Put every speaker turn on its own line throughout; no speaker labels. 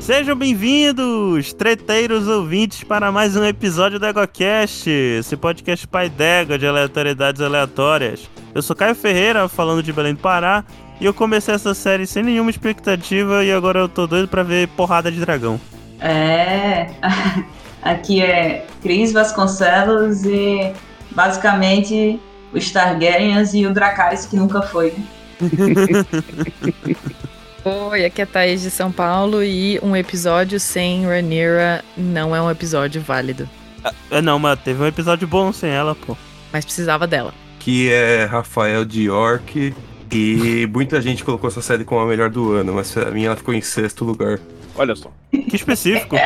Sejam bem-vindos, treteiros ouvintes, para mais um episódio do EgoCast, esse podcast pai d'égua de aleatoriedades aleatórias. Eu sou Caio Ferreira, falando de Belém do Pará, e eu comecei essa série sem nenhuma expectativa e agora eu tô doido pra ver porrada de dragão.
É, aqui é Cris Vasconcelos e basicamente os Targaryens e o Dracarys que nunca foi.
Oi, aqui é Thaís de São Paulo e um episódio sem Rhaenyra não é um episódio válido.
É não, mas teve um episódio bom sem ela, pô.
Mas precisava dela.
que é Rafael de York. E muita gente colocou essa série como a melhor do ano, mas pra mim ela ficou em sexto lugar.
Olha só.
Que específico.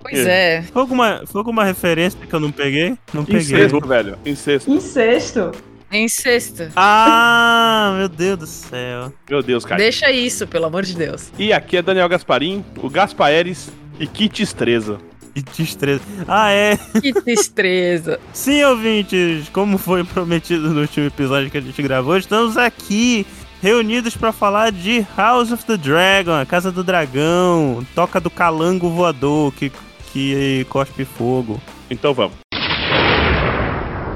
Pois é.
Foi alguma, foi alguma referência que eu não peguei? Não
Em
peguei.
sexto, velho. Em sexto.
Incesto.
Em sexta.
Ah, meu Deus do céu.
Meu Deus, cara.
Deixa isso, pelo amor de Deus.
E aqui é Daniel Gasparim, o Gaspaeres e que destreza.
Que destreza. Ah, é.
Que tristeza.
Sim, ouvintes, como foi prometido no último episódio que a gente gravou, estamos aqui reunidos para falar de House of the Dragon, a Casa do Dragão, Toca do Calango Voador, que, que cospe fogo.
Então vamos.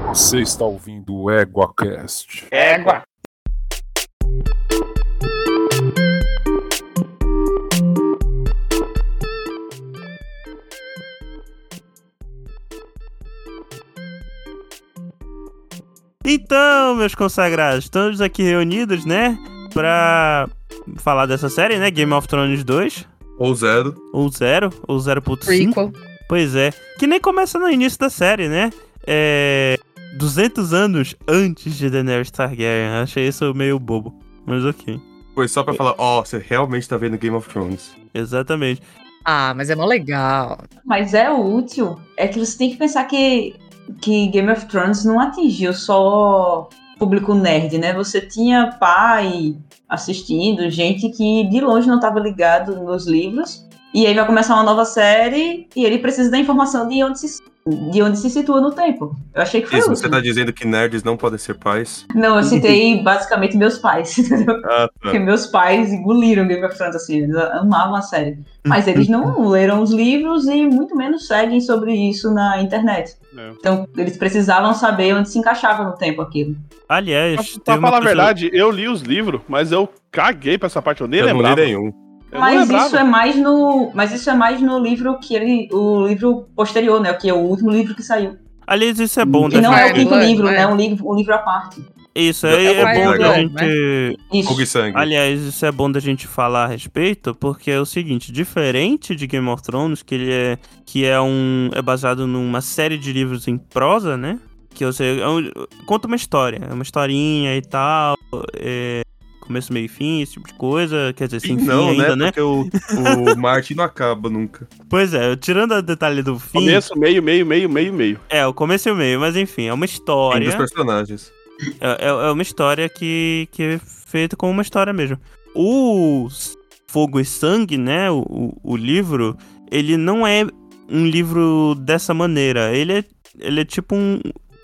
Você está ouvindo o EguaCast.
Égua.
Então, meus consagrados, estamos aqui reunidos, né, pra falar dessa série, né, Game of Thrones 2,
Ou zero.
ou 0, ou 0.5.
Prequel.
Pois é. Que nem começa no início da série, né? É. 200 anos antes de Daenerys Targaryen. Achei isso meio bobo. Mas ok.
Foi só pra falar, ó, você realmente tá vendo Game of Thrones.
Exatamente.
Ah, mas é mó legal.
Mas é útil. É que você tem que pensar que, que Game of Thrones não atingiu só público nerd, né? Você tinha pai assistindo, gente que de longe não estava ligado nos livros. E aí vai começar uma nova série e ele precisa da informação de onde se, de onde se situa no tempo. Eu achei que foi
Isso,
útil.
você tá dizendo que nerds não podem ser pais?
Não, eu citei basicamente meus pais, entendeu?
Ah, tá.
É.
Porque meus pais engoliram Game of Thrones, assim, eles amavam a série. Mas eles não leram os livros e muito menos seguem sobre isso na internet.
É.
Então, eles precisavam saber onde se encaixava no tempo aquilo.
Aliás,
Pra,
teve
pra
uma
falar a
pessoa-
verdade, eu li os livros, mas eu caguei pra essa parte, eu nem
é
Eu não
lembrava.
li nenhum.
Eu não
mas
lembrava.
isso é mais no. Mas isso é mais no livro que ele. O livro posterior, né? Que é o último livro que saiu.
Aliás, isso é bom
E
da
não é o
gente.
quinto
Firefly,
livro,
é.
né? É um livro, um livro à parte.
Isso é,
É
um
é
Firefly,
bom da
né?
gente.
Isso.
Fogo e sangue.
Aliás, isso é bom da gente falar a respeito, porque é o seguinte, diferente de Game of Thrones, que ele é que é um é baseado numa série de livros em prosa, né? Que você é um- conta uma história, é uma historinha e tal, é, começo meio e fim, esse tipo de coisa, quer dizer, sem
não,
fim ainda, né?
Porque o, o Martin não acaba nunca.
Pois é, tirando o detalhe do fim,
Começo, meio, meio, meio, meio, meio.
é o começo e o meio, mas enfim, é uma
Um dos
história.
personagens.
É, é- é uma história que, que é feita como uma história mesmo. O S- Fogo e Sangue, né? O, o- o livro, ele não é um livro dessa maneira. Ele é, ele é tipo um,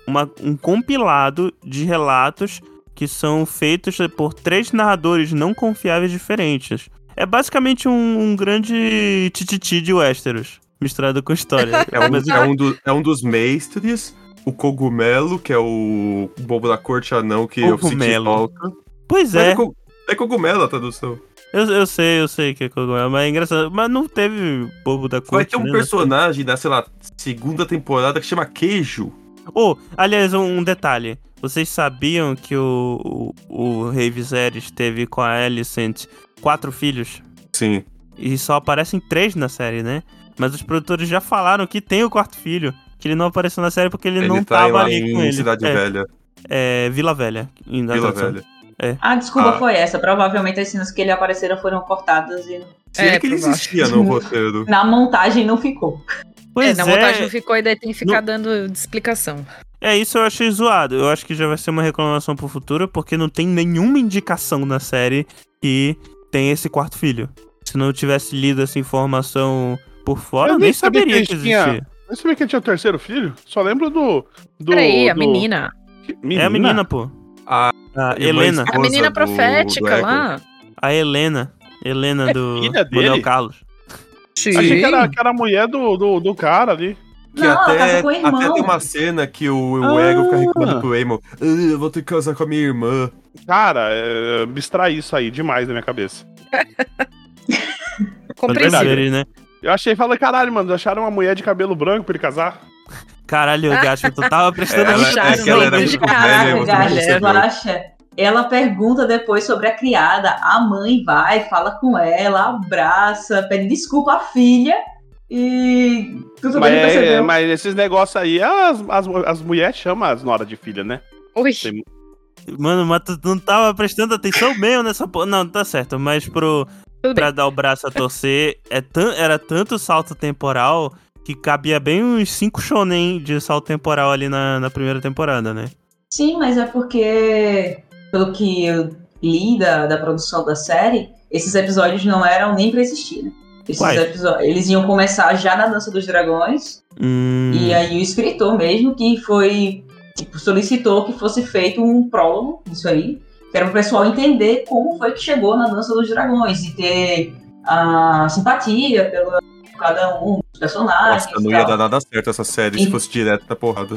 uma- um compilado de relatos que são feitos por três narradores não confiáveis diferentes. É basicamente um, um grande tititi de Westeros, misturado com história.
É um,
Mas
é um, do- é um dos mestres, o Cogumelo, que é o bobo da corte anão que eu senti
Cogumelo.
falta.
Pois
Mas
é.
é co- é cogumelo a tradução.
Eu, eu sei, eu sei que é cogumelo, mas é engraçado. Mas não teve bobo da corte,
Vai ter um
né?
personagem da, sei lá, segunda temporada que chama Queijo.
Oh, aliás, um, um detalhe. Vocês sabiam que o, o, o Rei Viserys teve com a Alicent quatro filhos?
Sim.
E só aparecem três na série, né? Mas os produtores já falaram que tem o quarto filho. Que ele não apareceu na série porque ele,
Ele,
não
tá
tava
lá
ali
em
com ele.
Cidade
é,
Velha.
é, Vila Velha. em- na
Vila
tradução.
Velha.
A desculpa
Ah.
foi essa. Provavelmente as cenas que ele apareceram foram cortadas e
Se
É,
é que ele
provável.
existia no roteiro.
na montagem não ficou.
Pois
é, na
é,
montagem não ficou e daí tem que ficar dando de explicação.
É, isso eu achei zoado. Eu acho que já vai ser uma reclamação pro futuro, porque não tem nenhuma indicação na série que tem esse quarto filho. Se não tivesse lido essa informação por fora, eu
Eu
nem
nem sabia
saberia que,
que eles
existia.
Eu sabia que ele tinha o terceiro filho, só lembro do. do
Peraí, a
do-
menina.
É a menina, pô.
A,
A
irmã
Helena.
A
esposa
menina
do-
profética
do Egon.
lá.
A Helena. Helena
É
do,
filha
do Neo
dele?
Carlos.
Sim.
Achei que era, que era a mulher do, do, do cara ali.
Que
Não, ela
até,
casa com o irmão.
até tem uma cena que o, o
Ah.
Ego fica reclamando pro Eamon. "Ah, eu vou ter que casar com a minha irmã.
Cara, é, abstrai isso aí demais na minha cabeça.
É
Verdade,
Compreensível.
ele, né?
Eu achei, falei, caralho, mano, acharam uma mulher de cabelo branco pra ele casar?
Caralho, Gacha, tu tava prestando
Ela-
muita
é que ela era muito
Caraca,
velha.
Né,
eu
cara,
não sei,
Gacha,
não.
Guaxa. Ela pergunta depois sobre a criada. A mãe vai, fala com ela, abraça, pede desculpa à filha e tudo
Mas,
bem
é-
percebeu.
mas esses negócios aí, as, as, as mulheres chamam as nora de filha, né?
Ui,
Mano, mas tu não tava prestando atenção mesmo nessa porra. Não, tá certo, mas pro.
Tudo
Pra dar o braço a torcer, é tan- era tanto salto temporal que cabia bem uns 5 shonen de salto temporal ali na, na primeira temporada, né?
Sim, mas é porque, pelo que eu li da, da produção da série, esses episódios não eram nem pra existir, né? Esses
Quais?
episo- eles iam começar já na Dança dos Dragões,
Hum,
E aí o escritor mesmo que foi tipo, solicitou que fosse feito um prólogo disso aí, que era para o pessoal entender como foi que chegou na dança dos dragões e ter a simpatia pela por cada um dos personagens.
Nossa, não
e
ia
tal.
dar nada certo essa série se
E-
fosse direto da porrada.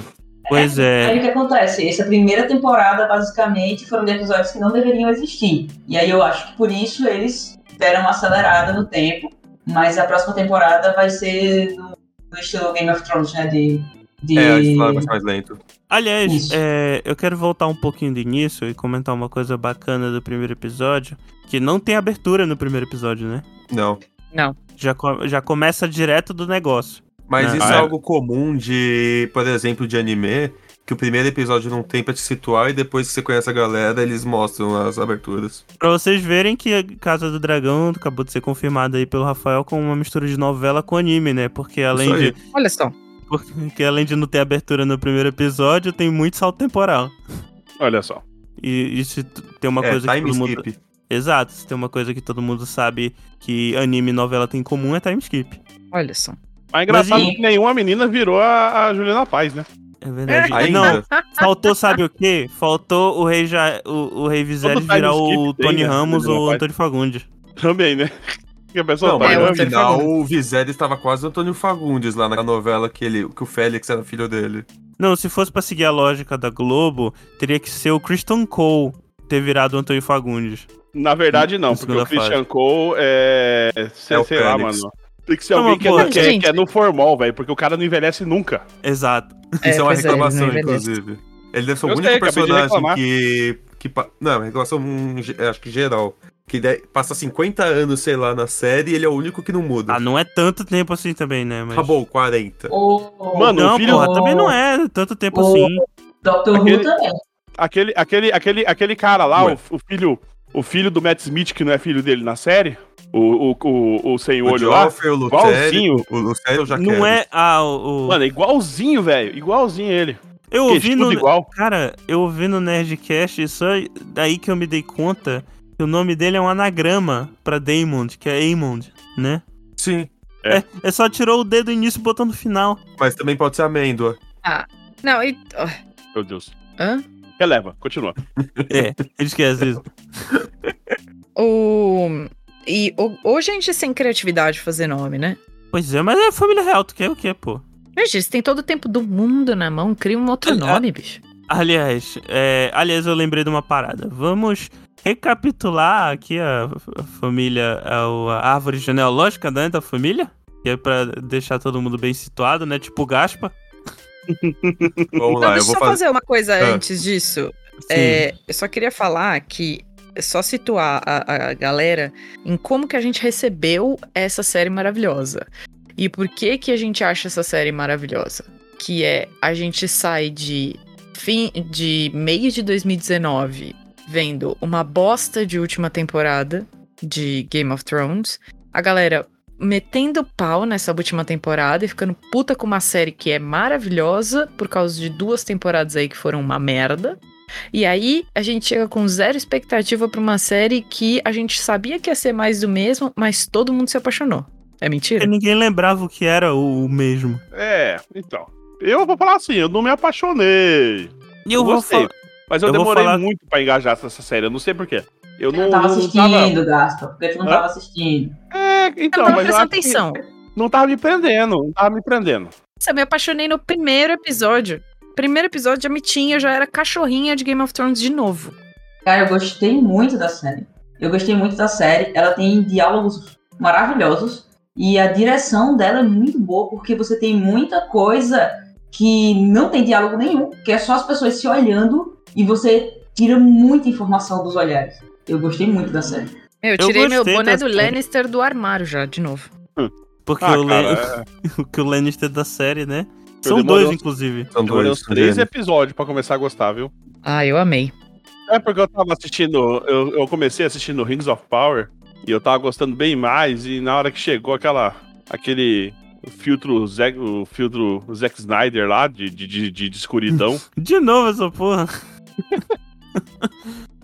Pois é.
Aí o que acontece? Essa primeira temporada, basicamente, foram de episódios que não deveriam existir. E aí eu acho que por isso eles deram uma acelerada no tempo. Mas a próxima temporada vai ser no, no estilo Game of Thrones, né? De, de...
É, a história vai ser mais lento.
Aliás,
Isso.
é, eu quero voltar um pouquinho do início e comentar uma coisa bacana do primeiro episódio, que não tem abertura no primeiro episódio, né?
Não.
Já, co- já começa direto do negócio.
Mas
Não.
isso
Ah,
é
é.
algo comum de, por exemplo, de anime, que o primeiro episódio não tem pra te situar e depois que você conhece a galera, eles mostram as aberturas.
Pra vocês verem que a Casa do Dragão acabou de ser confirmada aí pelo Rafael com uma mistura de novela com anime, né? Porque além
Isso
de
aí.
olha só.
Porque além de não ter abertura no primeiro episódio, tem muito salto temporal.
Olha só.
E isso tem uma
é,
coisa que
time
todo mundo.
skip.
Exato, se tem uma coisa que todo mundo sabe que anime e novela tem em comum é time skip.
Olha só.
Mas é engraçado
e-
que nenhuma menina virou a, a Juliana Paz, né?
É verdade.
Ainda.
Não, faltou, sabe o quê? Faltou o Rei, ja... o, o Rei Viserys
time
virar
skip
o
tem,
Tony
né?
Ramos ou o
Rapaz.
Antônio Fagundes.
Também, né? Que a pessoa
Não,
tá
mas
é,
olhando.
no
Antônio
final
Fagundes.
o Viserys estava quase Antônio Fagundes lá na novela que, ele, que o Félix era filho dele.
Não, se fosse pra seguir a lógica da Globo, teria que ser o Christian Cole ter virado o Antônio Fagundes.
Na verdade, não,
Na
porque o
segunda fase.
Christian Cole é. é- Sei,
É o
sei lá,
Félix.
mano. Tem que ser
Não,
alguém
mas,
que, é,
pô,
no- que, é,
gente.
que é no formal, velho, porque o cara não envelhece nunca.
Exato.
Isso é uma
pois ele não
reclamação,
envelhece.
inclusive. Ele deve ser o
Eu
único
sei, acabei de
personagem
reclamar.
que, que. pa- Não, é uma reclamação hum, ge- acho que geral. Que de- passa 50 anos, sei lá, na série e ele é o único que não muda.
Ah, não é tanto tempo assim também, né? Mas...
Tá bom, 40.
O-
Mano,
Não,
o filho-
porra, também não é tanto tempo
O-
assim.
Dr.
Aquele-
Who também.
Aquele, aquele, aquele, aquele cara lá,
Ué.
o, o filho. O filho do Matt Smith, que não é filho dele na série, o, o, o, o sem
O
olho lá,
Joffrey, o Lutério.
igualzinho.
O Lutério eu já
Não
quero.
é. Ah, o. o-
tá Mano, é igualzinho, velho. Igualzinho ele.
eu
Queixo,
ouvi
tudo
no.
igual.
Cara, eu ouvi no Nerdcast e só daí que eu me dei conta que o nome dele é um anagrama pra Daemond, que é Aemond, né?
Sim,
É só tirou o D do início e botou no final.
mas também pode ser amêndoa.
Não, e. ó,
Meu Deus.
Hã?
Releva, continua.
É, esquece isso.
O. E o, ou gente é sem criatividade fazer nome, né?
Pois é, mas é família real, tu quer o quê, pô?
Gente, eles têm todo o tempo do mundo na mão, cria um
É,
outro
Ah,
nome, bicho.
Aliás, é, aliás, eu lembrei de uma parada. Vamos recapitular aqui a, a família, a, a árvore genealógica né, da família, que é pra deixar todo mundo bem situado, né? Tipo o Gaspa.
Vamos
Não,
lá, eu
Então, deixa eu
vou
só
fazer.
fazer uma coisa
Ah.
antes disso.
Sim.
É, eu só queria falar que é só situar a, a galera em como que a gente recebeu essa série maravilhosa. E por que que a gente acha essa série maravilhosa? Que é a gente sai de fim de meio de 2019 vendo uma bosta de última temporada de Game of Thrones. A galera metendo pau nessa última temporada e ficando puta com uma série que é maravilhosa por causa de duas temporadas aí que foram uma merda. E aí a gente chega com zero expectativa pra uma série que a gente sabia que ia ser mais do mesmo, mas todo mundo se apaixonou. É
Porque
mentira?
ninguém lembrava o que era o, o mesmo.
É, então. Eu vou falar assim, eu não me apaixonei.
E eu,
Eu
vou
gostei.
falar.
Mas eu,
Eu vou
demorei
falar-
muito pra engajar nessa série, eu não sei porquê. Eu
Não
não,
tava
não
assistindo, Gaspar, porque tu não
Hã?
tava assistindo.
É, então,
eu tava
mas eu
prestando
acho que
atenção.
não tava me prendendo, não tava me prendendo.
Nossa, eu me apaixonei no primeiro episódio. Primeiro episódio já me tinha, eu já era cachorrinha de Game of Thrones de novo.
Cara, eu gostei muito da série. Eu gostei muito da série. Ela tem diálogos maravilhosos e a direção dela é muito boa porque você tem muita coisa que não tem diálogo nenhum, que é só as pessoas se olhando e você tira muita informação dos olhares. Eu gostei muito da série.
Meu, eu
Eu
tirei meu
gostei
boné
dessa-
do Lannister do armário já, de novo.
Porque
Ah,
o, Lan-
cara, é,
o que o Lannister da série, né?
Eu
São
demorei
dois,
uns-
inclusive.
São
demorei uns
dois.
três
Juliano.
episódios pra começar a gostar, viu?
Ah, eu amei.
É porque eu tava assistindo, eu, eu comecei assistindo Rings of Power e eu tava gostando bem mais e na hora que chegou aquela aquele filtro Zack, o filtro Zack Snyder lá de, de, de, de- de escuridão.
De novo essa porra.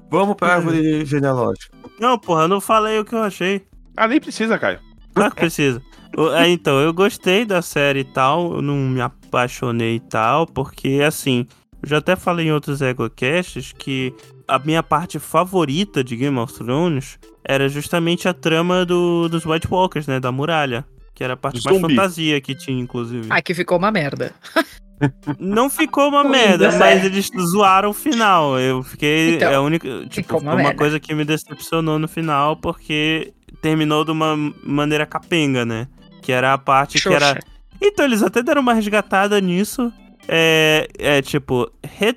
Vamos pra
Hum.
árvore genealógica.
Não, porra, eu não falei o que eu achei.
ah, nem precisa, Caio.
Claro que precisa. O- é, então, eu gostei da série e tal, eu não me apaixonei e tal, porque assim, eu já até falei em outros EgoCasts que a minha parte favorita de Game of Thrones era justamente a trama do, dos White Walkers, né? Da muralha. Que era a parte mais
Zumbi.
fantasia que tinha, inclusive.
Ah, que ficou uma merda.
Não ficou uma
Não,
merda,
deu
mas
certo.
eles zoaram o final. Eu fiquei.
Então,
é a única. Tipo,
ficou uma
uma, uma
merda.
coisa que me decepcionou no final, porque terminou de uma maneira capenga, né? Que era a parte que era.
Xoxa.
Então eles até deram uma resgatada nisso. É, é tipo,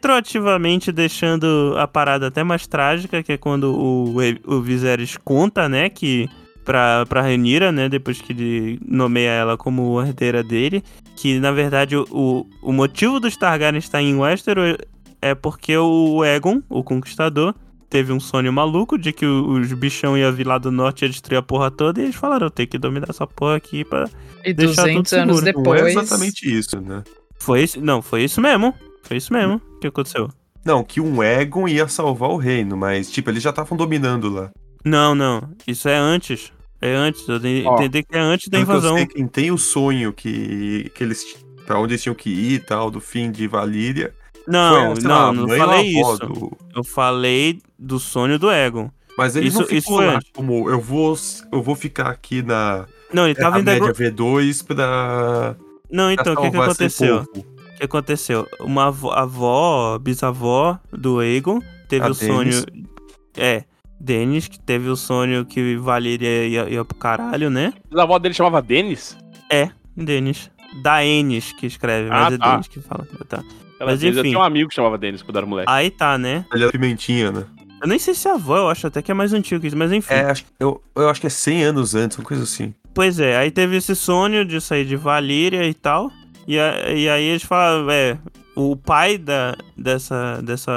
retroativamente deixando a parada até mais trágica, que é quando o, o Viserys conta, né, que pra, pra Renira, né, depois que ele nomeia ela como herdeira dele, que na verdade o- o, o motivo dos Targaryen estar em Westeros é porque o Egon, o Conquistador, teve um sonho maluco de que o- os bichão iam vir lá do norte e ia destruir a porra toda, e eles falaram, eu tenho que dominar essa porra aqui pra
E
deixar
200
tudo
anos
seguro.
Não é
depois.
exatamente isso, né?
Foi isso, não, foi isso mesmo. Foi isso mesmo que aconteceu.
Não, que um Egon ia salvar o reino, mas, tipo, eles já estavam dominando lá.
Não, não. Isso é antes. É antes. Eu dei-
Ó.
entendi que é antes da
Tanto que eu
invasão.
sei quem tem o sonho que, que eles. pra onde eles tinham que ir e tal, do fim de Valíria.
Não,
foi, sei lá, a
não, não
mãe ou a
falei
avó
isso.
do-
Eu falei do sonho do Egon.
Mas ele não
Isso- isso
ficou
foi
lá
antes.
como eu vou, eu vou ficar aqui na
Não, ele tava
É, a
em Dago...
média V2 pra.
Não,
pra
então, o que, que
salvar esse
aconteceu?
povo.
O que aconteceu? Uma avó, avó bisavó do Aegon teve
A
o
Daenerys.
sonho. É, Denis, que teve o sonho que Valyria ia, ia pro caralho, né?
A avó dele chamava Denis?
Denis. Daenis que escreve, mas
Ah,
é
tá.
Denis que fala. Tá.
Ela
Mas
Denis, Eu
enfim.
tinha um amigo que chamava Denis quando era moleque.
Aí tá, né?
Ele era pimentinha, né?
Eu nem sei se é avó, eu acho até que é mais antigo que isso, mas enfim.
É, acho- eu, eu acho que é 100 anos antes, uma coisa assim.
Pois é, aí teve esse sonho de sair de Valíria e tal. E, a- e aí eles falavam, é, o pai da, dessa, dessa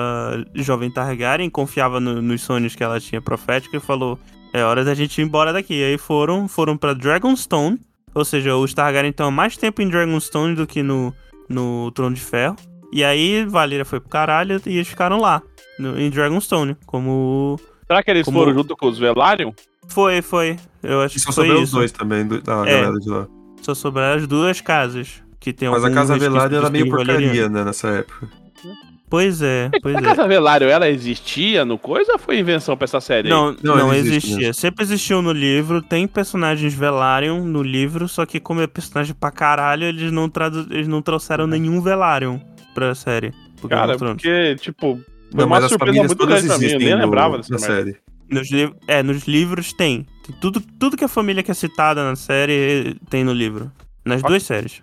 jovem Targaryen confiava no- nos sonhos que ela tinha profético e falou: é hora da gente ir embora daqui. E aí foram, foram pra Dragonstone, ou seja, os Targaryen estão há mais tempo em Dragonstone do que no, no Trono de Ferro. E aí Valíria foi pro caralho e eles ficaram lá, no- em Dragonstone, como
Será que eles
Como-
foram junto com os Velaryon?
Foi, foi. Eu acho
E
que
só
foi
sobraram os
isso.
dois também do- da
É.
galera de lá.
Só sobraram as duas casas. Que tem
Mas a
algum
Casa
resquício
Velada
de
era meio
espírito valeriano.
porcaria, né, nessa época.
Pois é, pois
A
é.
Casa Velaryon, ela existia no coisa ou foi invenção pra essa série? aí?
Não, não,
Não, existe
existia.
mesmo.
Sempre existiu no livro. Tem personagens Velaryon no livro, só que como é personagem pra caralho, eles não, tradu- eles não trouxeram
Uhum.
nenhum Velaryon pra série. pro Game
Cara,
of Thrones.
porque, tipo,
Não,
uma
mas as
surpresa
famílias
muito
todas
grande pra mim, eu
existem
nem
no-
lembrava dessa
na
merda.
série.
Nos liv- É, nos livros tem. Tem tudo, tudo que a família que é citada na série eh, tem no livro. Nas duas séries.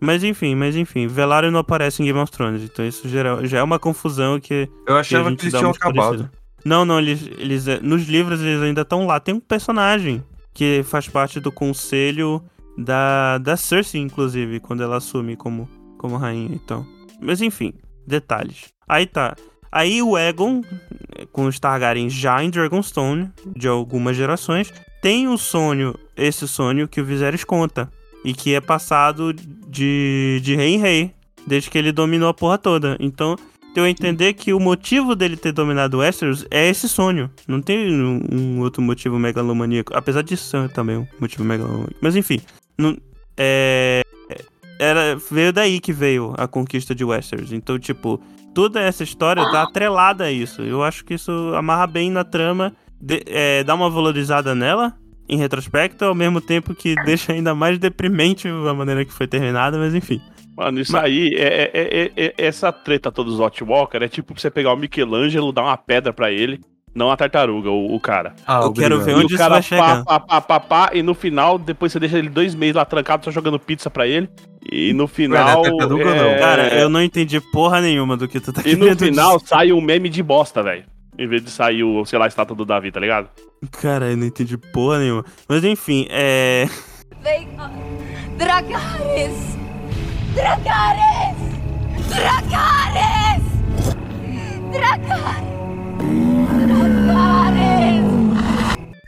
Mas enfim, mas enfim, Velário não aparece em Game of Thrones, então isso geral, já é uma confusão que, que
Eu
a
achava
gente
que eles
dá
tinham
uma escurecida.
acabado.
Não, não, eles, eles eh, nos livros eles ainda estão lá. Tem um personagem que faz parte do conselho da, da Cersei, inclusive, quando ela assume como, como rainha, então. Mas enfim, detalhes. Aí tá. Aí o Egon, eh, com os Targaryen já em Dragonstone, de algumas gerações, tem o sonho, esse sonho que o Viserys conta. E que é passado de, de rei em rei, desde que ele dominou a porra toda. Então, deu a entender que o motivo dele ter dominado Westeros é esse sonho. Não tem um, um outro motivo megalomaníaco. Apesar disso ser também um motivo megalomaníaco. Mas enfim, não, é, era, veio daí que veio a conquista de Westeros. Então, tipo, toda essa história tá atrelada a isso. Eu acho que isso amarra bem na trama, de- é, dá uma valorizada nela, em retrospecto, ao mesmo tempo que deixa ainda mais deprimente a maneira que foi terminada, mas enfim.
Mano, isso
Mas-
aí, é, é- é- é- é- essa treta toda dos Watchwalker é tipo você pegar o Michelangelo, dar uma pedra pra ele, não a tartaruga, o, o cara.
Ah,
Eu quero
obrigado.
ver onde-
e
isso
o cara
vai chegar?
pá, pá, pá, pá, e no final, depois você deixa ele dois meses lá trancado, só jogando pizza pra ele. E no final.
Ué, não é tartaruga ou não?
é,
Então, Cara, eu não entendi porra nenhuma do que tu tá
E no
querendo
final sai um meme de bosta, velho. Em vez de sair o, sei lá, a estátua do Davi, tá ligado?
dizer. Cara, eu não entendi porra nenhuma. Mas enfim, é.
They are Dracarys! Dracarys! Dracarys! Dracarys! Dracarys!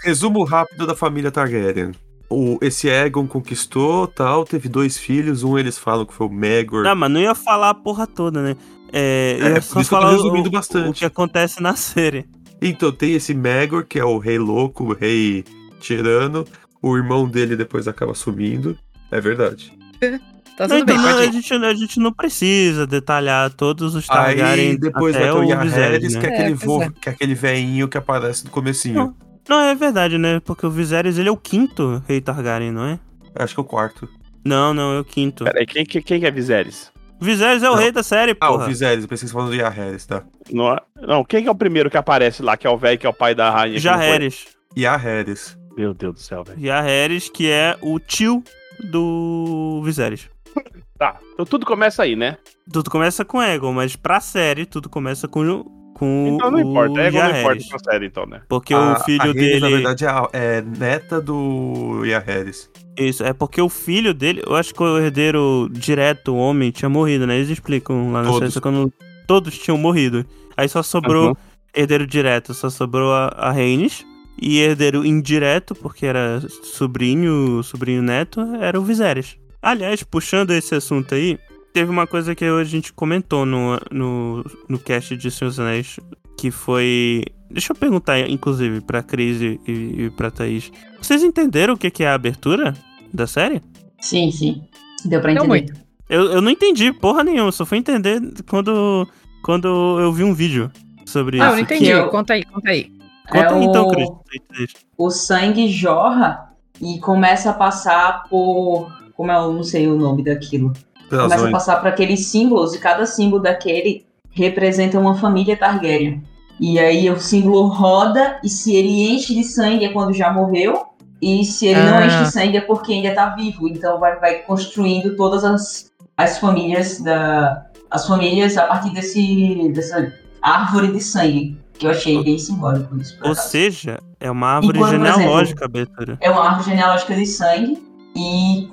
Resumo rápido da família Targaryen. O, esse Egon conquistou, tal, teve dois filhos, um eles falam que foi o Megor.
Ah, mas não ia falar a porra toda, né? É, eu
É,
ia
por
só
isso que eu tô
falar
resumindo
o,
bastante.
o que acontece na série.
Então tem esse Megor, que é o rei louco, o rei tirano. O irmão dele depois acaba sumindo. É verdade.
Tá
Não,
tudo bem,
então, não,
pode
a,
ir.
gente, a gente não precisa detalhar todos os Targaryen
Aí depois vai
Tá, até
ter o
o
Yaharis,
Viserys, né?
que, é aquele
É, pois
vo...
é.
que é aquele veinho que aparece no comecinho.
Não, é verdade, né? Porque o Viserys, ele é o quinto rei Targaryen, não é?
Acho que é o quarto.
Não, não, é o quinto.
Peraí, quem, quem, quem é Viserys?
Viserys é o
Não.
rei da série,
Ah,
porra.
o Viserys, eu pensei que você falando do Yaharis, tá?
Não, é- não, quem que é o primeiro que aparece lá, que é o velho, que é o pai da rainha? que não foi?
Jaehaerys.
Yaharis.
Meu Deus do céu, velho.
Jaehaerys, que é o tio do Viserys.
Tá, então tudo começa aí, né?
Tudo começa com Egon, mas pra série tudo começa com, o- com
Então não
o
importa, é igual não importa
Jaehaerys.
pra série, então, né?
Porque
a,
o filho
Ah, a
dele...
Rhaenys, na verdade, é, a- é neta do Yaharis.
Isso, é porque o filho dele, eu acho que o herdeiro direto, o homem, tinha morrido, né? Eles explicam lá na
Todos.
série, quando todos tinham morrido. Aí só sobrou
Uhum.
herdeiro direto, só sobrou a, a Rhaenys. E herdeiro indireto, porque era sobrinho, sobrinho neto, era o Viserys. Aliás, puxando esse assunto aí, teve uma coisa que a gente comentou no, no, no cast de Senhor dos Anéis, que foi... Deixa eu perguntar, inclusive, pra Cris e, e e pra Thaís. Vocês entenderam o que que é a abertura? Da série?
Sim, sim. Deu pra
Não
entender.
muito.
Eu, eu não entendi porra nenhuma, só fui entender quando, quando eu vi um vídeo sobre
Ah,
isso.
eu não
que-
entendi.
eu-
Conta aí, conta aí.
Conta
É
aí, então,
o-
Cris. tu entende?
o sangue jorra e começa a passar por. Como eu não sei o nome daquilo. Começa a
Razões.
passar por aqueles símbolos, e cada símbolo daquele representa uma família Targaryen. E aí o símbolo roda, e se ele enche de sangue é quando já morreu, e se ele não
Ah.
enche de sangue é porque ainda tá vivo. Então vai, vai construindo todas as, as famílias da. As famílias a partir desse, dessa árvore de sangue. Que eu achei bem simbólico isso. por
Ou
acaso.
seja, é uma árvore
quando, por
genealógica a abertura.
é uma árvore genealógica de sangue. E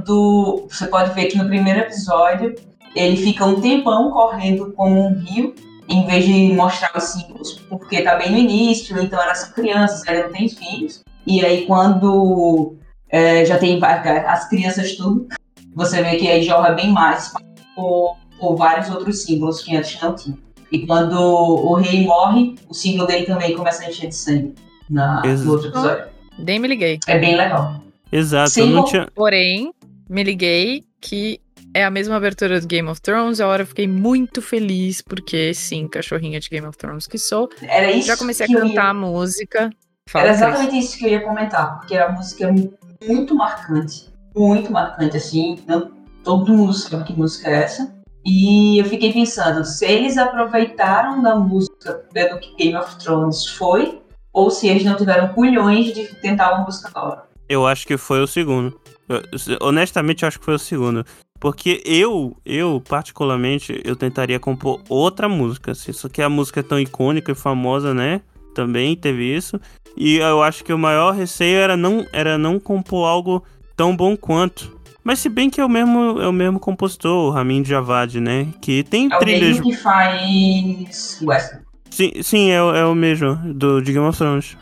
quando. Você pode ver que no primeiro episódio ele fica um tempão correndo como um rio, em vez de mostrar os símbolos, porque tá bem no início, então elas são crianças, elas não têm filhos. E aí quando é, já tem va- as crianças tudo, você vê que aí jorra bem mais por, por vários outros símbolos que antes não tinha. E quando o rei morre, o símbolo dele também começa a encher de sangue na,
Ex-
no outro episódio.
Nem me liguei.
É bem legal.
Exato,
Sim,
eu não
o-
tinha.
Porém, me liguei que é a mesma abertura do Game of Thrones. A hora eu fiquei muito feliz, porque sim, cachorrinha de Game of Thrones que sou.
Era É isso
Já comecei a
que eu
cantar
ia-
a música. Fala,
Era
Cris.
exatamente isso que eu ia comentar, porque a música é muito marcante. Muito marcante, assim. não- todo mundo sabe que música é essa. E eu fiquei pensando, se eles aproveitaram da música pelo que Game of Thrones foi, ou se eles não tiveram culhões de tentar uma música nova.
Eu acho que foi o segundo. Eu- honestamente, eu acho que foi o segundo. Porque eu, eu, particularmente, eu tentaria compor outra música. assim, Só que a música é tão icônica e famosa, né? Também teve isso. E eu acho que o maior receio era não, era não compor algo tão bom quanto. Mas se bem que é o mesmo, é o mesmo compositor, o Ramin Djawadi, né? Que tem
É o
trilhas...
mesmo que faz Western.
Sim, sim é, o- é o mesmo, do de Game of Thrones.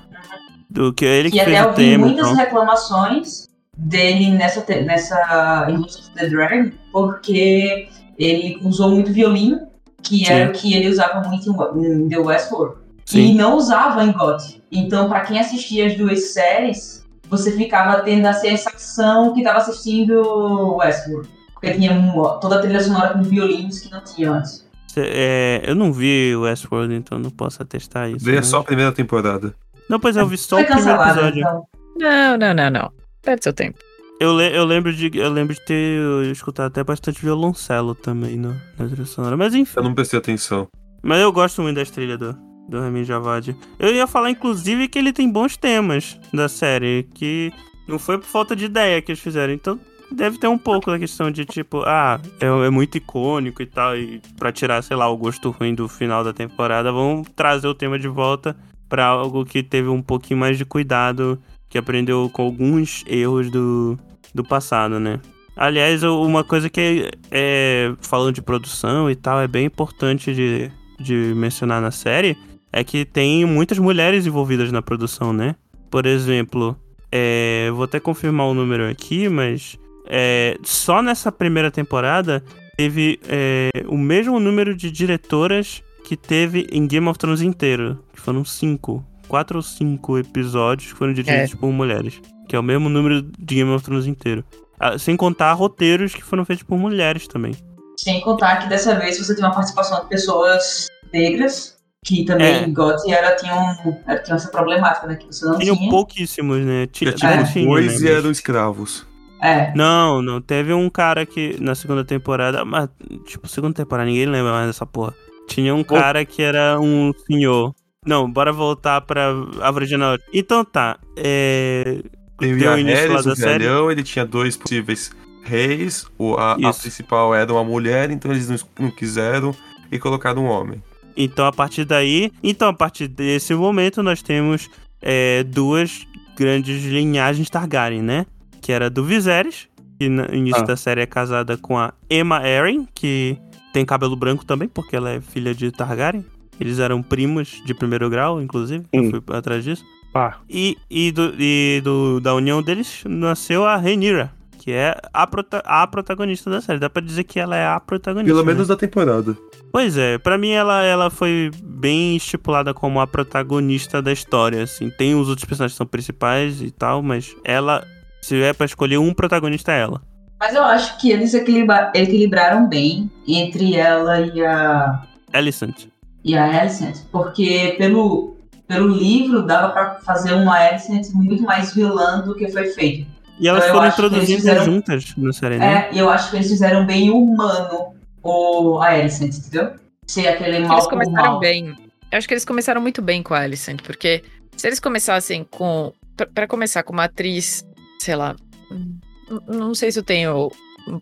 Do que é ele que,
E até
fez
eu
o
vi
tema.
muitas
então.
reclamações dele nessa, te- nessa em House of the Dragon, porque ele usou muito violino, que
Sim.
era o que ele usava muito em- em The Westworld.
Sim.
E não usava em GOT. Então, pra quem assistia as duas séries, você ficava tendo a sensação que tava assistindo Westworld. Porque tinha um- toda a trilha sonora com violinos que não tinha antes.
Cê- é, eu não vi o Westworld, então não posso atestar isso.
Veja
né?
só a primeira temporada.
Não, pois é, eu vi só
Foi
o primeiro
cancelado,
episódio.
então.
Não, não, não, não. Perde seu tempo.
Eu, le- eu lembro de eu lembro de ter escutado até bastante violoncelo também no, na trilha sonora. Mas enfim.
Eu não prestei atenção.
Mas eu gosto muito da trilha do, do Ramin Javadi. Eu ia falar, inclusive, que ele tem bons temas da série, que não foi por falta de ideia que eles fizeram. Então, deve ter um pouco da questão de, tipo, ah, é, é muito icônico e tal, e pra tirar, sei lá, o gosto ruim do final da temporada, vão trazer o tema de volta pra algo que teve um pouquinho mais de cuidado, que aprendeu com alguns erros do, do passado, né? Aliás, eu- uma coisa que é, falando de produção e tal, é bem importante de, de mencionar na série é que tem muitas mulheres envolvidas na produção, né? Por exemplo, é, vou até confirmar o número aqui, mas é, só nessa primeira temporada teve é, o mesmo número de diretoras que teve em Game of Thrones inteiro, que foram cinco, quatro ou cinco episódios que foram dirigidos por mulheres, que é o mesmo número de Game of Thrones inteiro. Ah, Sem contar roteiros que foram feitos por mulheres também.
Sem contar que dessa vez você tem uma participação de pessoas negras, que também
É.
em GOT ela tinha, um, ela tinha essa problemática, né? Que você não
Tinham
tinha.
pouquíssimos, né? Tinha,
Já tinham
tinha, né,
É tipo, dois e
mas-
eram escravos.
É.
Não, não. Teve um cara que na segunda temporada. Mas, tipo, segunda temporada, ninguém lembra mais dessa porra. Tinha um cara que era um senhor. Não, bora voltar pra árvore genealógica. Então tá. É.
Tem o
Deu início lá
Yaeris,
da
o velhão, ele tinha dois possíveis reis. O, a, a
Isso.
principal era uma mulher, então eles não, não quiseram e colocaram um homem.
Então a partir daí. Então, a partir desse momento, nós temos é, duas grandes linhagens Targaryen, né? Que era do Viserys, que no início
Ah.
da série é casada com a Emma Arryn, que tem cabelo branco também, porque ela é filha de Targaryen. Eles eram primos de primeiro grau, inclusive. Eu
Hum.
fui atrás disso.
Pá.
E, e, do, e do- da união deles nasceu a Rhaenyra, que é a, prota- a protagonista da série. Dá pra dizer que ela é a protagonista.
Pelo
né?
menos da temporada.
Pois é, pra mim ela, ela foi bem estipulada como a protagonista da história, assim. Tem os outros personagens que são principais e tal, mas ela, se é pra escolher um protagonista, é ela.
Mas eu acho que eles equilibra- equilibraram bem entre ela e a,
Alicent.
e a Alicent, porque pelo, pelo livro dava pra fazer uma Alicent muito mais vilã do que foi feito.
E elas
Eu
foram
acho que eles
introduzidas
fizeram-
juntas na série, né?
É, e eu acho que eles fizeram bem humano o, a Alicent, entendeu? Ser aquele mal
Eles
por
começaram
um mal.
bem. Eu acho que eles começaram muito bem com a Alicent, porque se eles começassem com. pra- Pra começar com uma atriz, sei lá. hum, n- Não sei se eu tenho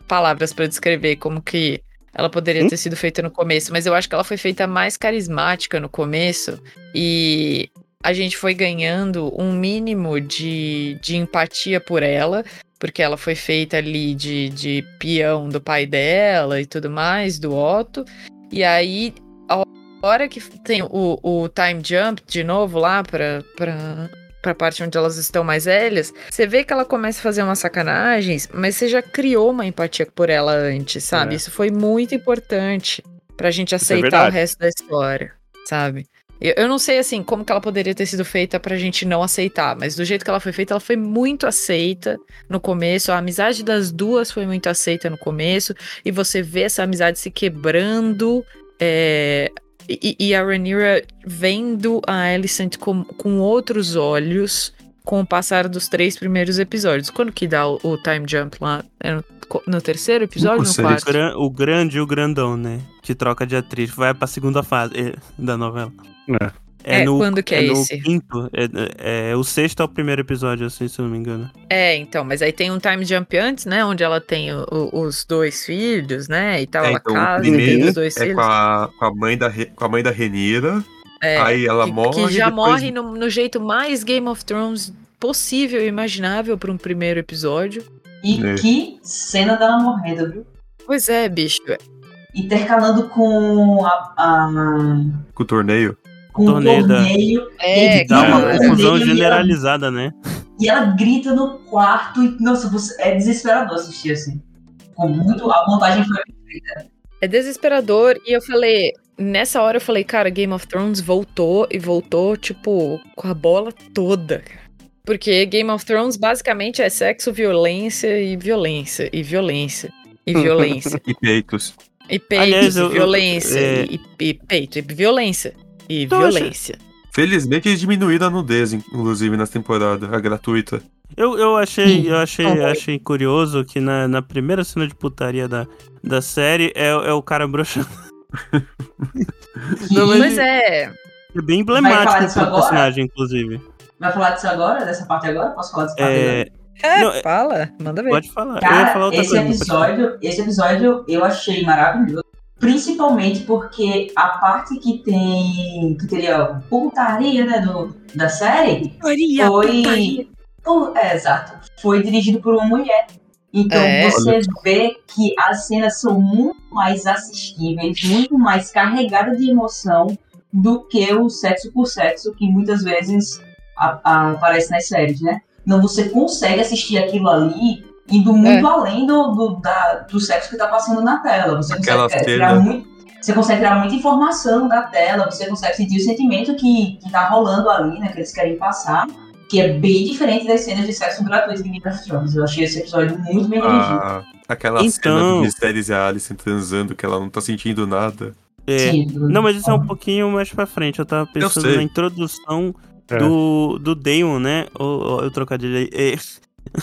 palavras pra descrever como que ela poderia ter sido feita no começo, mas eu acho que ela foi feita mais carismática no começo e a gente foi ganhando um mínimo de, de empatia por ela, porque ela foi feita ali de, de peão do pai dela e tudo mais, do Otto. E aí a hora que tem o, o time jump de novo lá pra, pra, pra parte onde elas estão mais velhas, você vê que ela começa a fazer umas sacanagens, mas você já criou uma empatia por ela antes, sabe?
É.
Isso foi muito importante pra gente
Isso é
aceitar o
verdade.
resto da história, sabe? Eu, eu não sei, assim, como que ela poderia ter sido feita pra gente não aceitar, mas do jeito que ela foi feita, ela foi muito aceita no começo. A amizade das duas foi muito aceita no começo, e você vê essa amizade se quebrando. é, e, e a Rhaenyra vendo a Alicent com, com outros olhos com o passar dos três primeiros episódios. Quando que dá o, o time jump lá? É no, co- no terceiro episódio?
No
No
sexto.
O,
quarto?
gran- o grande e o grandão, né? Que troca de atriz. Vai pra segunda fase eh, da novela.
É.
É, quando que é
no
esse?
quinto. É, é- é o sexto é o primeiro episódio, assim, se eu não me engano.
É, então, mas aí tem um time jump antes, né? Onde ela tem o- o- os dois filhos, né? E tal,
É,
ela
então, o
casa e tem
primeiro
os dois
É
filhos.
com a, com a mãe da Re- com a mãe da Renira.
É,
aí ela
que,
morre.
que já
depois-
morre no, no jeito mais Game of Thrones possível e imaginável para um primeiro episódio.
E
É.
que cena dela morrendo, viu?
Pois é, bicho.
Intercalando com a, a-
com o torneio.
com o
Torneio
torneio.
da-
É,
E dá
cara,
uma
é.
confusão
E ela-
generalizada, né?
E ela grita no quarto. E, nossa, você, é desesperador assistir assim. Ficou muito. A montagem foi.
É desesperador. E eu falei, nessa hora eu falei, cara, Game of Thrones voltou e voltou, tipo, com a bola toda. cara. Porque Game of Thrones basicamente é sexo, violência e violência, e violência, e violência.
E peitos.
E peito,
Aliás,
e
eu- eu-
violência.
é-
e, e peito, e violência. E
Então,
violência.
Felizmente eles diminuíram a nudez, inclusive, nessa temporada, a gratuita.
Eu, eu achei,
Sim.
eu achei,
Não, vai.
achei curioso que na, na primeira cena de putaria da, da série é, é o cara broxando. Não,
Mas é.
É bem
falar
emblemático
disso
pro
agora?
personagem, inclusive.
Vai falar disso agora? Dessa parte agora? Posso falar dessa parte agora?
É,
é,
Não, é-
fala, manda ver.
pode falar. eu ia falar
Cara,
outra
esse
coisa. mas pode falar.
episódio, esse episódio eu achei maravilhoso. Principalmente porque a parte que tem. que teria putaria, né? Do, da série foi. Pô, é, exato. Foi dirigido por uma mulher. Então
É.
você vê que as cenas são muito mais assistíveis, muito mais carregadas de emoção do que o sexo por sexo, que muitas vezes a- a- aparece nas séries, né? Então você consegue assistir aquilo ali indo muito além do, do, da- do sexo que tá passando na tela. Você
Aquela
consegue tirar
cena.
muito. Você consegue tirar muita informação da tela, você consegue sentir o sentimento que, que tá rolando ali, né? Que eles querem passar. Que é bem diferente das cenas de sexo gratuito de Game of Thrones. Eu achei esse episódio muito bem
Ah,
dirigido.
A,
Uhum.
aquela cena
Então-
do Mistérios e a Alice transando, que ela não tá sentindo nada.
É,
Sim, do-
Não, mas isso é um pouquinho mais pra frente. Eu tava pensando
sei.
na introdução
É.
do, do Damon, né? Ou eu trocadilho aí. É.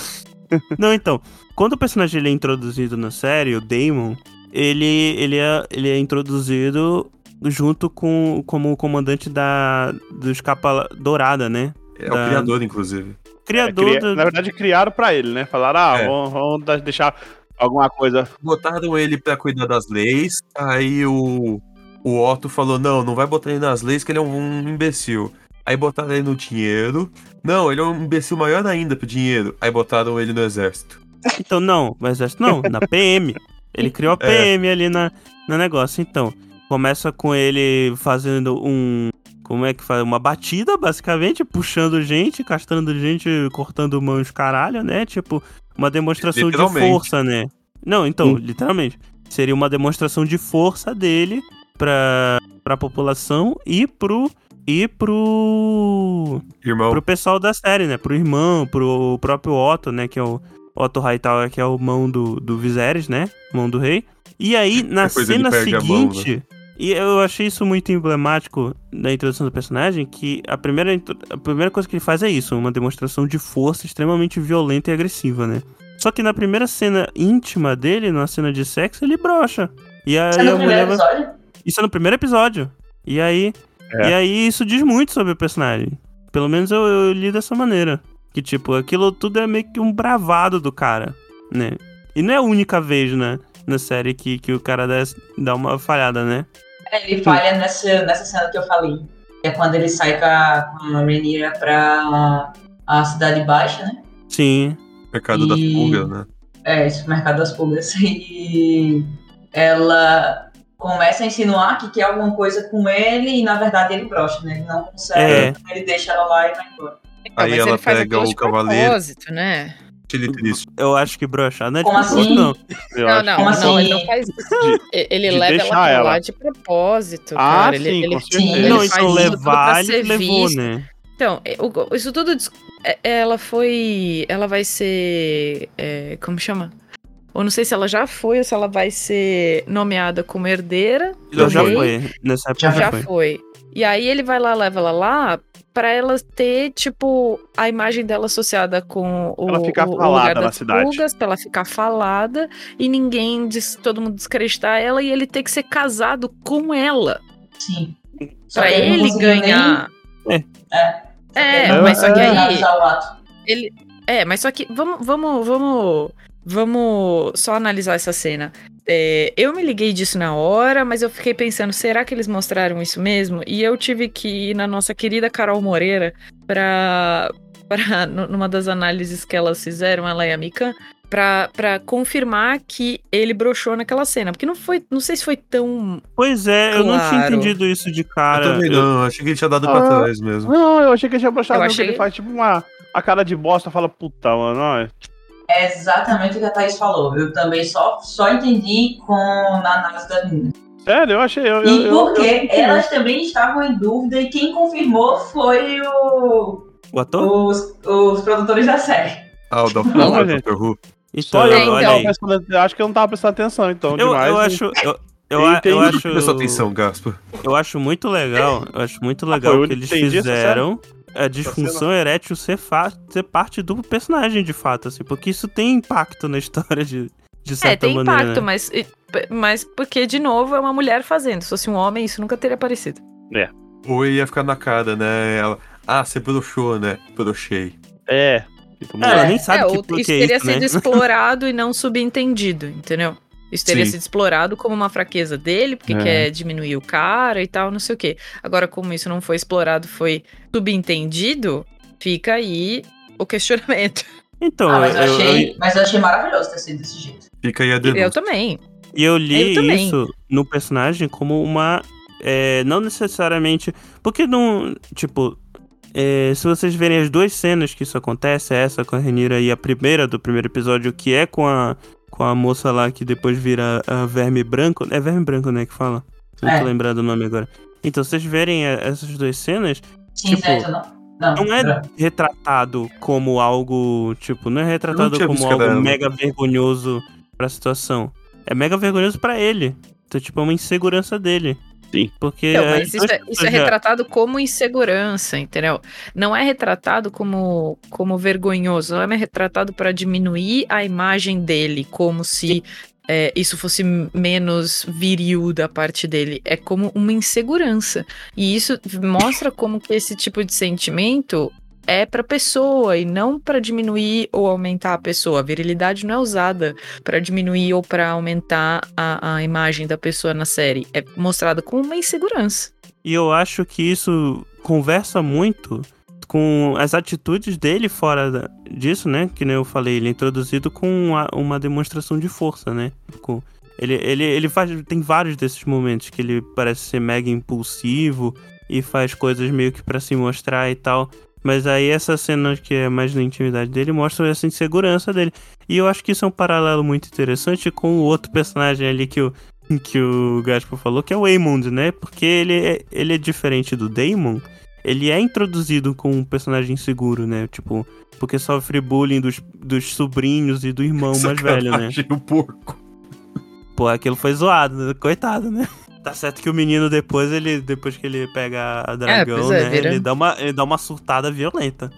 Não, então. Quando o personagem ele é introduzido na série, o Damon, ele, ele, é, ele é introduzido junto com como o comandante da, do Escapa Dourada, né?
É
Da-
o criador, inclusive.
É,
Criador
cria-
do-
Na verdade, criaram pra ele, né? Falaram, ah,
É.
vamos, vamos da- deixar alguma coisa.
Botaram ele pra cuidar das leis, aí o, o Otto falou, não, não vai botar ele nas leis, que ele é um, imbecil. Aí botaram ele no dinheiro. Não, ele é um imbecil maior ainda pro dinheiro. Aí botaram ele no exército.
Então, não, mas acho- não, na PM. Ele criou a PM ali na, no negócio. Então, começa com ele fazendo um. Como é que faz? Uma batida, basicamente, puxando gente, castrando gente, cortando mãos caralho, né? Tipo, uma demonstração de
Literalmente.
força, né? Não, então, literalmente. Seria uma demonstração de força dele pra, pra população e pro. E pro
Irmão,
pro pessoal da série, né? Pro irmão, pro próprio Otto, né? Que é o Otto Hightower, que é o mão do, do Viserys, né? Mão do rei. E aí, na
Depois ele
cena
É perde a mão, né?
seguinte. E eu achei isso muito emblemático na introdução do personagem, que a primeira, intro- a primeira coisa que ele faz é isso, uma demonstração de força extremamente violenta e agressiva, né? Só que na primeira cena íntima dele, numa cena de sexo, ele brocha. E aí
Isso é no
a
primeiro
mulher vai-
episódio?
isso é no primeiro episódio. E aí,
É.
e aí isso diz muito sobre o personagem. Pelo menos eu, eu li dessa maneira. Que, tipo, aquilo tudo é meio que um bravado do cara, né? E não é a única vez, né? Na série que, que o cara dá, es- dá uma falhada, né?
É, Ele falha nessa, nessa cena que eu falei. Que é quando ele sai com a, com a menina pra a Cidade Baixa, né?
Sim.
mercado das
E-
pulgas, né?
É, isso, Mercado das Pulgas. E ela começa a insinuar que quer alguma coisa com ele e na verdade ele brocha, né? Ele não
É.
consegue, ele deixa ela lá e vai embora.
Então,
Aí
mas
ela
ele faz
pega
aquilo
o
de
cavaleiro.
propósito, né?
Ele triste.
Eu acho que broxar não é
Como
de propósito,
assim?
não.
Eu
Não,
acho.
não,
Como
não,
assim?
ele não faz isso. Ele
de
leva ela
deixar
pra lá
ela.
de propósito,
Ah,
cara. Ele,
sim,
ele-
com certeza.
Ele
não,
faz
então
isso pra
levar ele
ser
levou,
visto.
né?
Então, é, o- isso tudo. des- é, Ela foi. Ela vai ser. é, como chama? Eu não sei se ela já foi ou se ela vai ser nomeada como herdeira.
Então
do
já
rei.
foi. Nessa época
Já
já,
Já
foi.
foi. E aí ele vai lá, leva ela lá, pra ela ter, tipo, a imagem dela associada com o,
Ela ficar
o- o
falada
lugar
na
das
cidade.
pulgas, pra ela ficar falada e ninguém, des- todo mundo descreditar ela e ele ter que ser casado com ela.
Sim. Só
Pra
que não
ele
conseguiu nem-
ganhar. É,
não
mas só que
conseguiu
aí-
realizar o ato.
Ele. É, mas só que vamos, vamos, vamos, vamos só analisar essa cena. É, eu me liguei disso na hora, mas eu fiquei pensando, será que eles mostraram isso mesmo? E eu tive que ir na nossa querida Carol Moreira pra, pra nu- numa das análises que elas fizeram, ela e a Mika, pra, pra confirmar que ele broxou naquela cena. Porque não foi, não sei se foi tão.
Pois é, eu não tinha
Claro.
entendido isso de
Eu
cara.
também
Eu-
não, achei que ele tinha dado pra
Ah.
trás mesmo.
Não, eu achei que ele tinha brochado,
Eu
não,
achei-
que ele faz tipo uma. A cara de bosta fala, puta, mano, ó,
É exatamente o que a Thaís falou. Eu também só, só entendi com, na análise da menina.
Sério, eu achei. Eu, eu,
E
eu, eu,
porque elas também estavam em dúvida e quem confirmou foi o,
O ator?
os, os produtores da série.
Ah, o Dr.
Não,
Who,
gente.
Dr. Who.
Então,
Só eu,
É,
não
olha
tava
aí.
prestando- acho que eu não tava prestando atenção, então,
Eu,
demais.
eu
hein?
acho. Eu, Eu,
Eu
a- eu
entendi.
acho.
Presta atenção, Gaspa.
Eu acho muito legal. Eu acho muito legal
Ah, foi o
que eles
entendi essa
fizeram
Tá
a disfunção erétil ser, fa- ser parte do personagem, de fato, assim, porque isso tem impacto na história de, de
É,
certa
tem
maneira. né?
impacto, mas, e- p- mas porque, de novo, é uma mulher fazendo. Se fosse um homem, isso nunca teria aparecido.
Ou ia ficar na cara, né? Ela, ah, você broxou, né? Broxei.
É. Então,
É, ela
É,
nem sabe
é,
que
ou-
porquê
isso
é
teria
isso,
sido
né?
explorado e não subentendido, entendeu? Isso teria
Sim.
sido explorado como uma fraqueza dele, porque
É.
quer diminuir o cara e tal, não sei o quê. Agora, como isso não foi explorado, foi subentendido, fica aí o questionamento.
Então,
Ah, mas eu,
eu, eu-
achei, mas eu achei maravilhoso ter sido desse jeito.
Fica aí a
Eu,
denúncia.
também.
E eu li
Eu também.
isso no personagem como uma. é, não necessariamente. Porque não. Tipo. é, se vocês verem as duas cenas que isso acontece, é essa com a Renira e a primeira do primeiro episódio, que é com a, com a moça lá que depois vira a verme branco. É verme branco, né? Que fala. Não
É.
tô lembrando o nome agora. Então, se vocês verem é, essas duas cenas,
Cinzento, não. Não,
Tipo, não é
branco.
retratado como algo, tipo, não é retratado
tinha
como
visto
algo
cada-
mega vergonhoso pra situação. É mega vergonhoso pra ele. Então, tipo, é uma insegurança dele.
Sim.
Porque
Então,
as
mas isso
duas
é, isso é
pessoas já-
retratado como insegurança, entendeu? Não é retratado como, como vergonhoso, não é retratado para diminuir a imagem dele, como se é, isso fosse menos viril da parte dele. É como uma insegurança. E isso mostra como que esse tipo de sentimento é para pessoa e não para diminuir ou aumentar a pessoa. A virilidade não é usada para diminuir ou para aumentar a, a imagem da pessoa na série. É mostrada com uma insegurança.
E eu acho que isso conversa muito com as atitudes dele fora da- disso, né? Que nem eu falei, ele é introduzido com a- uma demonstração de força, né? Com- ele, ele, ele faz. Tem vários desses momentos que ele parece ser mega impulsivo e faz coisas meio que pra se mostrar e tal. Mas aí essa cena que é mais na intimidade dele mostra essa insegurança dele. E eu acho que isso é um paralelo muito interessante com o outro personagem ali que o, que o Gaspo falou, que é o Eamond, né? Porque ele é, ele é diferente do Daemon. Ele é introduzido com um personagem inseguro, né? Tipo, porque sofre bullying dos, dos sobrinhos e do irmão
é
mais velho, né?
Sacanagem, o um porco.
Pô, aquilo foi zoado, né? coitado, né? Tá certo que o menino depois, ele depois que ele pega a dragão,
pois é,
né?
vira-
Ele, dá uma, ele dá uma surtada violenta.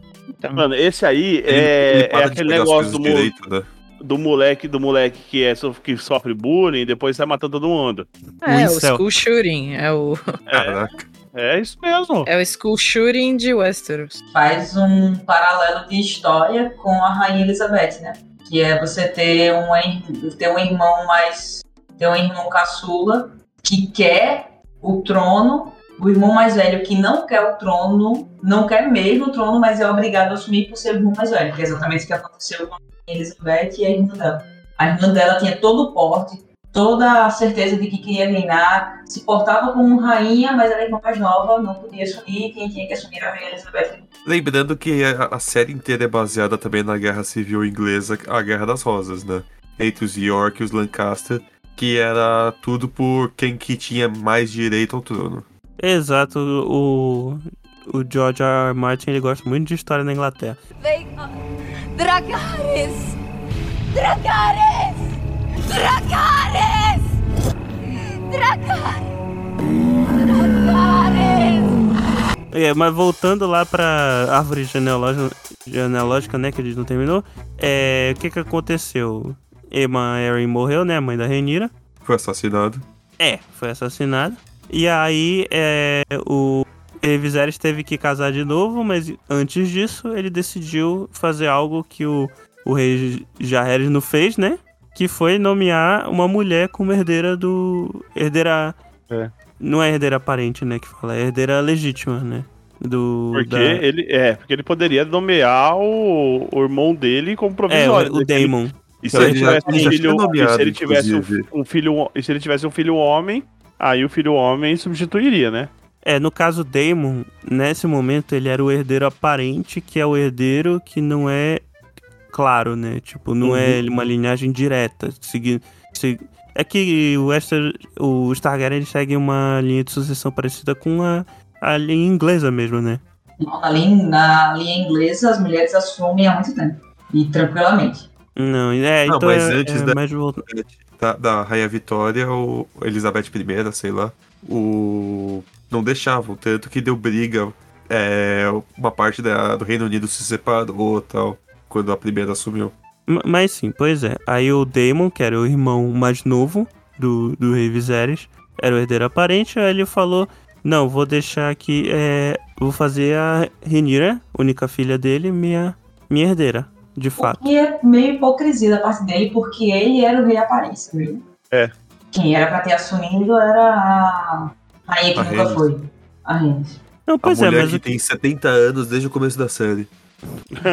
Mano, esse aí
Ele- ele
é,
para
é
de
aquele
pegar as
negócio
coisas
do, mo-
direito, né?
do moleque do moleque que, é, so- que sofre bullying e depois sai matando todo mundo.
É, o
Um incel.
school shooting. É o,
É,
Caraca.
é isso mesmo.
é o school shooting de Westeros.
Faz um paralelo de história com a Rainha Elizabeth, né? Que é você ter, uma, ir- ter um irmão mais. ter um irmão caçula que quer o trono, o irmão mais velho que não quer o trono, não quer mesmo o trono, mas é obrigado a assumir por ser o irmão mais velho, que é exatamente o que aconteceu com a Rainha Elizabeth e a irmã dela. A irmã dela tinha todo o porte, toda a certeza de que queria reinar, se portava como rainha, mas era a irmã mais nova, não podia assumir, quem tinha que assumir era a Rainha Elizabeth.
Lembrando que a, a série inteira é baseada também na Guerra Civil Inglesa, a Guerra das Rosas, né? Entre os York e os Lancaster, que era tudo por quem que tinha mais direito ao trono.
Exato, o, o George R. R. Martin, ele gosta muito de história na Inglaterra.
They are Dracarys! Dracarys! Dracarys! Dracarys! Dracarys!
É, mas voltando lá pra árvore genealógica, genealógica, né, que a gente não terminou, é, o que que aconteceu? Emma Erin morreu, né, a mãe da Renira.
Foi assassinado.
É, foi assassinada. E aí, é, o Viserys teve que casar de novo, mas antes disso, ele decidiu fazer algo que o, o rei Jaehaerys não fez, né? Que foi nomear uma mulher como herdeira do... herdeira...
É.
Não é herdeira aparente, né, que fala, é herdeira legítima, né? Do,
Porque
da-
ele. É, porque ele poderia nomear o, o irmão dele como
É,
provisório.
o, o
né?
Daemon.
E se ele
Ele já- ele já
tivesse um
tinha
filho. E se
nomeado,
ele tivesse um,
inclusive.
um filho. E se ele tivesse um filho homem, aí o filho homem substituiria, né?
É, no caso Daemon, nesse momento ele era o herdeiro aparente, que é o herdeiro que não é claro, né? Tipo, não é
Uhum.
uma linhagem direta. Segui, se- é que o Wester, os Targaryen eles seguem uma linha de sucessão parecida com a, a linha inglesa mesmo, né?
Não, na linha, na linha inglesa, as mulheres assumem há muito tempo. E tranquilamente.
Não, é,
Não,
então
mas
é-
antes
é
da-
mais volta-
da, da Rainha Vitória ou Elizabeth I, sei lá, o não deixavam, tanto que deu briga, é, uma parte da- do Reino Unido se separou tal, quando a primeira assumiu.
M- Mas sim, pois é. Aí o Daemon, que era o irmão mais novo do, do Rei Viserys, era o herdeiro aparente, aí ele falou: Não, vou deixar aqui, é, vou fazer a Renira, única filha dele, minha, minha herdeira, de fato.
O que é meio hipocrisia da parte dele, porque ele era o rei aparência mesmo.
É.
Quem era pra ter assumido era a rainha que
A
nunca
Rhaenys.
foi. A Rhaenys.
Não, pois
a
é,
mulher
mas.
que
o-
tem 70 anos desde o começo da série.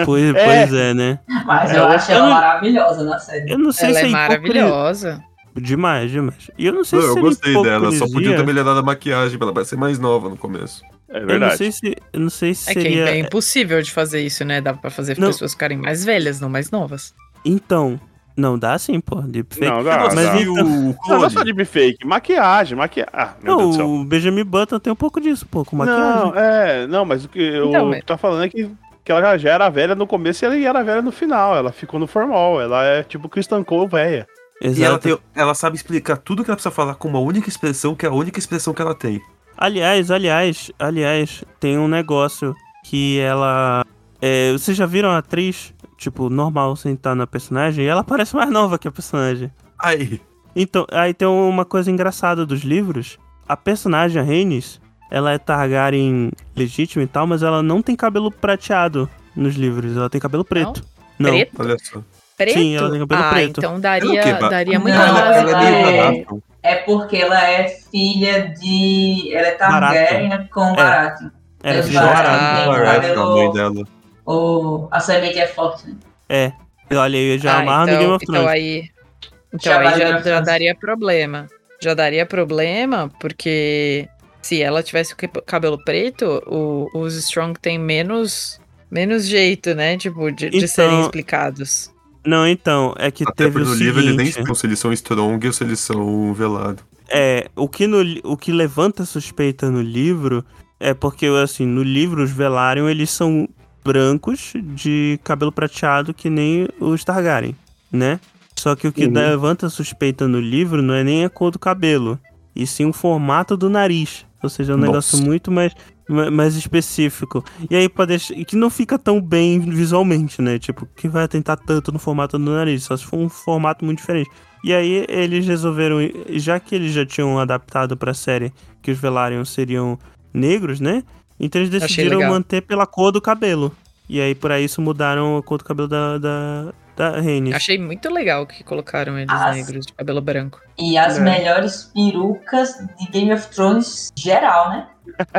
Pois, pois é, né?
Mas eu
Ela-
acho ela maravilhosa na série.
Eu não sei
Ela
se
é
é hipocri...
maravilhosa.
Demais, demais. E eu não sei
Não,
se
eu
é
gostei dela, só podia
hipocrisia.
ter melhorado a maquiagem pra ela parecer mais nova no começo.
É
Eu não
verdade.
sei se. Eu não sei se
É que
seria.
é impossível de fazer isso, né? Dá pra fazer
Não.
pessoas ficarem mais velhas, não mais novas.
Então. Não dá sim, pô. Deepfake.
Não, dá,
é mas
dá.
e
então-
o
Não, não é só
clone?
deepfake, maquiagem, maquiagem. Ah, meu Deus do céu.
Não, o Benjamin Button tem um pouco disso, pô, com maquiagem.
Não, é, não, mas o que eu
Então, mas-
tá falando é que, que ela já era velha no começo e ela era velha no final. Ela ficou no formal. Ela é tipo Christian Cole velha.
Exato.
E ela, tem- ela sabe explicar tudo que ela precisa falar com uma única expressão, que é a única expressão que ela tem.
Aliás, aliás, aliás, tem um negócio que ela. É, vocês já viram a atriz, tipo, normal, sem estar na personagem, e ela parece mais nova que a personagem.
Aí,
Então, aí tem uma coisa engraçada dos livros. A personagem, a Rhaenys, ela é Targaryen legítima e tal, mas ela não tem cabelo prateado nos livros. Ela tem cabelo preto. Não.
Preto?
olha só.
Preto?
Sim, ela tem cabelo
ah,
preto.
então
Ela é
daria,
o quê, ba-
daria muita
Não,
base.
ela é
pra-
meio-
ela é
É porque ela é filha de. Ela é Targaryen com Baratheon.
Ah,
É,
Exato.
então
Chora,
Baratheon.
Baratheon, a mãe dela.
O... A semente é forte. né?
é. Olha, eu já
Ah,
amarro no Game of
então
Thrones.
aí, então
Já
aí
vale
já,
a
já
chance.
daria problema. Já daria problema, porque se ela tivesse o que- cabelo preto, o- os Strong tem menos, menos jeito, né? Tipo, de, de serem
Então-
explicados.
Não, então, é que
Até
teve
porque
o
no
seguinte...
livro eles nem explicam se eles são strong ou se eles são velado.
É, o que, no, li- o que levanta suspeita no livro é porque, assim, no livro os Velaryon, eles são brancos de cabelo prateado que nem os Targaryen, né? Só que o que
Uhum.
levanta suspeita no livro não é nem a cor do cabelo, e sim o formato do nariz. Ou seja, é um
Nossa.
negócio muito mais, ma- mais específico. E aí, pra deixar, e que não fica tão bem visualmente, né? Tipo, que vai atentar tanto no formato do nariz, só se for um formato muito diferente. E aí eles resolveram, já que eles já tinham adaptado pra série que os Velaryon seriam negros, né? Então eles decidiram
legal.
manter pela cor do cabelo. E aí por isso mudaram a cor do cabelo da da, da Rhaenys.
Achei muito legal que colocaram eles
Ah,
negros de cabelo branco.
E as
É.
melhores perucas de Game of Thrones geral, né?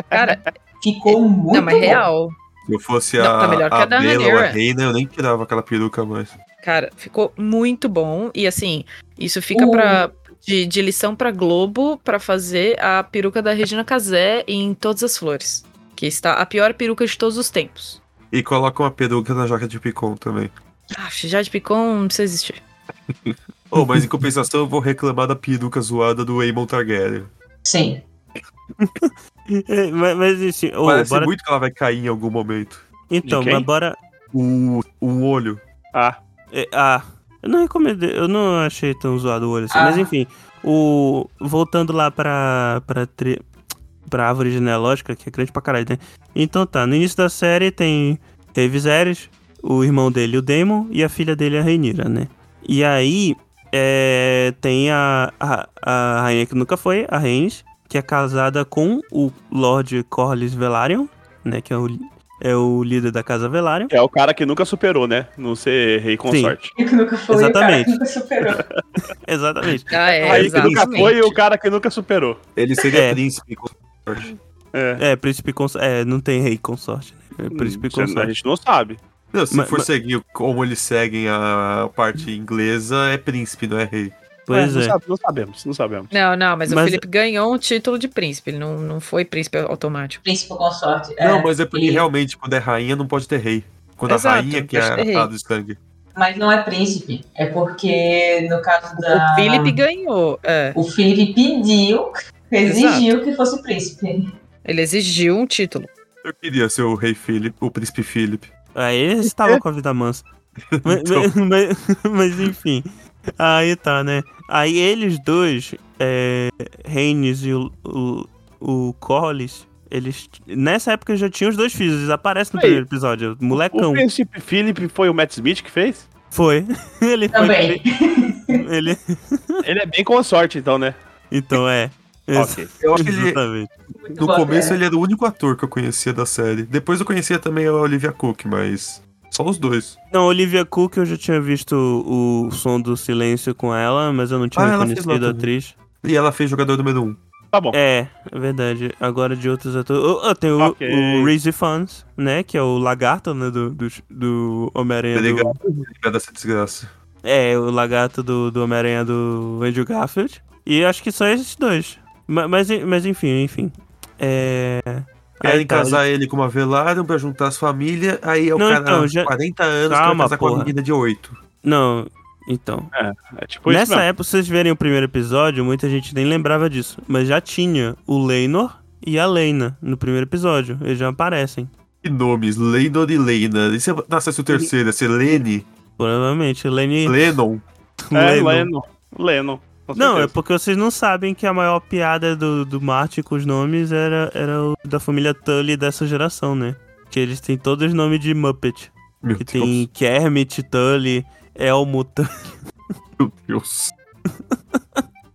Cara, é,
Ficou muito
não, mas
bom.
real.
Se eu fosse
Não,
a,
tá melhor que a
a
da
Bela ou a
Rhaenyra.
Reina, eu nem tirava aquela peruca mais.
Cara, ficou muito bom. E assim, isso fica
O-
pra,
Uhum.
de, de lição pra Globo pra fazer a peruca da Regina Casé em Todas as Flores. Que está a pior peruca de todos os tempos.
E coloca uma peruca na jaca de picon também.
Ah, Jade Picon não precisa existir.
Oh, mas em compensação eu vou reclamar da peruca zoada do Aemon Targaryen.
Sim.
É, mas, mas assim, ô,
Parece
bora-
muito que ela vai cair em algum momento.
então,
De quem?
mas bora
O, o olho.
Ah,
é, ah, eu não recomendo, eu não achei tão zoado o olho assim,
Ah.
mas enfim, o voltando lá pra para pra árvore genealógica, que é grande pra caralho, né? Então tá, no início da série tem Rei Viserys, o irmão dele, o Daemon, e a filha dele, a Rhaenyra, né? E aí é, tem a, a, a rainha que nunca foi, a Rhaenys, que é casada com o Lorde Corlys Velaryon, né? Que é o, é o líder da Casa Velaryon.
é o cara que nunca superou, né? Não ser rei consorte.
E o É que nunca foi, o cara
Exatamente.
que nunca superou.
Exatamente.
Ah,
O
é,
rei que nunca
exatamente.
foi e o cara que nunca superou.
Ele seria
É.
príncipe com sorte.
É.
É, príncipe consorte. É, não tem rei consorte, né? É príncipe
Hum,
Hum,
Isso A
consorte.
gente não sabe.
Não, se
Mas-
for
mas-
seguir como eles seguem a parte inglesa, é príncipe, não é rei.
Pois
não,
é.
sabe- não sabemos, não sabemos.
Não, não, mas, o
Mas-
Felipe ganhou um título de príncipe. Ele não, não foi príncipe automático.
Príncipe consorte. É.
não, mas é porque
e-
realmente quando é rainha não pode ter rei. Quando
Exato,
a rainha
não
que é
pode ter rei.
a do sangue.
Mas não é príncipe. É porque, no caso
Ah.
da.
O Felipe ganhou. É,
O Felipe pediu, exigiu que fosse príncipe.
ele exigiu um título.
Eu queria ser o rei Felipe, o príncipe Felipe.
Aí eles estavam com a vida mansa. Mas,
Então.
mas- mas- mas, enfim. Aí tá, né? Aí eles dois, é, Reines e o, o, o Corlys, eles. Nessa época já tinham os dois filhos, eles aparecem no
Aí.
primeiro episódio. Molecão.
O Príncipe Philip foi o Matt Smith que fez?
Foi. Ele foi.
Também.
Ele...
Ele é bem consorte, então, né?
Então é.
Ok.
Eu acho que ele,
Exatamente.
Muito né?
no
boa
começo
ideia.
ele era o único ator que eu conhecia da série. Depois eu conhecia também a Olivia Cook, mas só os dois.
Não, Olivia Cook, eu já tinha visto o som do silêncio com ela, mas eu não tinha
Ah, ela fez lá
conhecido a
também.
atriz.
E ela fez jogador número um.
Tá bom.
É, é verdade. Agora de outros atores. Oh, oh, tem o,
Ok.
o Reezy Fans, né? Que é o lagarto, né? Do, do, do Homem-Aranha. do-
Obrigado obrigado dessa desgraça.
É, o lagarto do, do Homem-Aranha do Andrew Garfield. E acho que só esses dois. Ma- Mas, en- mas enfim, enfim. É.
Querem
tá,
casar ele com uma velada um pra juntar as famílias, aí é o
Não,
cara
então,
de
já-
40 anos que
Calma,
vai casar com
porra.
uma menina de 8.
Não, então.
É tipo isso
Nessa
mesmo.
época, vocês verem o primeiro episódio, muita gente nem lembrava disso. Mas já tinha o Leinor e a Leina no primeiro episódio. Eles já aparecem.
Que nomes, Leidon e Leina. E se nascesse o terceiro, ia ser Lene,
Provavelmente. Lene.
Lennon.
É,
Lennon.
Lennon. Lennon. com
Não, é
certeza.
porque vocês não sabem que a maior piada do, do Marty com os nomes era, era o da família Tully dessa geração, né? Que eles têm todos os nomes de Muppet.
Meu
Que
Deus,
tem Kermit, Tully, Elmo, Tully.
meu Deus.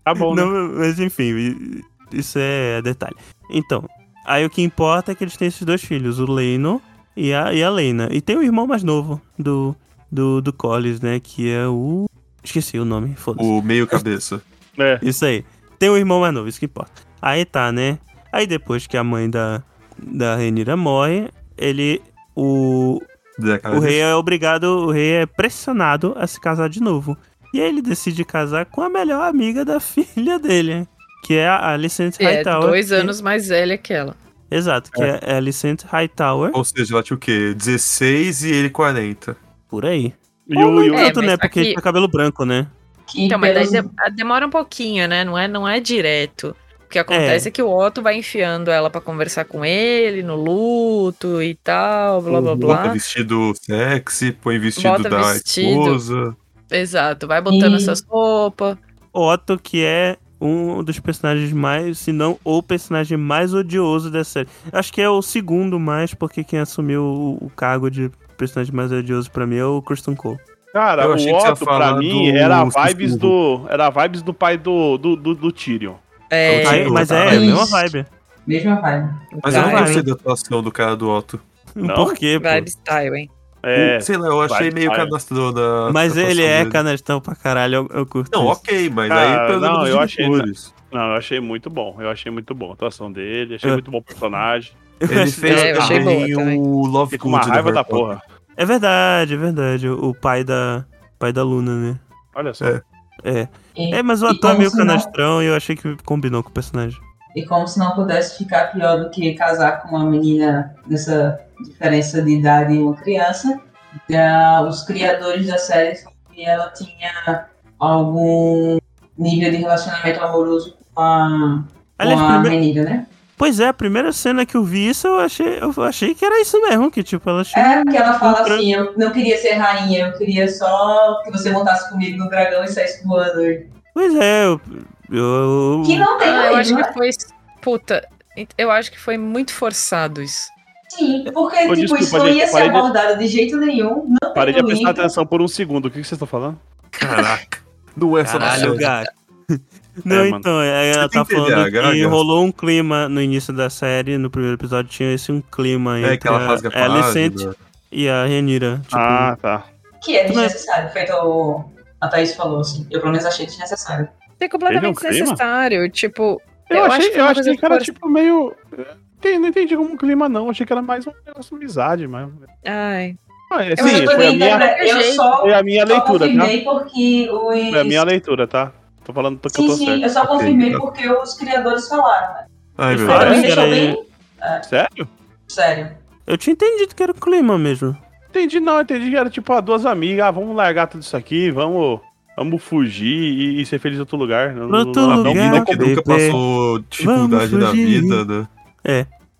Tá bom, né?
Não, mas enfim, i- isso é detalhe. Então, aí o que importa é que eles têm esses dois filhos, o Leino e a, e a Leina. E tem o irmão mais novo do, do, do Collis, né? Que é o. Esqueci o nome, foda-se.
O meio cabeça.
É.
Isso aí. Tem um irmão mais novo, isso que importa. Aí tá, né? Aí depois que a mãe da, da Renira morre, ele. O,
Da cara
o
Uhum.
dele.
rei é obrigado, o rei é pressionado a se casar de novo. E aí ele decide casar com a melhor amiga da filha dele, que é a Alicent
Ah,
É,
então,
Hightower.
dois
que-
anos mais velha que ela.
Exato, que é, a Alicent Hightower,
Ou seja, ela tinha o quê? 16 e ele 40.
por aí.
E o, e o-
Não tanto,
É, mas
né? Porque
aqui-
ele tem cabelo branco, né?
Que
Então, mas daí
pelos-
de- demora um pouquinho, né? Não é, não é direto. O que acontece é. que o Otto vai enfiando ela pra conversar com ele no luto e tal, blá blá blá.
Bota vestido sexy, põe vestido
Bota
da
vestido.
esposa.
Exato, vai botando
E-
essas roupas.
Otto, que é um dos personagens mais, se não o personagem mais odioso dessa série. Acho que é o segundo mais, porque quem assumiu o, o cargo de personagem mais odioso pra mim é o Kristen Cole.
cara,
Eu
o
achei que você ia
Otto, pra
falar
mim,
do-
era a
do
vibes do. Era a vibes do pai do, do, do, do Tyrion.
É,
Sim,
Aí- mas é,
tá.
é a mesma vibe.
Mesma vibe.
Mas eu não
Vai.
gostei da atuação do cara do Otto.
Não?
Por quê, pô?
vibe style, hein?
É.
Sei lá, eu achei
vai,
meio
vai.
canastrona. a
Mas
atuação
ele é
dele.
canastão pra caralho, eu, eu curto.
Não,
isso.
ok, mas
Cara,
aí pelo
não,
menos
eu
os
achei-
atores.
Não, eu achei muito bom. Eu achei muito bom a atuação dele. Achei
É.
muito bom o personagem.
Eu
Ele
acho-
fez
É, eu achei
também
boa também.
o Love
Fiquei com uma
Good do
raiva da
Harry Potter.
porra.
É verdade, é verdade. O o pai da. Pai da Luna, né?
Olha só.
É.
E,
É, mas o
E
ator é
como
meio
se não-
canastrão e eu achei que combinou com o personagem.
e como se não pudesse ficar pior do que casar com uma menina nessa diferença de idade e uma criança, já os criadores da série falaram que ela tinha algum nível de relacionamento amoroso com a, com
Aliás,
a
primeiro-
menina, né?
pois é, a primeira cena que eu vi isso, eu achei, eu achei que era isso mesmo, que tipo, ela tinha
É, porque ela fala
Outra-
assim, eu não queria ser rainha, eu queria só que você montasse comigo no dragão e saísse voando.
Pois é, eu. eu-
Que não é tem
Ah, eu acho
mesmo,
que foi. Puta, eu acho que foi muito forçado isso.
sim, porque
Ô,
tipo,
desculpa,
isso não
gente,
ia
eu
ser
parei de-
abordado de jeito nenhum. Não
Parei de
tem no
prestar
livro.
atenção por um segundo. O que que vocês estão falando?
Caraca. Não é só na
Caralho,
série.
gato. Não,
É, mano.
então, é,
Você
ela
tem
tá falando
TDAH,
que
gato?
rolou um clima no início da série, no primeiro episódio, tinha esse um clima
É
entre
aquela rasga né?
a Alicent
página.
e a Renira. Tipo,
ah, tá.
Que é
Tu não é-
desnecessário, feito o- a Thaís falou, assim. Eu pelo menos achei desnecessário.
Foi É completamente
clima?
desnecessário. Tipo,
Eu,
Eu acho
achei,
que foi
eu
uma
achei
coisa
que era
força-
tipo meio. Tem- Não entendi como um clima, não. Achei que era mais um negócio de amizade, mas.
ai.
Ah, é,
Eu
sim,
eu,
foi a, minha,
interpre- eu
Jeito.
só,
foi a minha
só
leitura, tá?
confirmei porque
é?
os...
Foi a minha leitura, tá? Tô falando que eu
Sim,
tô
sim,
certo.
eu só
Ok,
confirmei
tá.
porque os criadores falaram, né?
Ai, meu
Claro.
Deus.
É,
Me
que
deixou
era
bem...
Sério?
Sério.
Eu tinha entendido que era o clima mesmo.
Entendi, não. Entendi que era tipo ah, duas amigas. Ah, vamos largar tudo isso aqui, vamos. Vamos fugir e, e ser feliz em outro lugar. Não, não-
Outro
não- não-
lugar.
não-
Menina que
bebê.
nunca passou dificuldade na
fugir.
vida, né?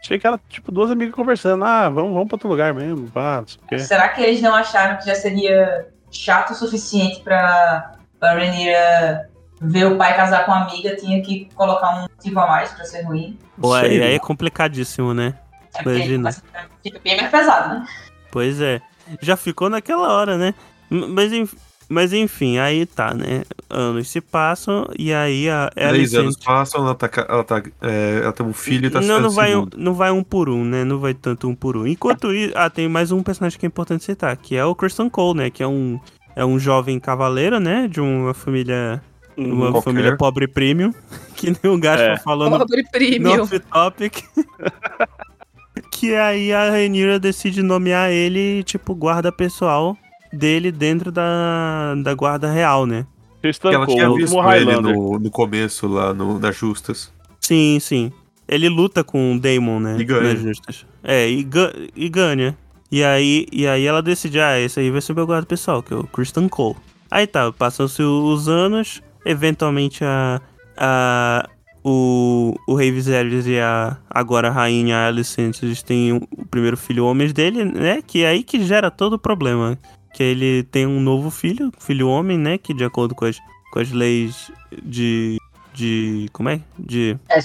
Achei que era tipo duas amigas conversando. Ah, vamos, vamos pra outro lugar É. mesmo. Pá, não sei o quê.
Será que eles não acharam que já seria chato o suficiente pra a Rhaenyra ver o pai casar com a amiga, tinha que colocar um motivo a mais pra ser ruim.
Pô, aí,
Sei
aí é complicadíssimo, né?
É porque ele
Imagina.
começa a ficar- Fica bem mais pesado, né?
Pois é. Já ficou naquela hora, né? M- Mas, enf- mas enfim, aí tá, né? Anos se passam e aí a
Três
Alicent-
anos passam, ela, tá, ca- ela, tá, é, ela tem um filho e tá
não,
sendo
não vai, um-
segundo.
não vai um por um, né? Não vai tanto um por um. Enquanto isso, ah, tem mais um personagem que é importante citar, que é o Christian Cole, né? Que é um, é um jovem cavaleiro, né? De uma família. Uma
Hum, qualquer.
família pobre premium. Que nem o Gaspar
É.
falando
Pobre premium.
no topic. que aí a Renira decide nomear ele, tipo, guarda pessoal dele dentro da, da guarda real, né?
Tristan
Porque Ela tinha
Cole,
visto
último
ele
um Highlander.
no, no começo lá no, nas justas.
Sim, sim. Ele luta com o Daemon, né?
E ganha.
Nas justas. É, e, ga- e ganha. E aí, e aí ela decide, ah, esse aí vai ser meu guarda pessoal, que é o Christian Cole. Aí tá, passam-se os anos, eventualmente a. a o, o Rei Viserys e a agora a rainha Alicent eles têm o o primeiro filho homem dele, né? Que é aí que gera todo o problema. Que ele tem um novo filho, filho homem, né? Que de acordo com as, com as leis de. de. como é? De
É.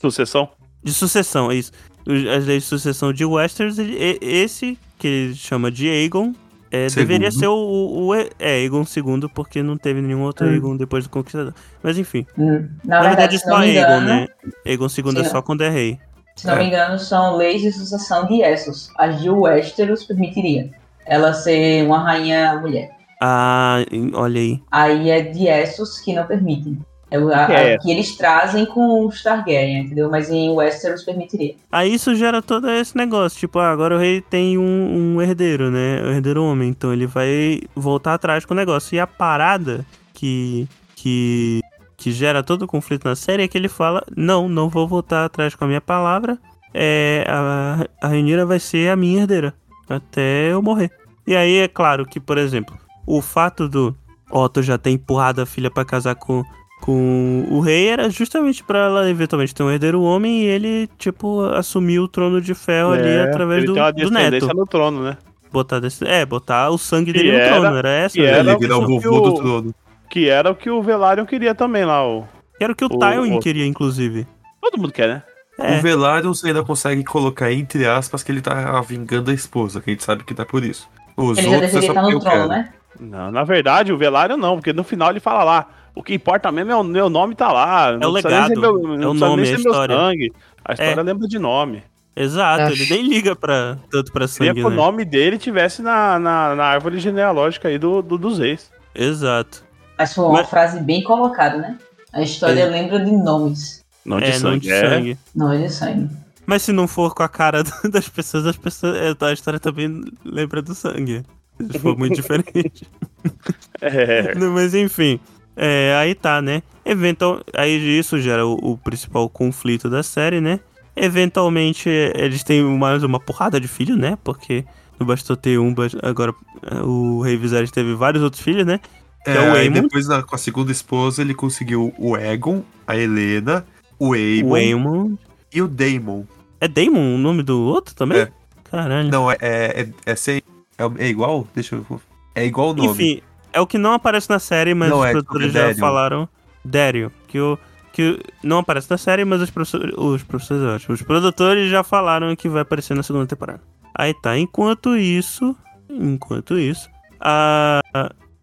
Sucessão.
de sucessão, é isso. Os- As leis de sucessão de Westeros, ele- e- esse, que ele chama de Aegon, é,
Segundo.
deveria ser o, o, o E- é, Aegon II, porque não teve nenhum outro
Hum.
Aegon depois do Conquistador. Mas enfim,
Hum,
na,
Na
verdade
verdade,
é
se não
só
é
me
Aegon,
engano,
né? Aegon II é
Sim.
só quando é rei.
se não me engano, são leis de sucessão de Essos. As de Westeros permitiria ela ser uma rainha mulher.
Ah, em- olha aí.
Aí é de Essos que não permitem. É o- a- a-
É.
que eles trazem com os Targaryen, entendeu? Mas em Westeros permitiria.
Aí isso gera todo esse negócio, tipo, ah, agora o rei tem um, um herdeiro, né? O herdeiro homem, então ele vai voltar atrás com o negócio. E a parada que que que gera todo o conflito na série é que ele fala, não, não vou voltar atrás com a minha palavra. É, a a Rhaenyra vai ser a minha herdeira até eu morrer. E aí é claro que, por exemplo, o fato do Otto já ter empurrado a filha pra casar com com o rei era justamente pra ela eventualmente ter um herdeiro homem e ele, tipo, assumir o trono de ferro
É,
ali através
ele
do,
tem uma
do neto.
descendência no trono, né?
Botar desse- é, botar o sangue
Que
dele no
era-
trono, era essa.
que
né?
era
ele virar o
isso que
vovô do
o-
trono.
Que era o que o Velaryon queria também lá. O...
Era o que o,
O-
Tywin
o-
queria, incluve.
Todo mundo quer, né?
É,
O Velaryon você ainda consegue colocar entre aspas que ele tá vingando a esposa, que a gente sabe que tá por isso. Os
Ele já
outros é
deveria
só
estar
porque
no
eu
trono,
quero.
né?
Não, na verdade, o Velário não, porque no final ele fala lá. O que importa mesmo é o meu nome tá lá. não
o
precisa
legado,
nem ser meu-
é o
não precisa
nome,
nem
é a
ser meu
história.
sangue. A história
É.
lembra de nome.
exato,
Ah.
ele nem liga pra, tanto pra
Queria
sangue,
que o
né?
nome dele tivesse na, na, na árvore genealógica aí do, do- dos reis.
Exato.
Mas foi uma
Mas-
frase bem colocada, né? A história
É.
lembra de nomes,
Não de
é, não
sangue.
de
é.
sangue.
não é de sangue.
Mas se não for com a cara do- das pessoas, as pessoas, é, a história também lembra do sangue. Se for muito diferente.
É.
Não, mas enfim, é, aí tá, né? Eventual, aí isso gera o, o principal conflito da série, né? Eventualmente é, eles têm mais uma porrada de filho, né? Porque não bastou ter um, bas- agora é, o Rei Viserys teve vários outros filhos, né? Que é o
aí
Aemon.
depois na- com a segunda esposa ele conseguiu o Egon, a Helena, o Aemon
O Aemon.
e o Daemon.
É Daemon o nome do outro também?
É.
Caralho.
Não, é é, é, é, sem- é- é igual? Deixa eu. É igual o nome.
Enfim, é o que não aparece na série, mas
Não,
os
é
produtores
sobre
já
Daryl.
falaram. Dario, que o que o- não aparece na série, mas os professores, os professores, eu acho, os produtores já falaram que vai aparecer na segunda temporada. Aí tá, enquanto isso, enquanto isso, a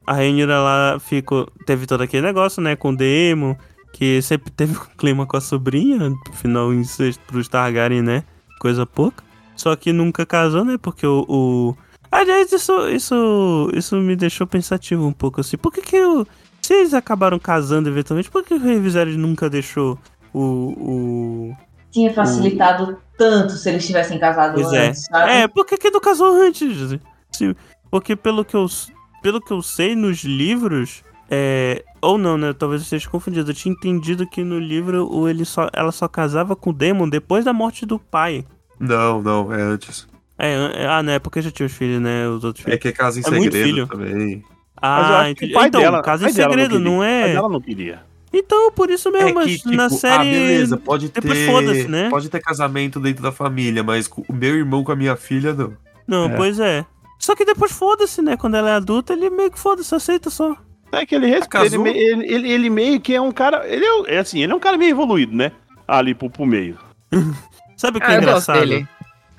a Rhaenyra lá ficou, teve todo aquele negócio, né, com o Daemon, que sempre teve um clima com a sobrinha, no final incesto pros Targaryen, né? Coisa pouca. Só que nunca casou, né? Porque o, o- Aliás, isso, isso, isso me deixou pensativo um pouco, assim. Por que que o... Se eles acabaram casando eventualmente, por que o Rei Viserys nunca deixou o... o...
Hum.
Tinha facilitado tanto se eles tivessem casado
Pois é.
antes,
Ah,
sabe?
É, por que que não casou antes? Se- Porque pelo que eu, s- pelo que eu sei nos livros... É... Ou não, né? Talvez eu esteja confundido. Eu tinha entendido que no livro o ele só, ela só casava com o Daemon depois da morte do pai.
Não, não, é antes.
É, an- ah, né? Porque já tinha os filhos, né? Os outros
É
filhos.
que é casa em
É muito filho.
segredo também.
Mas eu
Ah,
acho que
entendi.
o pai
então,
dela.
casa
o
em
pai dela
segredo,
queria.
não
O pai
é?
dela não queria.
Então, por isso mesmo,
é
mas
que, tipo,
na série.
ah, beleza, pode
depois
ter.
foda-se, né?
Pode ter casamento dentro da família, mas com o meu irmão com a minha filha, não.
Não,
É.
pois é. Só que depois foda-se, né? Quando ela é adulta, ele meio que foda-se, aceita só.
É que ele respeita. Ele,
Akazu?
me- ele, ele- ele meio que é um cara. Ele é, um- é assim, ele é um cara meio evoluído, né? Ali pro, pro meio.
Sabe o que
Ah,
é
eu gosto
engraçado?
dele.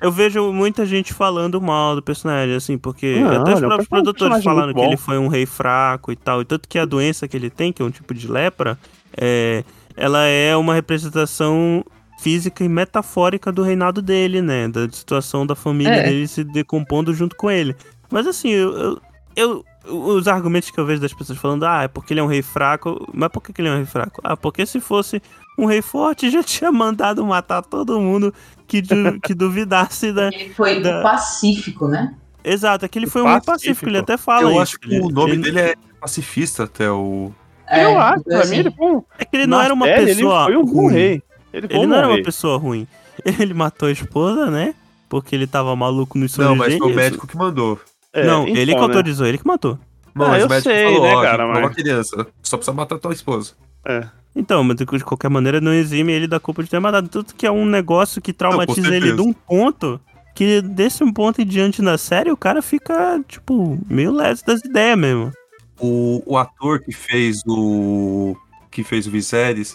Eu vejo muita gente falando mal do personagem, assim, porque
Não,
até os
olha, o
próprios
personagem é
produtores
muito
falaram que
bom.
ele foi um rei fraco e tal. E tanto que a doença que ele tem, que é um tipo de lepra, é, ela é uma representação física e metafórica do reinado dele, né? Da situação da família
É.
dele se decompondo junto com ele. Mas assim, eu, eu, eu- os argumentos que eu vejo das pessoas falando, ah, é porque ele é um rei fraco. Mas por que que ele é um rei fraco? Ah, porque se fosse um rei forte, já tinha mandado matar todo mundo que, du- que duvidasse da.
Ele foi
Da-
pacífico, né?
Exato, aquele foi um rei pacífico,
Pacífico.
ele até fala
Eu
isso.
acho que
ele-
o nome
ele-
dele é pacifista até o.
eu
É,
acho, pra
assim,
mim ele foi um.
É que ele não
na
era uma
série,
pessoa.
Ele foi um bom
ruim.
rei. Ele, foi
Ele
um
não
bom
era uma
rei.
pessoa ruim. Ele matou a esposa, né? Porque ele tava maluco no
Não,
sonho
mas
dele.
foi o médico que mandou.
É,
Não,
então,
ele que
né?
autorizou, ele que matou.
Não,
Ah,
mas
eu
o médico
sei,
falou,
né,
ó,
cara,
gente,
mas-
uma criança. Só precisa matar tua esposa.
Então, mas de qualquer maneira não exime ele da culpa de ter matado. Tanto que é um negócio que traumatiza ele
certeza.
de um ponto que desse um ponto em diante na série o cara fica, tipo, meio leso das ideias mesmo.
O, o ator que fez o. que fez o Viserys,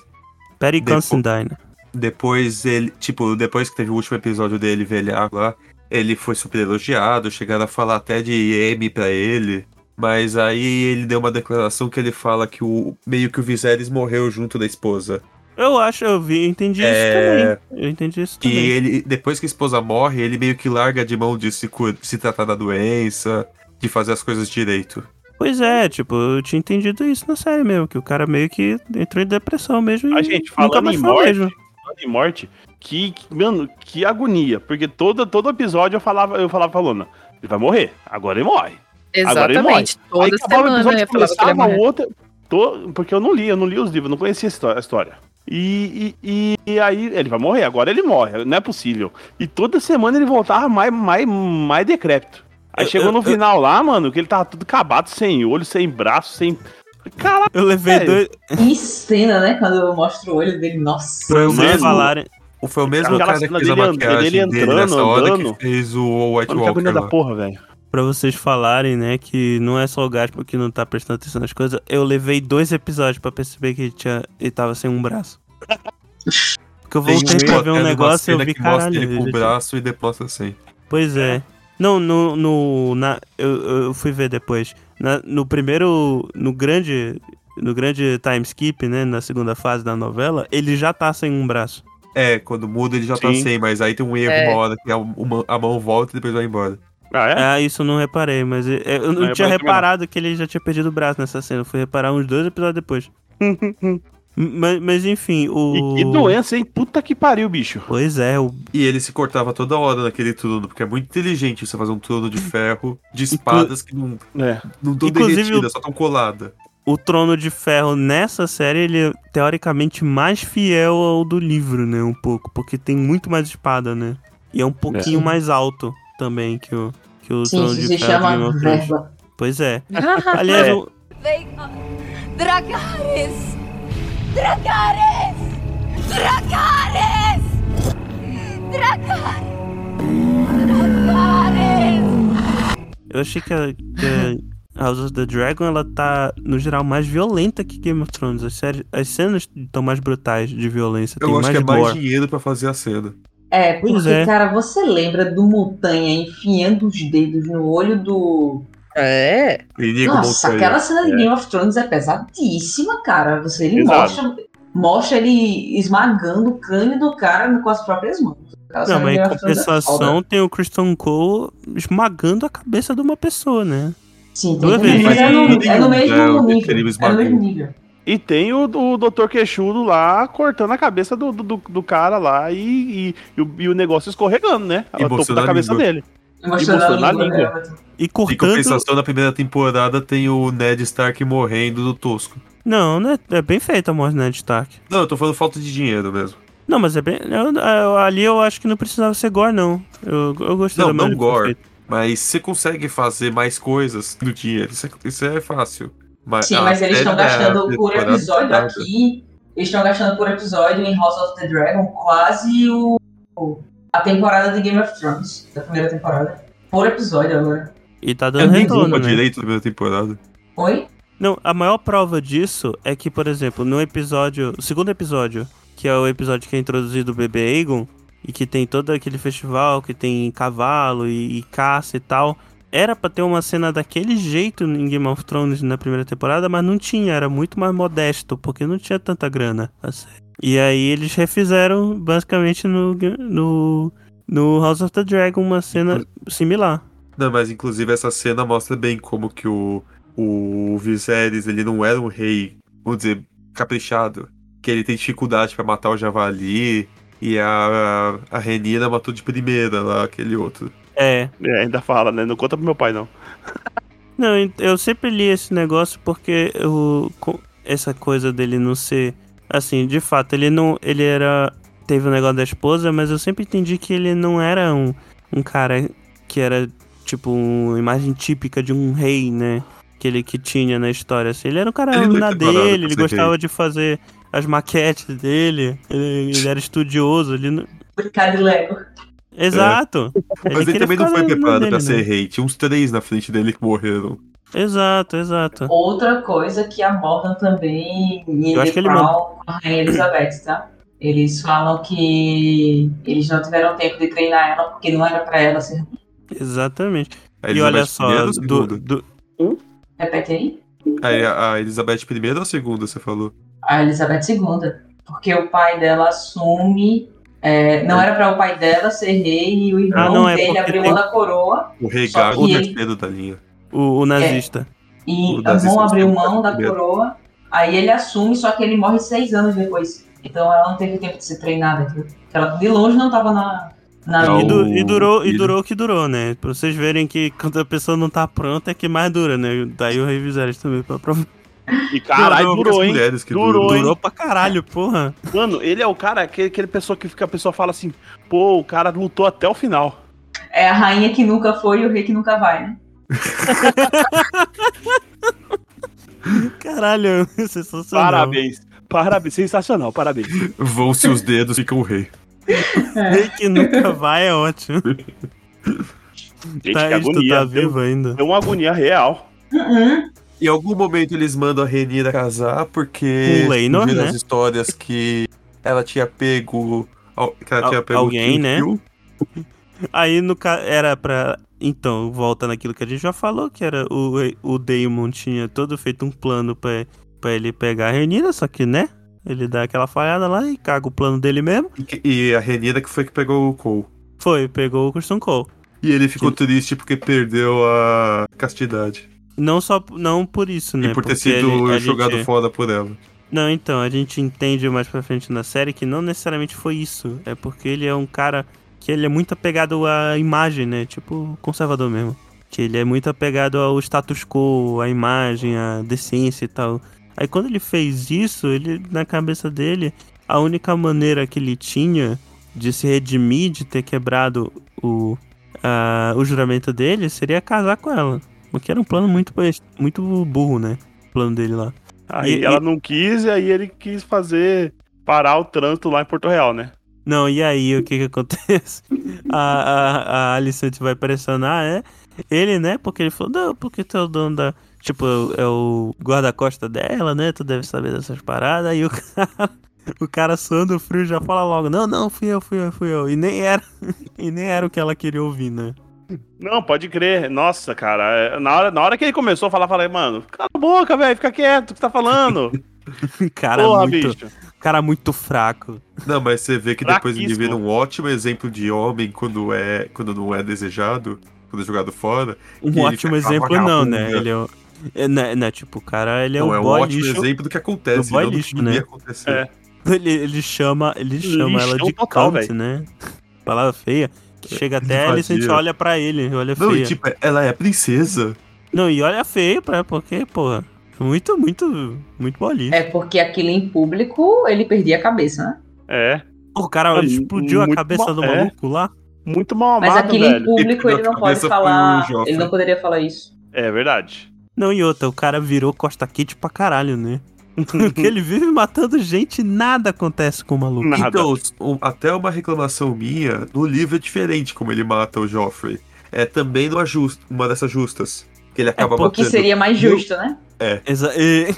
Perry
Depois-
Considine.
depois ele. Tipo, depois que teve o último episódio dele velhar lá, ele foi super elogiado, chegaram a falar até de M pra ele. Mas aí ele deu uma declaração que ele fala que o. meio que o Viserys morreu junto da esposa.
Eu acho, eu vi, eu entendi
É.
isso também. Eu entendi isso
Que
também.
ele, depois que a esposa morre, ele meio que larga de mão de se, cur- se tratar da doença, de fazer as coisas direito.
Pois é, tipo, eu tinha entendido isso na série mesmo, que o cara meio que entrou em depressão mesmo.
A
e
gente,
nunca
falando
mais
em
foi o
morte,
mesmo.
falando em morte, que, que- mano, que agonia. Porque todo, todo episódio eu falava, eu falava falando, ele vai morrer, agora ele morre. Agora ele morre.
Exatamente. Toda
acabava
semana eu falava que ele ia
começava
morrer.
o outro. Tô, porque eu não li, eu não li os livros, não conhecia a histó- a história. E, e, e- e aí ele vai morrer, agora ele morre, não é possível. E toda semana ele voltava mais, mais, mais decrépito. Aí
Eu-
chegou
eu-
no
eu-
final lá, mano, que ele tava tudo acabado, sem olho, sem braço, sem. Caralho,
Eu levei
Sério?
dois.
Que cena, né? Quando eu mostro o olho dele, nossa.
Foi o
Mano,
Vocês
mesmo-
falarem.
Foi o mesmo
Aquela
cara que
cena
fez a
dele and-
maquiagem
dele
dele,
entrando,
nessa hora
andando.
que fez o White
mano, que
Walker
agonia da
lá.
porra, velho.
Pra vocês falarem, né, que não é só o Gaspar que não tá prestando atenção nas coisas, eu levei dois episódios pra perceber que ele, tinha, ele tava sem um braço. Porque eu
Tem
voltei
um
pra ver
até
um
numa
negócio e eu
cena
vi,
que mostra
caralho.
Ele com
ele
o braço e deposta assim.
Pois é. Não, no. no na, eu, eu fui ver depois. Na- no primeiro. No grande. No grande time skip, né? Na segunda fase da novela, ele já tá sem um braço.
É, quando muda ele já tá
Sim.
sem, mas aí tem um erro
É.
uma hora que a, uma- a mão volta e depois vai embora.
Ah, é?
Ah, isso eu não reparei, mas eu, eu não
eu
tinha
também não.
reparado que ele já tinha perdido o braço nessa cena. Eu fui reparar uns dois episódios depois. mas, mas enfim, o.
E que doença, hein? Puta que pariu, bicho.
Pois é, o
E ele se cortava toda hora naquele turno, porque é muito inteligente você fazer um turno de ferro, de espadas que não
É.
não estão
Inclusive,
derretidas, só estão coladas.
o Trono de Ferro nessa série, ele é teoricamente mais fiel ao do livro, né? Um pouco, porque tem muito mais espada, né? E é um pouquinho mais alto também que o, que o
Sim,
Trono
isso
de
se
Ferro. de Game
chama
of Thrones.
é verba.
Pois é. Aliás,
É.
o-
Vega. Dracarys! Dracarys! Dracarys! Dracarys! Dracarys!
eu achei que a, que a House of the Dragon, ela tá, no geral, mais violenta que Game of Thrones. As, séries, as cenas estão mais brutais de violência.
Eu
tem
acho
mais
que é mais
gore.
dinheiro pra fazer a cena.
É,
Pois
porque,
é.
cara, você lembra do Montanha enfiando os dedos no olho do.
É.
Perigo
Nossa,
montanha.
aquela cena de Game of Thrones é pesadíssima, cara. Você ele
Pesado.
mostra, mostra ele esmagando o crânio do cara com as próprias mãos. Aquela cena
Não, mas
de Game
em
of Thrones é foda.
compensação tem o Christian Cole esmagando a cabeça de uma pessoa, né?
Sim, tem
Duas
também,
vezes.
mas é no, é no
né,
mesmo
É, o Detetive
nível. É no
esmagou.
mesmo nível.
E tem o, o Dr. Queixudo lá cortando a cabeça do, do, do cara lá e, e, e o, e o negócio escorregando, né?
E
O topo
Bolsonaro
da cabeça
língua.
dele.
Mostrando
mostrando
a
a
língua.
língua.
né?
E
Em
cortando
compensação, na primeira temporada tem o Ned Stark morrendo do Tosco.
Não, né? É bem feita a morte do Ned Stark.
Não, eu tô falando falta de dinheiro mesmo.
Não, mas é bem. eu- eu- ali eu acho que não precisava ser gore, não. Eu, eu gostei
Não,
da maneira
não
que foi
gore.
feito.
Mas você consegue fazer mais coisas no dinheiro. Isso é, isso é fácil. Mas
Sim,
a
mas eles
série
estão
da
gastando por
temporada
episódio
passada,
aqui. Eles estão gastando por episódio em House of the Dragon quase o, a temporada de Game of Thrones, da primeira temporada. Por episódio agora.
E tá
Eu
dando
É nem
retorno,
roupa
né?
direito na primeira temporada.
Oi?
Não, a maior prova disso é que, por exemplo, no episódio. O segundo episódio, que é o episódio que é introduzido o bebê Aegon, e que tem todo aquele festival que tem cavalo e, e caça e tal. Era pra ter uma cena daquele jeito em Game of Thrones na primeira temporada, mas não tinha, era muito mais modesto, porque não tinha tanta grana. a série. E aí eles refizeram basicamente no, no, no House of the Dragon uma cena similar.
Não, mas inclusive essa cena mostra bem como que o, o Viserys, ele não era um rei, vamos dizer, caprichado. Que ele tem dificuldade pra matar o javali e a, a Renina matou de primeira lá aquele outro.
É,
É, ainda fala, né? Não conta pro meu pai, não.
Não, ent- eu sempre li esse negócio porque eu, co- essa coisa dele não ser. Assim, de fato, ele não. Ele era. Teve o negócio da esposa, mas eu sempre entendi que ele não era um, um cara que era, tipo, uma imagem típica de um rei, né? Que ele que tinha na história. Assim, ele era um cara
Ele não
na
tem nada a ver
dele,
com
ele
ser
gostava de fazer as maquetes dele, ele, ele era estudioso. Ele não...
Brincar de Lego.
Exato!
É. Mas ele,
queria
também não
ficar
foi
na
preparado
dele,
pra
né?
ser rei. Tinha uns três na frente dele que morreram.
Exato, exato.
Outra coisa que abordam também em
Eu acho que ele
Edipal com a Rainha Elizabeth, tá? Eles falam que eles não tiveram tempo de treinar ela porque não era pra ela ser.
Exatamente.
A
e olha
Elizabeth I
só,
ou
do,
segunda?
do-
Repete aí.
A, a Elizabeth I ou segunda, você falou?
a Elizabeth II, porque o pai dela assume. é, não era para o pai dela ser rei e o irmão
Ah, não, é
dele
porque
abriu
tem-
mão da coroa
O rei
Só
Gago
que ele-
terceiro da linha.
o, o nazista.
e
O
a
nazista
mão abriu
assumiu
mão da
primeiro.
coroa. Aí ele assume, só que ele morre seis anos depois. Então ela não teve tempo de ser treinada. viu? Ela de longe não estava na,
É.
na
Não,
E,
vida.
du- e
o-
durou e
ele-
durou o que durou, né? Pra vocês verem que quando a pessoa não tá pronta é que mais dura, né? Daí o Rei Viserys também pra provar.
E caralho,
Não, não,
durou,
as
hein?
mulheres que
Durou,
duram.
hein?
Durou pra caralho, porra.
Mano, ele é o cara, aquele, aquele pessoa que fica, a pessoa fala assim, pô, o cara lutou até o final.
É a rainha que nunca foi e o rei que nunca vai, né?
Caralho, é sensacional.
Parabéns. Parabéns, sensacional, parabéns.
Vão-se os dedos, fica o rei.
É.
Sei que nunca vai, é ótimo.
Gente, que
Thaís, tu
agonia.
tá
deu,
vivo ainda.
deu uma agonia real.
Uhum.
Em algum momento eles mandam a Renira casar porque
Com o Leinor,
viram
né?
as histórias que ela tinha pego. al- Que ela
Al-
tinha pego
alguém,
Kill
né?
Bill.
Aí no ca... era pra. Então, volta naquilo que a gente já falou, que era o, o Damon tinha todo feito um plano pra, pra ele pegar a Renina, só que, né? Ele dá aquela falhada lá e caga o plano dele mesmo.
E que- E, a Renira que foi que pegou o Cole.
Foi, pegou o Christian Cole.
E ele ficou triste porque perdeu a castidade.
Não só não por isso, né?
e por ter
Porque
sido
a gente-
jogado
a gente-
fora por ela.
Não, então, a gente entende mais pra frente na série que não necessariamente foi isso. É porque ele é um cara que ele é muito apegado à imagem, né? Tipo, conservador mesmo. Que ele é muito apegado ao status quo, à imagem, à decência e tal. Aí quando ele fez isso, ele, na cabeça dele, a única maneira que ele tinha de se redimir, de ter quebrado o, ah, o juramento dele, seria casar com ela. O que era um plano muito, bes- muito burro, né? O plano dele lá.
Aí
E-
ela
e-
não quis, e aí ele quis fazer parar o trânsito lá em Porto Real, né?
Não, e aí o que que acontece? A, a, a Alicent vai pressionar, né? Ele, né? Porque ele falou, não, porque tu é o dono da. Tipo, é o guarda-costa dela, né? Tu deve saber dessas paradas. Aí o cara, o cara suando frio já fala logo, não, não, fui eu, fui eu, fui eu. E nem era, e nem era o que ela queria ouvir, né?
Não, pode crer. Nossa, cara. é, Na hora, na hora que ele começou a falar, eu falei, mano, cala a boca, velho, fica quieto, o que tá falando?
Cara,
Porra,
muito,
bicho.
cara muito fraco.
Não, mas você vê que depois ele
Fraquíssimo.
vira um ótimo exemplo de homem quando, é, quando não é desejado, quando é jogado fora.
Um
E ele
ótimo
fica
exemplo, não, né?
vagabunda.
Ele é, o- é, né, né, Tipo, o cara, ele é
não,
o
é um
boy
ótimo
lixo.
exemplo do que acontece,
do boy
não do
lixo,
que devia
né?
acontecer.
É.
Ele, ele chama, ele chama ela
Lixão
de
total,
cunt, né? Palavra feia. Que chega até
Vadia.
ela e sente, olha pra ele, olha
Não,
feia.
e tipo, ela é princesa.
Não, e olha feia, pra, porque, porra, muito, muito, muito bolinha.
É porque aquilo em público ele perdia a cabeça, né?
É.
O cara
É,
explodiu a
muito
cabeça
mal-
do
é.
maluco lá.
Muito mal
Mas
amado,
aquilo em
velho.
público ele não
A
pode
cabeça
falar.
foi o Joffrey.
Ele não poderia falar isso.
É verdade.
Não, e outra, o cara virou Costa Kid pra caralho, né? Porque ele vive matando gente e nada acontece com o maluco.
Nada.
Então, um- até uma reclamação minha, no livro é diferente como ele mata o Joffrey. É também numa justa, uma dessas justas. Que ele acaba
O que
batendo.
seria mais
Viu?
justo, né?
Exa- e-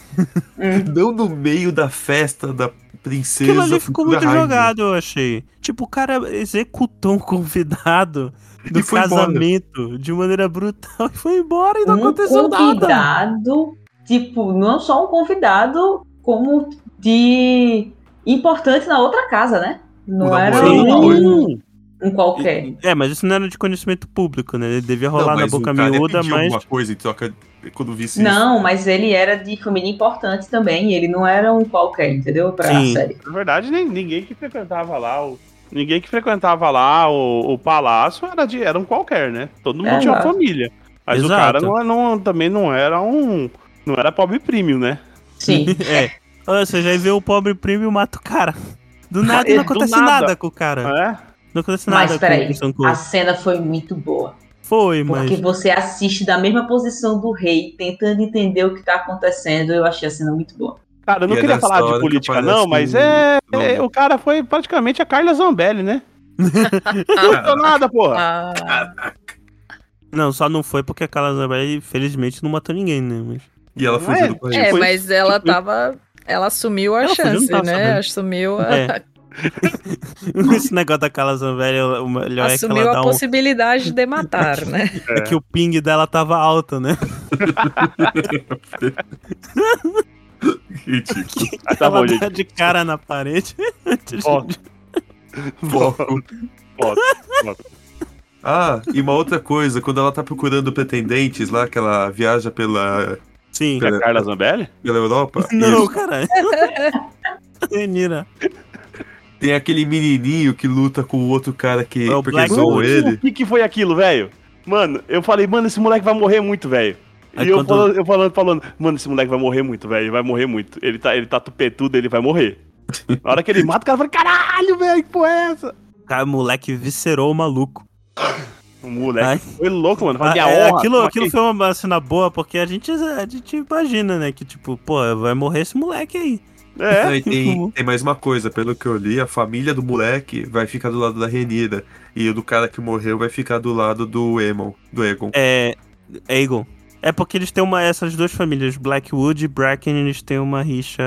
Hum.
Não no meio da festa da princesa.
Aquilo ali ficou
da
muito
rainha.
jogado, eu achei. Tipo, o cara executou um convidado do
E foi embora.
casamento de maneira brutal e foi embora e não
um
aconteceu nada.
convidado, tipo, não só um convidado, como de importante na outra casa, né? Não
Não,
era
sim.
um,
Sim.
um qualquer.
É, mas isso não era de conhecimento público, né? Ele devia rolar na
mas o
boca
cara
miúda,
pediu
mas. é.
alguma coisa e troca quando visse isso.
Não, mas ele era de família importante também, ele não era um qualquer, entendeu? Pra
Sim.
série.
Na verdade, nem, ninguém que frequentava lá o. Ninguém que frequentava lá o, o palácio era, de, era um qualquer, né? Todo mundo
É,
tinha
exato.
família. Mas o
Exato.
cara não, é, não- também não era um. Não era pobre premium, né?
Sim.
é. Ou seja, aí vê o pobre primo e mata o cara. Do nada
É,
não
do
acontece
nada.
nada. com o cara.
É?
Não acontece
Mas,
nada
peraí,
com o Sanko.
A cena foi muito boa.
Foi, mas.
Porque você assiste da mesma posição do rei, tentando entender o que tá acontecendo. Eu achei a cena muito boa.
Cara, eu não
E é
queria
nessa
falar
hora
de
que
política,
aparece
assim,
não, mas
o-
é,
Não.
é, O cara foi praticamente a Carla Zambelli, né? Não
Cara,
tô nada, porra.
Ah,
Não, só não foi porque a Carla Zambelli, infelizmente, não matou ninguém, né? Mas...
E ela
Não
fugiu
é?
do país.
é,
Foi-
mas ela tava. Ela assumiu a
Ela fugiu, não
chance,
tava
né?
sabendo.
Assumiu a,
É. Esse negócio da Carla Zambelli, o melhor é que
assumiu
ela
a
dá um.
possibilidade de matar, né?
É que o ping dela tava alto, né?
Ridículo.
Ah, tá
ela
bom,
tá
gente.
de cara na parede.
Foto.
Foco.
Foto.
Ah, e uma outra coisa, quando ela tá procurando pretendentes lá, que ela viaja pela,
Sim.
É a Carla Zambelli?
pela Europa,
Não,
e
caralho. Menina.
tem aquele menininho que luta com o outro cara que
É o
porque
Black
zoam
Bolt.
ele.
O que, que foi aquilo, velho? Mano, eu falei, mano, esse moleque vai morrer muito, velho.
Aí
E eu,
quando-
falando, eu falando, falando, mano, esse moleque vai morrer muito, velho. Ele vai morrer muito. Ele tá, ele tá tupetudo, ele vai morrer. Na hora que ele mata, o cara fala, caralho, velho, que porra é essa?
Cara, o moleque viscerou o maluco.
O moleque
Ai.
foi louco, mano. Fala,
Ah,
minha
é,
honra.
aquilo,
toma
aquilo
aqui.
foi uma cena boa, porque a gente, a gente imagina, né? Que tipo, pô, vai morrer esse moleque aí.
É,
Não, e tem,
Uhum.
tem mais uma coisa, pelo que eu li, a família do moleque vai ficar do lado da Renira. E o do cara que morreu vai ficar do lado do Emon, do Egon.
É. Aegon. É porque eles têm uma. Essas duas famílias, Blackwood e Bracken, eles têm uma rixa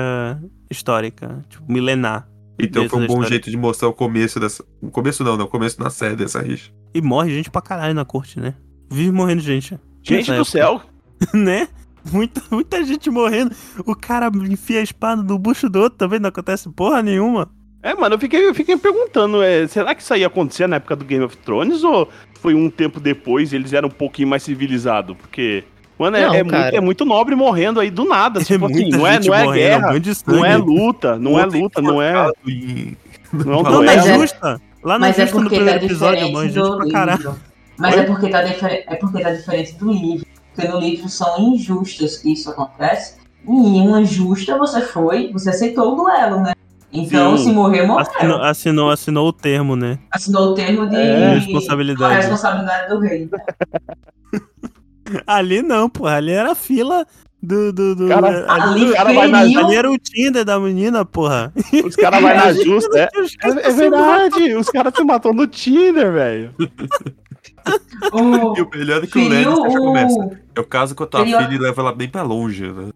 histórica, tipo, milenar.
então
dentro
foi um
da
bom
história.
jeito de mostrar o começo dessa. O começo não, né? O começo na série dessa rixa.
E morre gente pra caralho na corte, né? Vive morrendo gente.
gente
Nessa
do céu.
né? Muita, muita gente morrendo. O cara enfia a espada no bucho do outro também, não acontece porra nenhuma.
É, mano, eu fiquei, eu fiquei me perguntando, é, será que isso aí acontecia na época do Game of Thrones ou foi um tempo depois e eles eram um pouquinho mais civilizados? Porque, mano, é,
Não,
é muito,
cara.
é muito nobre morrendo aí do nada. Tipo assim,
muita
não é,
gente
não é
morrendo,
guerra,
banho de sangue.
não é luta, não é luta, não é.
E-
Não,
Não,
não
na
é.
Mas é-
justa. Lá na
Mas é
justa Ah, no
porque tá
primeiro episódio,
diferente
mãe, gente
do
pra caralho.
livro. Mas é porque, tá difer- é porque tá diferente do livro. Porque no livro são injustas que isso acontece. E em uma justa você foi, você aceitou o duelo, né? Então,
Sim.
se morrer, morreu.
Assinou, assinou, assinou o termo, né?
Assinou o termo de
De
É,
a
responsabilidade.
responsabilidade do rei.
Ali não, porra. Ali era a fila do. do, do-
Cara,
ali,
Ali
o cara vai na-
feriu.
ali era o Tinder da menina, porra.
Os caras vão na justa. É,
Os caras
é
se
verdade, os caras se matou no Tinder, velho.
O...
E o melhor é que o
Feriu
Lannister já começa.
o,
Eu caso com a tua
Feriu-
filha e levo ela bem pra longe, né?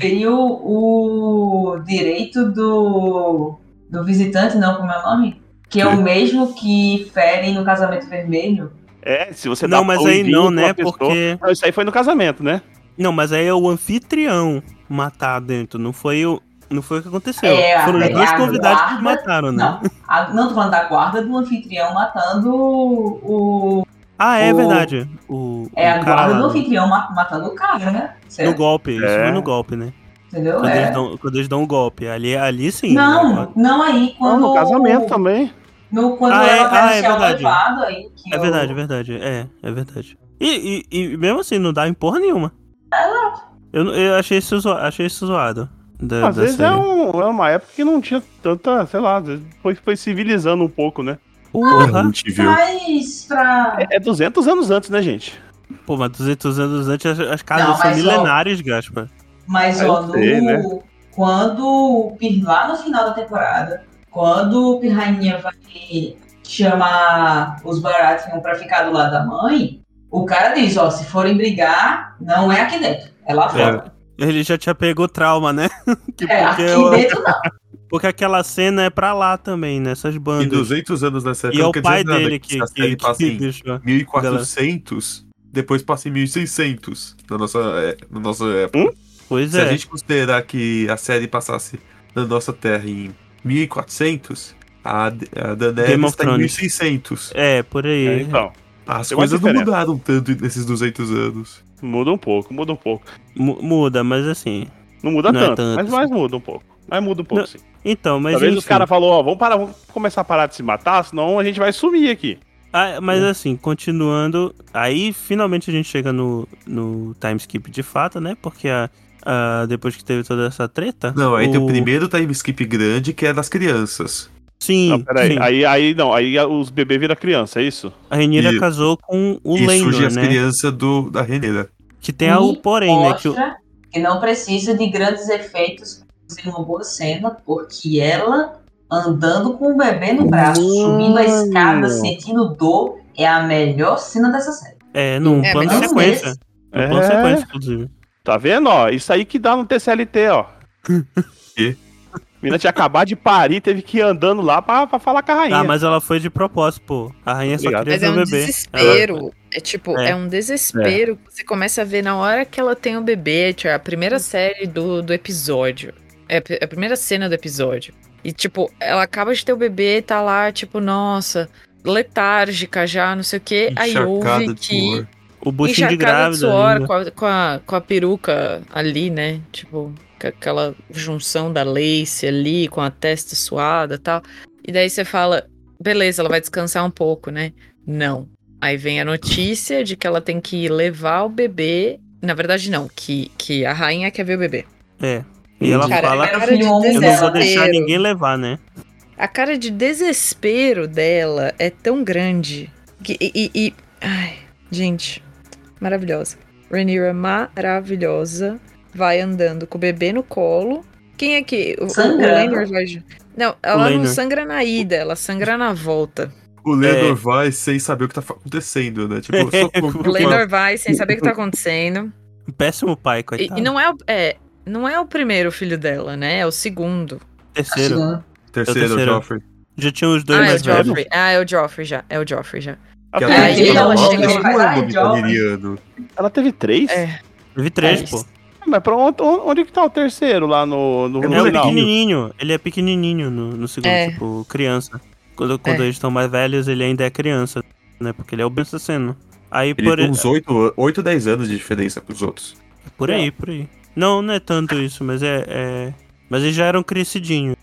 feriu o direito do, do visitante, não, como é o nome? Que é o mesmo que ferem no casamento vermelho.
É, se você dá
Não, mas aí
pãozinho
não,
pra
né?
uma pessoa-
Porque.
Não, Isso aí foi no casamento, né?
Não, mas aí é o anfitrião matar dentro. Não foi o. Não foi o que aconteceu.
É,
Foram os
é,
dois
a
convidados
guarda-
que mataram, né?
Não, a, não tô falando da guarda do anfitrião matando o. o-
Ah, é
O-
verdade. O,
é a
o cara
guarda
lá,
do
né?
anfitrião ma- matando o cara, né?
no
Certo?
golpe. Isso
É.
foi no golpe, né?
Entendeu?
Quando, eles
É.
dão, quando eles dão um golpe. Ali, ali sim. né?
Não, não aí
Não,
quando.
no casamento também.
no- quando
Ah, é-
ela vai
ah, é
anunciar o
verdade.
noivado aí. Que
É
o-
verdade, é verdade. É, é verdade. E, e, e mesmo assim, não dá em porra nenhuma.
É.
Eu, não- eu achei isso, zo- achei isso zoado. Da,
Às
da
vezes é,
série.
um- é uma época que não tinha tanta, sei lá, às vezes foi, foi civilizando um pouco, né?
Porra.
viu?
Mas pra.
É, é 200 anos antes, né, gente?
Pô, mas 200 anos antes as, as casas
Não,
são
mas, ó,
milenares, Gaspa.
Mas,
Ah, eu
ó, no,
sei, né?
quando o Pir- lá no final da temporada, quando o Pirrainha vai chamar os Baratheon pra ficar do lado da mãe, o cara diz, ó, se forem brigar, não é aqui dentro, É lá fora.
Ele já tinha pegou trauma, né? Que
É,
porque,
aqui
eu-
dentro não.
porque aquela cena é pra lá também, né? Essas
E
bandas.
200 anos nessa
E,
época
é
não
o
quer
pai
dizer nada,
dele que,
né, essa
que,
série assim,
que
passa em
deixou.
1400, depois passa em 1600 na nossa, é, na nossa época.
Pois
Se
é.
a gente considerar que a série passasse na nossa terra em 1400, a, D- a
Game
Daenerys
of
está em
Thrones.
1600.
É, por aí.
É, então,
As
Tem uma
coisas não
diferença.
mudaram tanto nesses 200 anos.
muda um pouco, muda um pouco.
Mu- Muda, mas assim.
Não muda
Não é
tanto,
tanto,
mas, mas muda um pouco. Mas muda um pouco,
Não,
sim.
Então, mas.
Talvez os
enfim.
caras falaram, ó, vamos, parar, vamos começar a parar de se matar, senão a gente vai sumir aqui.
Ah, mas
É.
assim, continuando, aí finalmente a gente chega no, no time skip de fato, né? Porque a, a- depois que teve toda essa treta.
Não, aí tem o primeiro time skip grande que é das crianças.
Sim,
não, peraí.
sim.
Aí, aí não, aí os bebês viram criança, é isso?
a Renira
e-
casou com o
e surgem
Lendor,
as
né?
crianças do, da Renera.
Que tem algo
E
porém, né? Que o-
mostra que não precisa de grandes efeitos pra fazer uma boa cena, porque ela andando com o bebê no braço, subindo a escada, sentindo dor, é a melhor cena dessa série.
é, num
É,
plano de
mas
não
sequência.
nesse.
Num plano de
É.
sequência, inclusive.
Tá vendo, ó? Isso aí que dá no TCLT, ó.
Quê?
Mina tinha acabado de parir, teve que ir andando lá pra, pra falar com a rainha.
Ah, mas ela foi de propósito, pô. A rainha só
Obrigado.
queria
Mas
ver
é
o
um
bebê.
desespero. É tipo,
É.
é, um desespero que você começa a ver na hora que ela tem o bebê. Tipo, é a primeira série do, do episódio. É a pri- a primeira cena do episódio. E, tipo, ela acaba de ter o bebê e tá lá, tipo, nossa, letárgica já, não sei o quê. Aí ouve
Encharcada de
que.
suor.
O buchinho de
encharcada de
grávida.
suor
ainda.
com a, com, a, com a peruca ali, né? Tipo, com aquela junção da lace ali, com a testa suada e tal. E daí você fala, beleza, ela vai descansar um pouco, né? Não. Aí vem a notícia de que ela tem que levar o bebê. Na verdade, não, que, que a rainha quer ver o bebê.
É. E ela
Cara, um
fala.
a cara de
Eu não vou
Eu não vou deixar
desespero-
ninguém levar, né?
a cara de desespero dela é tão grande. Que, e, e- e- Ai, gente, maravilhosa. Rhaenyra maravilhosa. Vai andando com o bebê no colo. Quem é que. O, o
Sangrando.
Laenor vai. ju- Não, ela não
Laenor.
sangra na ida, ela sangra na volta.
O Lendor vai sem saber o que tá fa- acontecendo, né? Tipo, socorro,
É. O
O Laenor vai sem saber o que tá acontecendo.
Péssimo pai,
E,
coitado.
e não é, o- é, não é o primeiro filho dela, né? É o segundo.
Terceiro.
assim, um
É o
Terceiro,
terceiro.
Joffrey.
Já tinha os dois
Ah, é o
mais velhos.
Joffrey. Ah, é o Joffrey já. É o Joffrey já.
Que
Ela teve-
Aí
até
ela
o
chega
Joffrey
e
não
fala,
é nome
"Ai, Joffrey".
italiano.
Ela teve três?
É.
Teve três,
É
pô.
isso.
Ah, Mas pra onde, onde que tá o terceiro lá no, no,
É
no
É, o
final?
pequenininho. Ele é pequenininho no, no segundo,
É.
tipo, criança. Quando, quando
É.
eles estão mais velhos, ele ainda é criança, né? Porque ele é o Ben Sasseno. Aí,
Ele é
por,
tem uns 8, 8 10 anos de diferença pros outros.
por aí, por aí. Não, não é tanto isso, mas é... é- Mas eles já eram crescidinhos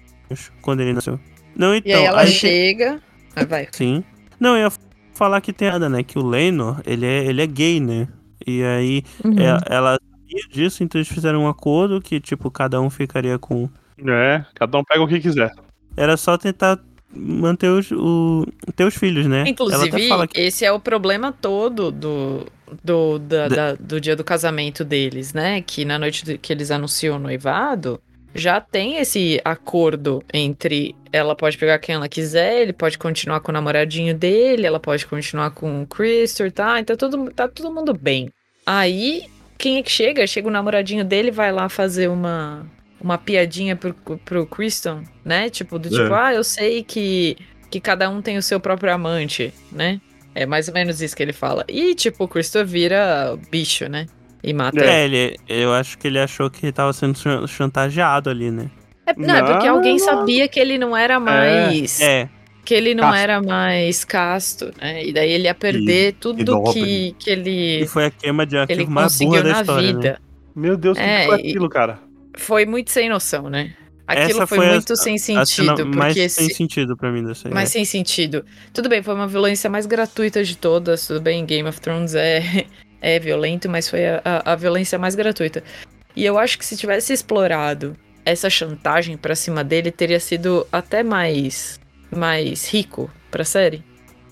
quando ele nasceu. Não,
E
então...
aí ela
aí tem-
chega. Ah, vai.
Sim. Não, eu ia falar que tem nada, né? Que o Lenor, ele é, ele é gay, né? E aí,
Uhum.
É, ela sabia disso, então eles fizeram um acordo que, tipo, cada um ficaria com.
É, cada um pega o que quiser.
Era só tentar manter os, o, ter os filhos, né? ela até
Inclusive,
fala que.
esse é o problema todo do, do, da-
Da-
da- do dia do casamento deles, né? Que na noite do- que eles anunciam o noivado, já tem esse acordo entre ela pode pegar quem ela quiser, ele pode continuar com o namoradinho dele, ela pode continuar com o Christopher, tá? Então todo, tá todo mundo bem. Aí, quem é que chega? Chega o namoradinho dele, vai lá fazer uma, uma piadinha pro, pro Kristen, né? Tipo, do tipo,
É.
ah, eu sei que, que cada um tem o seu próprio amante, né? É mais ou menos isso que ele fala. E, tipo, o Kristen vira bicho, né? E mata. ela.
É, ele, eu acho que ele achou que tava sendo chan- chantageado ali, né?
É, não, é porque
Não,
alguém
não.
sabia que ele não era mais.
É,
Que ele não
Casto.
era mais casto, né? E daí ele ia perder tudo
nobre.
que, que
e
ele,
foi a queima de
que ele
arquivo mais burra
conseguiu
da
na
história.
vida.
Né?
Meu Deus, o que
É,
que foi
e-
aquilo, cara?
Foi muito sem noção, né? Aquilo
Essa
foi,
foi a-
muito sem
A cena
sentido,
mais
porque
sem
se-
sentido né? pra mim dessa
mas sem sentido. Tudo bem, foi uma violência mais gratuita de todas. Tudo bem, Game of Thrones é, é violento, mas foi a, a- a violência mais gratuita. E eu acho que se tivesse explorado essa chantagem pra cima dele, teria sido até mais, mais rico pra série.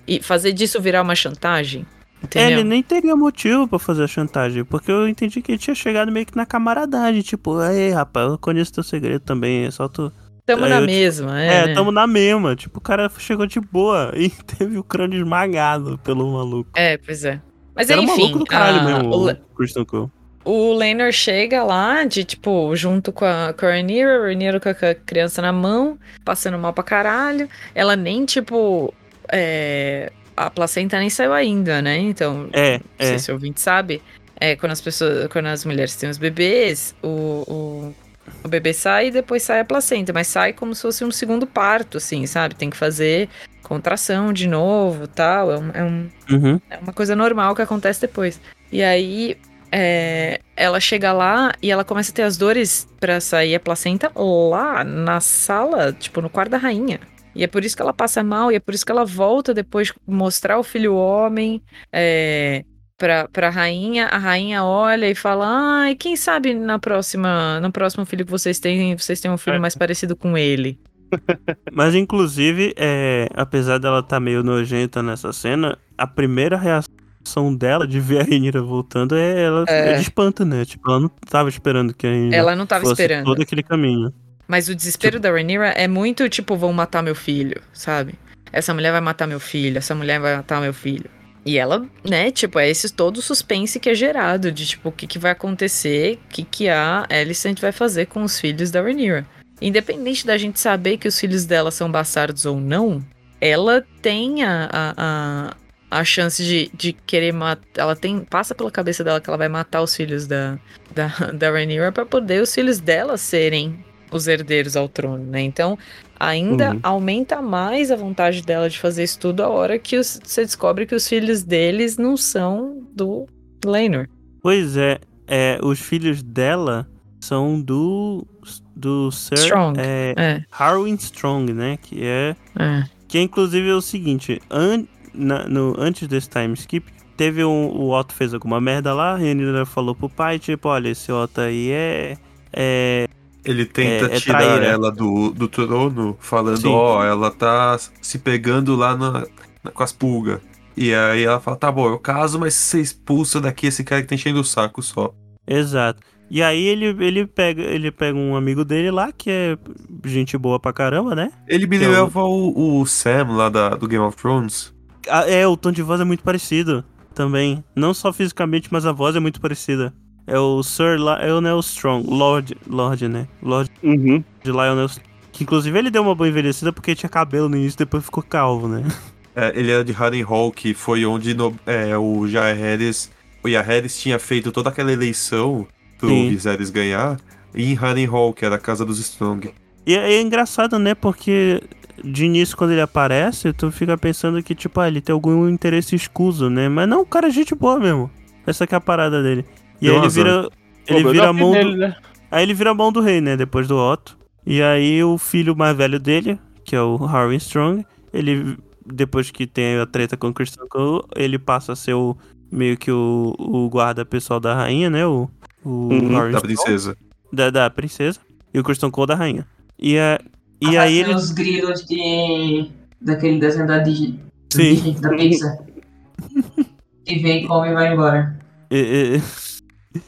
E fazer disso virar uma chantagem.
É,
Entendeu?
ele nem teria motivo pra fazer a chantagem, porque eu entendi que ele tinha chegado meio que na camaradagem, tipo, aí, rapaz, eu conheço teu segredo também, é só tu
Tamo
é,
na
eu, tipo,
mesma, é.
É,
né?
tamo na mesma. Tipo, o cara chegou de boa e teve o crânio esmagado pelo maluco.
É, pois é. Mas
Era um
enfim,
maluco do caralho
a-
mesmo,
o Le-
o Christian Cole.
O Lenor chega lá, de tipo, junto com a, com a Rhaenyra, a Rhaenyra com a, com a criança na mão, passando mal pra caralho. Ela nem, tipo, é, a placenta nem saiu ainda, né? Então,
É,
não sei
é.
se o ouvinte sabe, é, quando as pessoas, quando as mulheres têm os bebês, o, o, o bebê sai e depois sai a placenta, mas sai como se fosse um segundo parto, assim, sabe? Tem que fazer contração de novo, tal, é, um- é um-
Uhum.
é uma coisa normal que acontece depois. E aí, é, ela chega lá e ela começa a ter as dores pra sair a placenta lá na sala, tipo, no quarto da rainha. E é por isso que ela passa mal, e é por isso que ela volta depois de mostrar o filho homem é, pra, pra rainha. A rainha olha e fala: Ai, quem sabe na próxima, no próximo filho que vocês têm, vocês têm um filho
É.
mais parecido com ele.
Mas inclusive, é, apesar dela tá meio nojenta nessa cena, a primeira reação dela de ver a Renira voltando é ela
É.
é. de espanto, né? Tipo, ela não tava esperando que a Renira
Ela não tava
Uhum. fosse
esperando.
todo tipo aquele caminho.
Mas o desespero da Rhaenyra é muito tipo, vão matar meu filho, sabe? Essa mulher vai matar meu filho, essa mulher vai matar meu filho. E ela, né, tipo, é esse todo o suspense que é gerado de tipo, o que, que vai acontecer, o que, que a Alicent vai fazer com os filhos da Rhaenyra. Independente da gente saber que os filhos dela são bastardos ou não, ela tem a, a, a, a chance de, de querer matar. Ela tem. Passa pela cabeça dela que ela vai matar os filhos da, da, da Rhaenyra pra poder os filhos dela serem os herdeiros ao trono, né? Então, ainda
Uhum.
aumenta mais a vontade dela de fazer isso tudo a hora que os- você descobre que os filhos deles não são do Lenor.
Pois é, é, os filhos dela são do. do Sir
Strong.
é,
É,
Harwin Strong, né? Que é.
é.
Que inclusive é o seguinte, an- na- no- antes desse time skip, teve um, o Otto fez alguma merda lá, a Renira falou pro pai, tipo, olha, esse Otto aí é.
Ele tenta
É- é
tirar
traíra.
ela do, do trono, falando,
Sim.
ó, ela tá se pegando lá na, na- com as pulgas. E aí ela fala, tá bom, eu caso, mas você expulsa daqui esse cara que tá enchendo o saco só.
Exato. E aí ele, ele, pega, ele pega um amigo dele lá, que é gente boa pra caramba, né?
Ele me
Eu-
leva o, o Sam lá da, do Game of Thrones.
Ah, é, o tom de voz é muito parecido também. Não só fisicamente, mas a voz é muito parecida. É o Sir La é o Neil Strong, Lord, Lord, né? Lord
Uhum.
Lionel Que inclusive ele deu uma boa envelhecida porque tinha cabelo no início, depois ficou calvo, né?
É, ele era de Harry Hall, que foi onde no- é, o Jaehaerys... O Jaehaerys tinha feito toda aquela eleição pro
Sim.
Viserys ganhar em Harry Hall, que era a casa dos Strong.
E é engraçado, né? Porque de início, quando ele aparece, tu fica pensando que, tipo, ah, ele tem algum interesse escuso, né? Mas não, o cara é gente boa mesmo. Essa que é a parada dele. E
Tem
aí ele
razão.
vira.
Pô,
Ele
mas
vira
dá
a
fim
mão
nele,
do,
né?
aí ele vira a mão do rei, né? Depois do Otto. E aí o filho mais velho dele, que é o Harry Strong, ele. Depois que tem a treta com o Christian Cole, ele passa a ser o. meio que o, o guarda pessoal da rainha, né? O, o
Uhum,
Harry
Da
Strong.
princesa.
Da, da princesa. E o Christian Cole da rainha. E, é, e
Arrasando
aí ele.
os grilos de... daquele desenho da Disney.
Sim.
Da Pixar. e vem, come e vai embora.
E, e-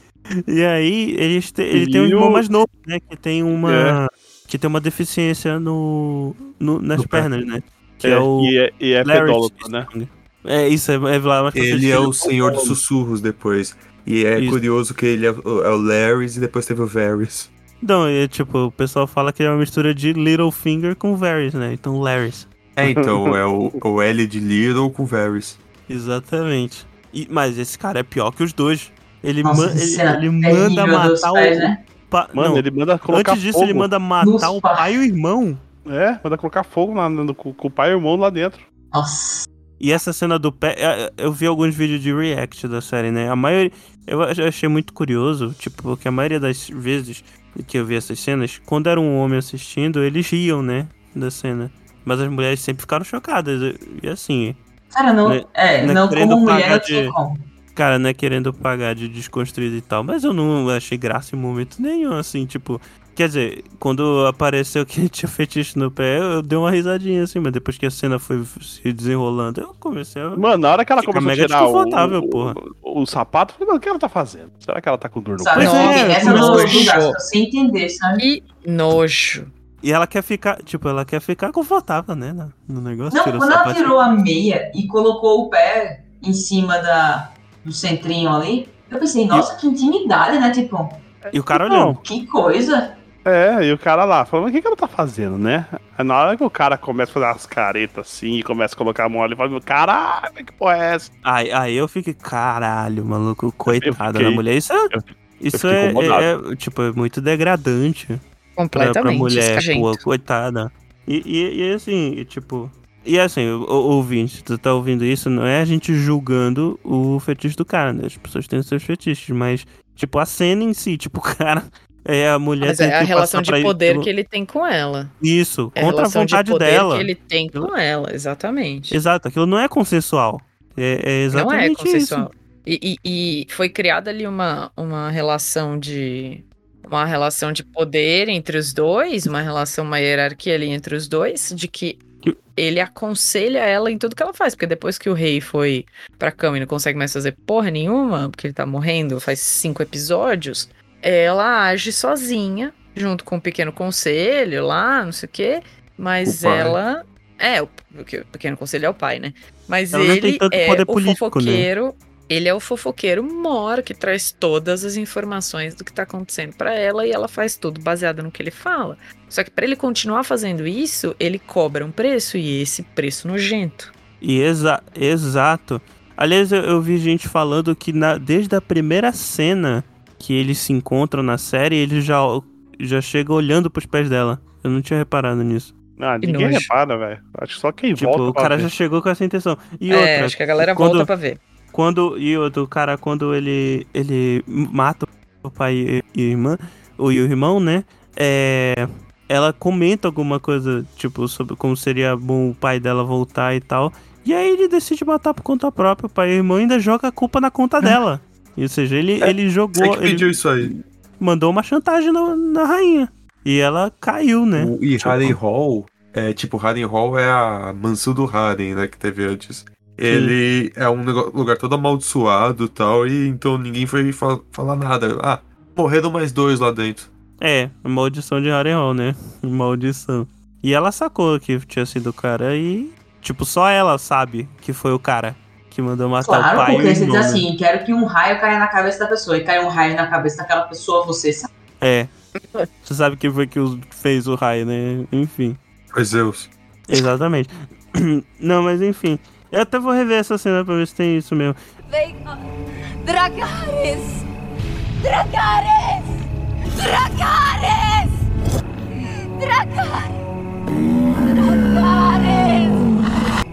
e aí ele, este- ele tem um
E
irmão
o- É.
mais novo, né? Que tem uma. Que tem uma deficiência no. no- nas
No pé.
pernas, né? Que é,
É,
o.
E é, e é
Larry
pedólatra, né?
Strong. É isso, é, é lá mais pra frente
Ele
que
é o Senhor dos
Paulo.
Sussurros depois. E é
Isso.
curioso que ele é, o é o Larrys e depois teve o Varys.
Não, é tipo, o pessoal fala que ele é uma mistura de Littlefinger com Varys, né? Então Larys.
É, então, é o, o L de Little com Varys.
Exatamente. E- mas esse cara é pior que os dois. Ele,
Nossa,
man-
que
ele,
cena é
ele
terrível
manda
dos
matar
pés,
o.
né?
pa-
Mano,
não,
ele manda colocar
antes disso,
fogo.
ele manda matar
Nos
o pai e o irmão.
É, manda colocar fogo lá no, com com o pai e o irmão lá dentro.
Nossa.
E essa cena do pé, é, eu vi alguns vídeos de react da série, né? A maioria. Eu ach- achei muito curioso, tipo, porque a maioria das vezes que eu vi essas cenas, quando era um homem assistindo, eles riam, né? Da cena. Mas as mulheres sempre ficaram chocadas. e- E assim,
Cara, não.
Né-
é,
né,
não
querendo
como mulher
pagar
eu tinha
de-
como.
cara, né, querendo pagar de desconstruído e tal. Mas eu não achei graça em momento nenhum, assim, tipo. Quer dizer, quando apareceu que tinha fetiche no pé, eu eu dei uma risadinha assim, mas depois que a cena foi se desenrolando, eu comecei a.
Mano, na hora que ela
Fica
começou a
mega
tirar o,
desconfortável, porra.
o, o, sapato, eu falei, mano, o que ela tá fazendo? Será que ela tá com dor no
Sabe?
pé?
Pois
Não,
é,
essa
não
não
foi show.
julgar, sem entender, sabe?
E nojo.
E ela quer ficar, tipo, ela quer ficar confortável, né? No, no negócio.
Não,
tira o
quando ela
sapato.
tirou a meia e colocou o pé em cima da, do centrinho ali, Eu pensei, nossa, que intimidade, né? Tipo,
E o cara
Não,
olhando.
que coisa.
É, e o cara lá, falando, o que, que ela tá fazendo, né? Aí na hora que o cara começa a fazer umas caretas assim, e começa a colocar a mão ali, fala, meu, caralho, que porra é essa?
Aí, aí eu fiquei, caralho, maluco, coitada
fiquei-
da mulher. Isso é.
eu-
Isso
fiquei
é,
incomodado.
é- é, tipo, é muito degradante pra, pra
Completamente.
mulher, tipo,
sargento.
pô, coitada. E, e, e assim, e, tipo. E assim, o, o- ouvinte, tu tá ouvindo isso, não é a gente julgando o fetiche do cara, né? As pessoas têm os seus fetiches, mas, tipo, a cena em si, tipo, o cara. É a mulher
Mas é
tem
a
que
relação
passar pra
de
ele
poder
pelo-
que ele tem com ela.
Isso,
É a
contra a
relação de
vontade
poder
dela.
que ele tem com ela, exatamente.
Exato, aquilo não é consensual. É, é
Não é
exatamente
consensual. E, e- e foi criada ali uma, uma relação de. Uma relação de poder entre os dois, uma relação, uma hierarquia ali entre os dois, de que ele aconselha ela em tudo que ela faz. Porque depois que o rei foi pra cama e não consegue mais fazer porra nenhuma, porque ele tá morrendo faz cinco episódios, ela age sozinha, junto com um pequeno conselho lá, não sei o quê. Mas
O pai.
ela. É, o porque o pequeno conselho é o pai, né? Mas
Ela não tem
ele
tanto
é
poder
o
político, né?
fofoqueiro. Ele é o fofoqueiro mor que traz todas as informações do que tá acontecendo pra ela e ela faz tudo baseado no que ele fala. Só que pra ele continuar fazendo isso, ele cobra um preço e esse preço nojento.
E exa exato. Aliás, eu, eu vi gente falando que na- desde a primeira cena que eles se encontram na série, ele já, já chega olhando pros pés dela. Eu não tinha reparado nisso.
Ah,
Que
ninguém
nojo.
repara, velho. Acho que só quem
Tipo,
volta. assim,
o cara
pra
já
ver.
chegou com essa intenção. E
é,
outra,
acho que a galera
quando,
volta pra ver.
quando e outro o cara quando ele ele mata o pai e- e irmã, o e o irmão, né? É, ela comenta alguma coisa tipo sobre como seria bom o pai dela voltar e tal. E aí ele decide matar por conta própria, o pai e o irmão ainda joga a culpa na conta dela. Ou seja, ele,
É,
ele
Você
jogou,
que pediu isso aí.
ele mandou uma chantagem na, na rainha. E ela caiu, né?
O- e
Tipo-
Harry Hall, é tipo, Harry Hall é a mansão do Harry, né, que teve antes. Ele é um nego- lugar todo amaldiçoado e tal, e então ninguém foi fa- falar nada. Ah, morreram mais dois lá dentro.
É, a maldição de Harry Hall, né? Maldição. E ela sacou que tinha sido o cara e. Tipo, só ela sabe que foi o cara que mandou matar o
Claro,
pai. e o
porque você diz
irmão, tá né?
assim, quero que um raio caia na cabeça da pessoa. E cai um raio na cabeça daquela pessoa, você sabe.
É. Você sabe quem foi que os- fez o raio, né? Enfim.
Pois Deus.
Exatamente. Não, mas enfim. Eu até vou rever essa cena pra ver se tem isso mesmo.
They are Dragares! Dragares! Dragares! Dragares! Dragares!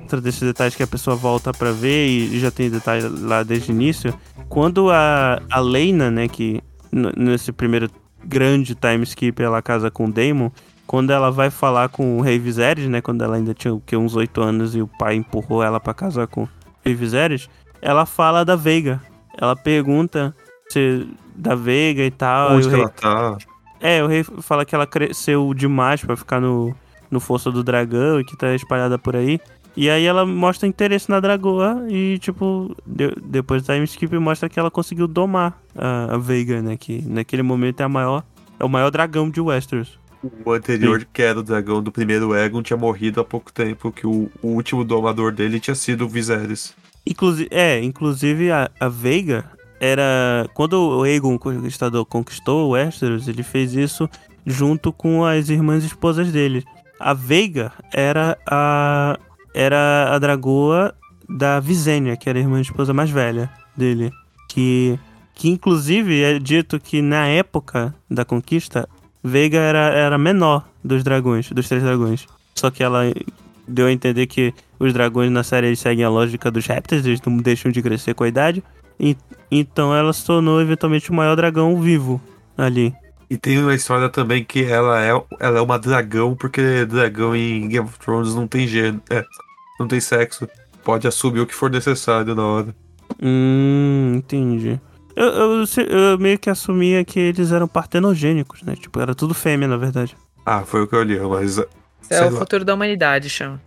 Outro desses detalhes que a pessoa volta pra ver e e já tem detalhe lá desde o início. Quando a, a Leina, né, que n- nesse primeiro grande time skip ela casa com o Damon, quando ela vai falar com o Rei Viserys, né, quando ela ainda tinha o quê, uns 8 anos e o pai empurrou ela pra casar com o Rei Viserys, ela fala da Veiga. Ela pergunta se da Veiga e tal. e
Onde
o
que
rei-
ela tá?
é, o rei fala que ela cresceu demais pra ficar no, no Força do Dragão e que tá espalhada por aí. E aí ela mostra interesse na dragoa e, tipo, de- depois do time skip mostra que ela conseguiu domar a, a Veiga, né? Que naquele momento é a maior. É o maior dragão de Westeros.
O anterior, que era o dragão do primeiro Egon, tinha morrido há pouco tempo, que o, o último domador dele tinha sido o Viserys.
Inclusive, é, inclusive a, a Veiga era. Quando o Aegon o Conquistador conquistou Westeros, ele fez isso junto com as irmãs esposas dele. A Veiga era a. Era a dragoa da Visenya, que era a irmã esposa mais velha dele. Que. Que inclusive é dito que na época da conquista, Veiga era, era a menor dos dragões, dos três dragões. Só que ela deu a entender que os dragões na série eles seguem a lógica dos répteis, eles não deixam de crescer com a idade. E- então ela se tornou eventualmente o maior dragão vivo ali.
E tem uma história também que ela é, ela é uma dragão, porque dragão em Game of Thrones não tem gênero. É, não tem sexo. Pode assumir o que for necessário na hora.
Hum, entendi. Eu, eu se- eu meio que assumia que eles eram partenogênicos, né? Tipo, era tudo fêmea, na verdade.
Ah, foi o que eu li, mas.
É
sei
o
lá.
futuro da humanidade, chama.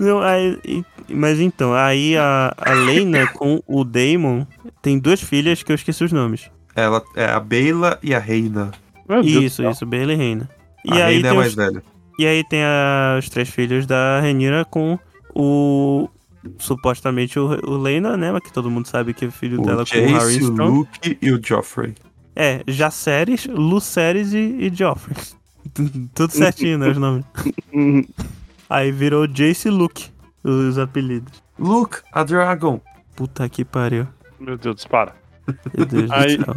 Não, aí- e- mas então, aí a, a Lena com o Damon tem duas filhas que eu esqueci os nomes.
Ela é a Bela e a Reina.
Meu Deus do
Isso,
céu.
isso, Bela e Reina.
A
E aí
Reina é
tem um
mais
os-
velha.
E aí tem a- os três filhos da Renira com o supostamente o, o Lena, né? Mas que todo mundo sabe que é filho
O
dela com o Harry
Jace, o
Strong.
Luke e o Joffrey.
É, Jaceres, Luceres e, e Joffrey. Tu- Tudo certinho, né? Os nomes.
Hum,
Aí virou Jace e Luke, os apelidos.
Luke, a Dragon.
Puta que pariu.
Meu Deus, dispara.
Meu Deus
Aí-
do céu.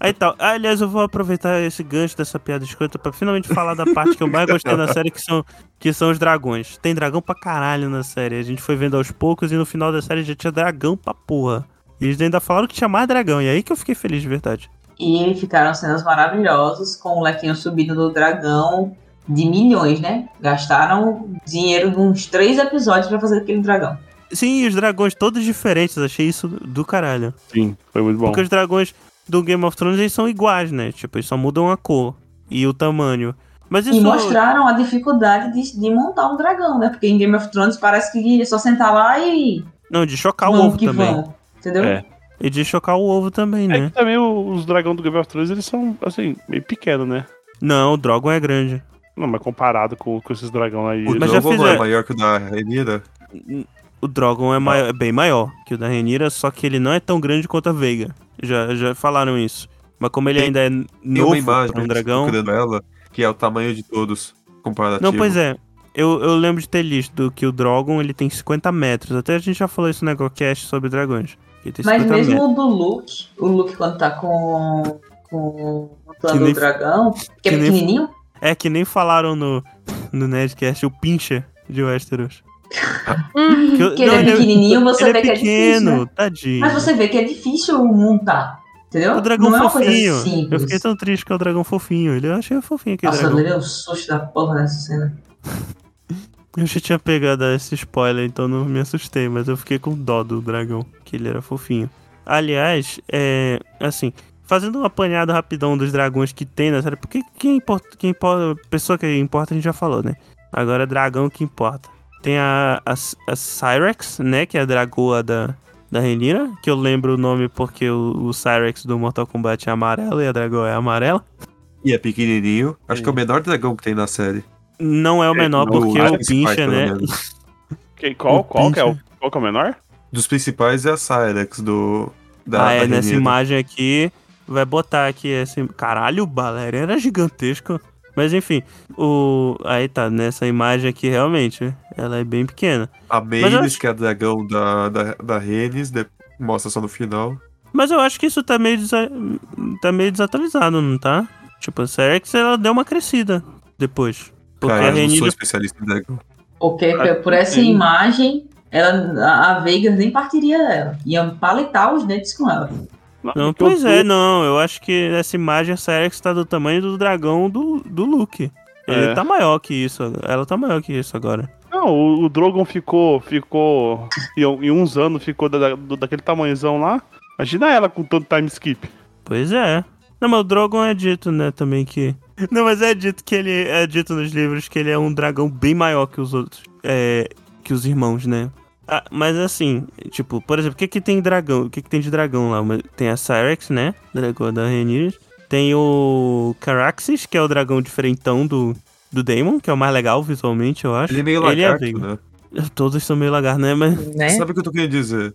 Aí tal. Ah, aliás, eu vou aproveitar esse gancho dessa piada escrota pra finalmente falar da parte que eu mais gostei da série, que são, que são os dragões. Tem dragão pra caralho na série. A gente foi vendo aos poucos e no final da série já tinha dragão pra porra. E eles ainda falaram que tinha mais dragão. E é aí que eu fiquei feliz de verdade.
E ficaram cenas maravilhosas com o lequinho subindo do dragão de milhões, né? Gastaram dinheiro de uns três episódios pra fazer aquele dragão.
Sim, e os dragões todos diferentes. Achei isso do caralho.
Sim, foi muito bom.
Porque os dragões do Game of Thrones eles são iguais, né? Tipo, eles só mudam a cor e o tamanho. Mas isso.
E mostraram a dificuldade de, de montar um dragão, né? Porque em Game of Thrones parece que é só sentar lá e
Não, de chocar o
vamos
ovo
que
também.
vão. Entendeu?
É.
E de chocar o ovo também,
É
né?
que também o- os dragões do Game of Thrones, eles são, assim, meio pequenos, né?
Não, o Drogon é grande.
Não, mas comparado com, com esses dragões aí.
O
Mas
eles-
já
Drogon não
fizeram-
é maior que o da Renira?
O Drogon é,
Ah.
maior- é bem maior que o da Renira, só que ele não é tão grande quanto a Veiga. Já, já falaram isso. Mas como ele
Tem-
ainda é
Tem
novo
uma imagem
pra um dragão.
procurando ela, que é o tamanho de todos comparativo.
Não, pois é. Eu, eu lembro de ter lido que o Drogon ele tem 50 metros. Até a gente já falou isso na Gocast sobre dragões. Ele tem
Mas
50
mesmo
metros.
o do Luke, o Luke quando tá com, com o plano
Que
do
nem-
dragão, que é
que nem-
pequenininho,
É que nem falaram no, no Nerdcast o Pincha de Westeros. Que eu-
que ele
não,
é pequenininho, você
ele
vê
é
que é difícil.
pequeno,
né?
tadinho.
Mas você vê que é difícil montar, entendeu?
O um dragão
Não é uma
fofinho.
coisa
eu
simples.
fiquei tão triste que é o dragão fofinho. Ele, eu achei fofinho aquele
Nossa,
dragão.
eu dei um susto da porra nessa cena. é
Eu já tinha pegado esse spoiler, então não me assustei, mas eu fiquei com dó do dragão, que ele era fofinho. Aliás, é. Assim, fazendo um apanhado rapidão dos dragões que tem na série, porque quem importa. Quem importa pessoa que importa a gente já falou, né? Agora é dragão que importa. Tem a, a, a Cyrex, né? Que é a dragoa da, da Renira, que eu lembro o nome porque o, o Cyrex do Mortal Kombat é amarelo e a dragoa é amarela.
E é pequenininho. Acho que é o menor dragão que tem na série.
Não é o menor,
O
porque é o
Alex Pike,
pincha,
pelo
né?
menos.
Quem- qual
o
qual que é o, qual que é o menor?
Dos principais é a Cyrex do. Da,
ah, é,
da
nessa
Renira.
imagem aqui, vai botar aqui esse. Caralho, o Balerion era gigantesco. Mas enfim, o. Aí tá, nessa imagem aqui realmente, ela é bem pequena.
A
eu
Mavis,
acho-
que é a dragão da, da, da Renis, de- mostra só no final.
Mas eu acho que isso tá meio, desa- tá meio desatualizado, não tá? Tipo, a Cerex ela deu uma crescida depois. Porque
Cara,
a
eu não sou
Renira.
especialista em dragão.
Ok, por- por essa
Sim.
imagem, ela, a- a Veiga nem partiria dela. Ia paletar os dentes com ela.
Não,
porque o-
pois é, não. Eu acho que nessa imagem a Cerex tá do tamanho do dragão do, do Luke. Ele
É.
tá maior que isso. Ela tá maior que isso agora.
Não, o, o Drogon ficou. ficou em, em uns anos ficou da, da- do- daquele tamanhozão lá. Imagina ela com tanto time skip.
Pois é. Não, mas o Drogon é dito, né, também que. Não, mas é dito que ele. É dito nos livros que ele é um dragão bem maior que os outros. É. Que os irmãos, né? Ah, mas assim, tipo, por exemplo, o que que tem dragão? O que que tem de dragão lá? Mas Tem a Cyrex, né? Dragão da Rhaenyra. Tem o Caraxes, que é o dragão diferentão do, do Daemon, que é o mais legal visualmente, eu acho.
Ele é meio
Ele é
lagarto,
bem-
né?
Todos são meio lagarto, né? Mas
né?
Sabe o que eu tô querendo dizer?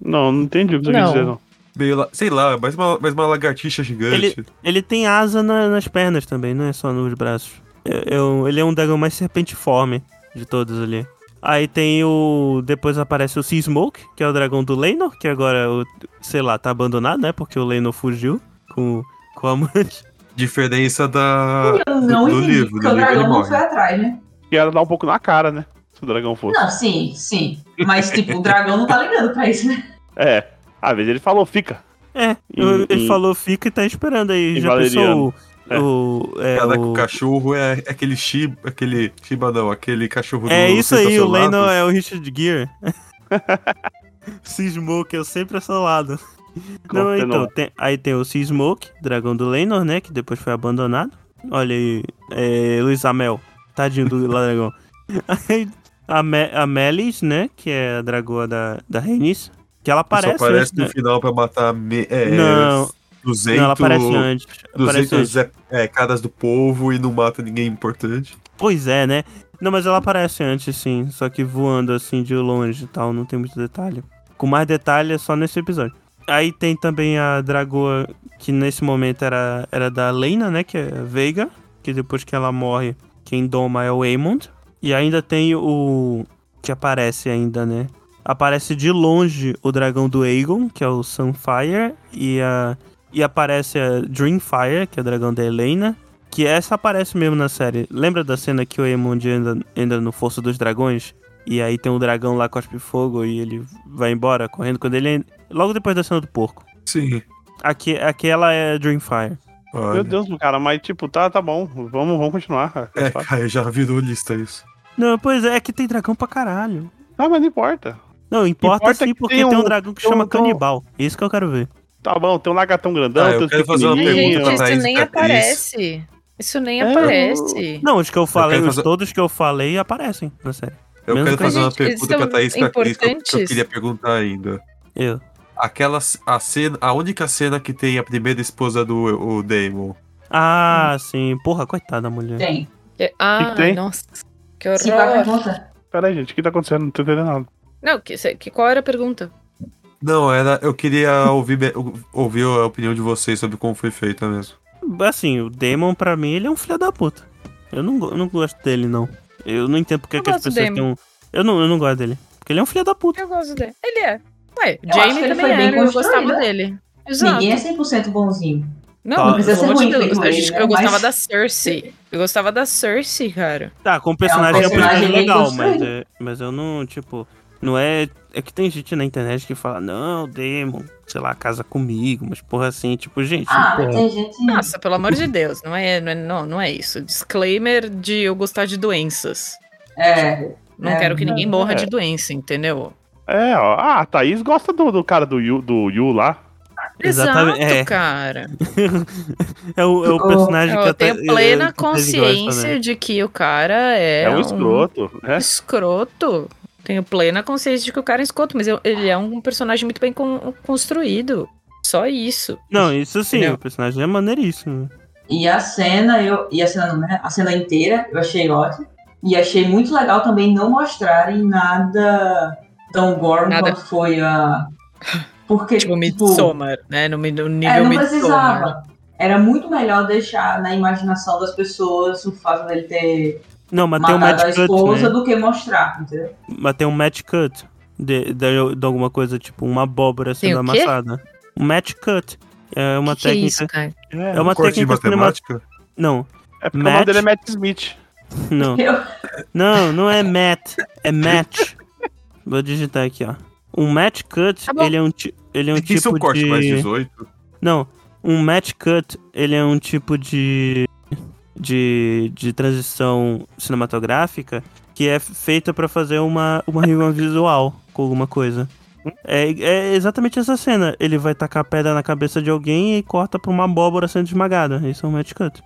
Não, não entendi o que você quer
Não.
dizer, não.
Meio la... Sei lá, mais uma, mais uma lagartixa gigante.
Ele tem asa na- nas pernas também, não é só nos braços. Eu- eu- ele é um dragão mais serpentiforme de todos ali. Aí tem o. Depois aparece o Sea Smoke, que é o dragão do Leinor, que agora, o- sei lá, tá abandonado, né? Porque o Leinor fugiu com, com a amante.
Diferença da.
Eu
do-
não
do
entendi,
livro,
porque
do
o
livro ele
dragão não
morre.
foi atrás, né?
E ela dá um pouco na cara, né? Se o dragão fosse.
Não, sim, sim. Mas, tipo, o dragão não tá ligando pra isso, né?
É. Às vezes ele falou, fica.
É,
Hum,
ele
hum.
falou, fica e tá esperando aí.
E
Já pensou o.
É.
o- é,
Cada
o-
cachorro é aquele Shiba, aquele Shiba não, aquele cachorro
é
do
isso aí, o
Sensacionados.
Leinor é o Richard Gere. Sea Smoke, eu sempre assolado. Não,
Continua.
então, tem- aí tem o Sea Smoke, dragão do Leinor, né? Que depois foi abandonado. Olha aí, é, Luiz Amel, tadinho do dragão. Aí a, Me, a Melis, né? Que é a dragoa da, da Rhaenys, que ela
Só
aparece
aparece
antes,
no
né?
final pra matar me, é,
Não,
200,
não, ela aparece antes. aparece antes.
200 é, é, caras do povo e não mata ninguém importante.
Pois é, né? Não, mas ela aparece antes, sim. Só que voando assim de longe e tal, não tem muito detalhe. Com mais detalhe é só nesse episódio. Aí tem também a Dragoa, que nesse momento era, era da Lena, né? Que é a Veiga. Que depois que ela morre, quem doma é o Aemond. E ainda tem o. Que aparece ainda, né? Aparece de longe o dragão do Aegon, que é o Sunfire. E, a, e aparece a Dreamfire, que é o dragão da Helena. Que essa aparece mesmo na série. Lembra da cena que o Aemond entra, entra no Força dos Dragões? E aí tem um dragão lá cospe fogo e ele vai embora correndo quando ele. en- Logo depois da cena do porco.
Sim.
Aqui, aqui ela é Dreamfire.
Meu
Olha.
Deus, cara, mas tipo, tá, tá bom. Vamos, vamos continuar. cara.
É, cara, já virou lista isso.
Não, pois é, é que tem dragão pra caralho.
Ah, mas não importa.
Não, importa,
Importa
sim
que
porque
tem
tem um,
um-
dragão que
tem um-
chama
tem um-
canibal. Isso que eu quero ver.
Tá bom, tem um lagartão grandão,
Ah, eu
tem uns
quero fazer uma
pequenininhos.
pergunta
Gente,
pra
isso nem
Isa-
aparece. Isso nem
É,
aparece.
Não, os que eu falei,
quero
os
fazer-
todos que eu falei aparecem na série.
Eu
Mesmo
quero
que-
fazer uma
Gente, eles
pergunta pra
são
Thaís pra Cris, que eu- que eu
importantes.
queria perguntar ainda.
Eu.
Aquela c- a cena, a única cena que tem a primeira esposa do o Damon.
Hum.
Ah, sim. Porra, coitada da mulher.
Tem. Tipo,
É- Ah,
que tem?
nossa. Que
Se vai
horror.
pergunta.
Pera aí, gente, o que tá acontecendo? Não tô entendendo nada.
Não, que, que- qual era a pergunta?
Não, era, eu queria ouvir, me- ou- ouvir a opinião de vocês sobre como foi feita mesmo.
Assim, o Damon, pra mim, ele é um filho da puta. Eu não, go- eu não gosto dele, não. Eu não entendo porque
Eu
que as
gosto do
pessoas
Damon.
têm um. Eu não, eu não gosto dele. Porque ele é um filho da puta.
Eu gosto dele. Ele é. Ué,
acho que
Jamie
ele
também
foi bem
era, eu gostava
construído.
dele. Exato.
Ninguém é 100% bonzinho.
Tá.
Não,
Não precisa
pelo
ser
amor de
ruim,
Deus.
feito
a gente-
ruim, né?
Eu gostava
Mas-
da Cersei. Eu gostava da Cersei, cara.
Tá, como personagem é, um personagem
personagem bem
legal, mas,
construído.
é- mas eu não, tipo, não é. É que tem gente na internet que fala, não, Demon, sei lá, casa comigo, mas porra assim, tipo, gente.
Ah,
porra.
tem gente.
Nossa, pelo amor de Deus. Não é, não é, não, não é isso. Disclaimer de eu gostar de doenças.
É.
Não
É,
quero que ninguém morra
é.
de doença, entendeu?
É, ó. Ah, a Thaís gosta do, do cara do Yu, do Yu lá.
Exatamente,
Exato,
é.
cara.
É o, é o
Oh,
personagem que
Eu
até-
tenho plena
que vocês gostam, né?
consciência de que o cara é,
É, um escroto. né?
escroto. Tenho plena consciência de que o cara é escroto, mas eu- ele é um personagem muito bem con- construído. Só isso.
Não, isso sim,
Entendeu?
o personagem é maneiríssimo.
E a cena, eu, e a cena, não, né? a cena inteira, eu achei ótimo. E achei muito legal também não mostrarem nada tão gore
Nada.
quanto foi a. Porque,
Tipo,
tipo,
Midsommar, né? No, mi- no nível
é, não
Midsommar.
precisava. Era muito melhor deixar na imaginação das pessoas o fato dele ter
Não, mas tem um
matado a
match cut,
esposa
né?
do que mostrar, entendeu?
Mas tem um match cut de, de, de alguma coisa, tipo, uma abóbora
Tem
sendo
o quê?
amassada. Um match cut. É uma
Que que é
técnica.
isso, cara?
é uma
Um Corte de
técnica cinematográfica.
matemática?
Não,
É porque o
Matt?
nome dele é Matt Smith.
não.
Eu-
Não, não é Matt, é match. Vou digitar aqui, ó. Um match cut,
Tá bom.
ele é um, ti- ele é um
Isso é um
tipo
corte
de...
mais 18?
Não, um match cut, ele é um tipo de de, de transição cinematográfica que é feita pra fazer uma uma reunião visual com alguma coisa. É, é exatamente essa cena. Ele vai tacar pedra na cabeça de alguém e corta pra uma abóbora sendo esmagada. Isso é um match cut.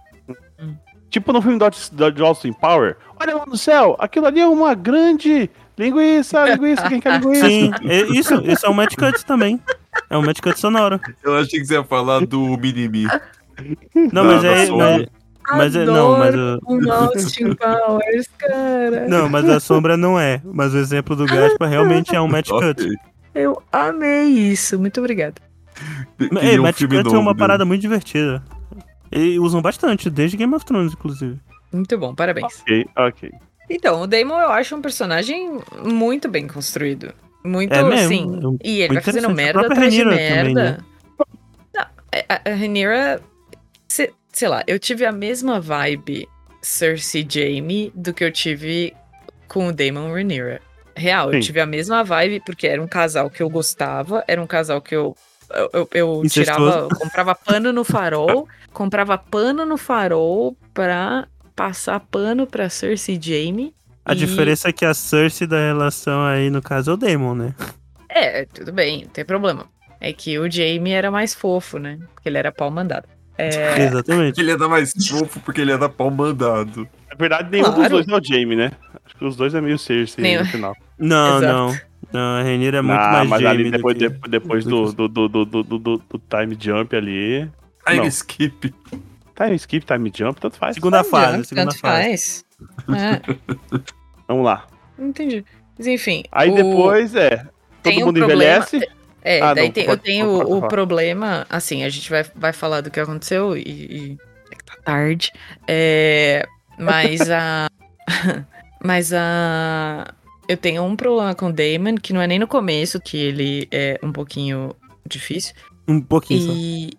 Tipo no filme do Aut- do- de Austin Power. Olha lá no céu, aquilo ali é uma grande linguiça, linguiça, quem quer linguiça?
Sim, é isso, isso é um match cut também. É um match cut sonoro.
Eu achei que você ia falar do Minimi.
Não,
Da-
mas
da
é.
sombra.
Mas, mas é não, mas o-
o Austin Powers, cara.
não, mas a sombra não é. Mas o exemplo do Gaspar realmente é um match cut.
Ok.
Eu amei isso. Muito obrigada.
Queria
Ei,
um
match
filme
cut é
novo
uma
dele.
parada muito divertida. E usam bastante, desde Game of Thrones, inclusive.
Muito bom, parabéns.
Ok, ok.
Então, o Damon eu acho um personagem muito bem construído. Muito,
É mesmo,
assim.
é um-
E ele vai
interessante.
fazendo
A
merda
própria
atrás de
Rhaenyra também, né?
merda. Não, é, a, a Rhaenyra, se- sei lá, eu tive a mesma vibe Cersei Jaime do que eu tive com o Damon Rhaenyra. Real, eu
Sim.
tive a mesma vibe porque era um casal que eu gostava, era um casal que eu eu, eu- eu
Incestuoso.
tirava, eu comprava pano no farol, comprava pano no farol pra passar pano pra Cersei Jaime.
A
E-
diferença é que a Cersei da relação aí, no caso, é o Daemon, né?
É, tudo bem, não tem problema. É que o Jaime era mais fofo, né? Porque ele era pau mandado. É,
Exatamente.
Ele anda mais fofo porque ele anda pau mandado.
Na verdade, nenhum dos
Claro.
dois é o Jamie, né? Acho que os dois é meio Cersei
Nenhum.
no final.
Não,
Exato.
não. Não, a Renira é muito
Ah,
mais
mas ali
Jaime do
depois,
que...
de- depois do, do, do, do, do, do- do time jump ali.
Aí
Não.
skip.
Time skip, time jump, tanto faz.
Segunda
Não
fase,
adianta,
segunda
tanto
fase.
faz. É,
Vamos lá.
não entendi. Mas enfim.
Aí
o-
depois é. Todo
tem um
mundo
problema-
envelhece.
É,
Ah,
daí
não,
tem- eu
pode-
tenho
pode
o
falar.
problema, assim, a gente vai, vai falar do que aconteceu e. e- é que tá tarde. É, mas a. mas a. Eu tenho um problema com o Damon, que não é nem no começo, que ele é um pouquinho difícil.
Um pouquinho só.
E...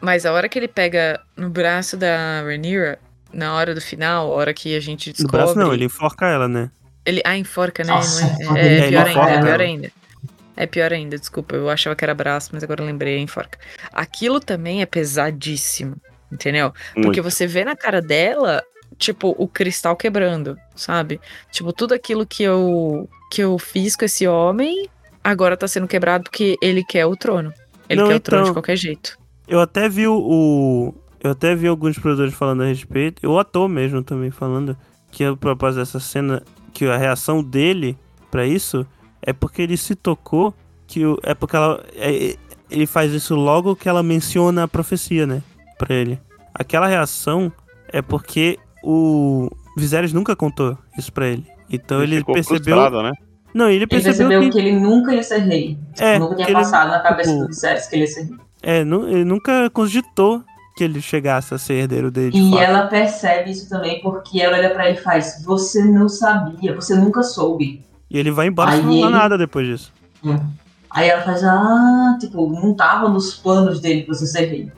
Mas a hora que ele pega no braço da Rhaenyra, na hora do final, a hora que a gente
No
descobre...
braço não, ele enforca ela, né?
Ele... Ah, enforca, né?
Nossa,
não é... É,
ele
pior ainda,
enforca
é pior
ela.
ainda. É pior ainda, desculpa. Eu achava que era braço, mas agora eu lembrei, é enforca. Aquilo também é pesadíssimo, entendeu? Porque
Muito.
você vê na cara dela, tipo, o cristal quebrando, sabe? Tipo, tudo aquilo que eu, que eu fiz com esse homem, agora tá sendo quebrado porque ele quer o trono. Ele
Não,
quer o trono de
então.
qualquer jeito.
Eu até vi o- o. Eu até vi alguns produtores falando a respeito. E o ator mesmo também falando. Que a propósito dessa cena. Que a reação dele pra isso é porque ele se tocou. Que o- é porque ela. é- é- ele faz isso logo que ela menciona a profecia, né? Pra ele. Aquela reação é porque o. Viserys nunca contou isso pra ele. Então ele,
ficou
percebeu.
frustrado, né?
Não, ele
Ele
percebeu,
percebeu que...
que.
ele nunca ia ser rei.
É,
nunca tinha
que ele-
passado na cabeça
tipo,
do Viserys que ele ia ser rei.
É, nu- ele nunca cogitou que ele chegasse a ser herdeiro dele. de
E
fato.
ela percebe isso também porque ela olha pra ele e faz: Você não sabia, você nunca soube.
E ele vai embora
Aí
sem falar
ele-
nada depois disso.
Aí ela faz: Ah, tipo, não tava nos planos dele pra você ser rei.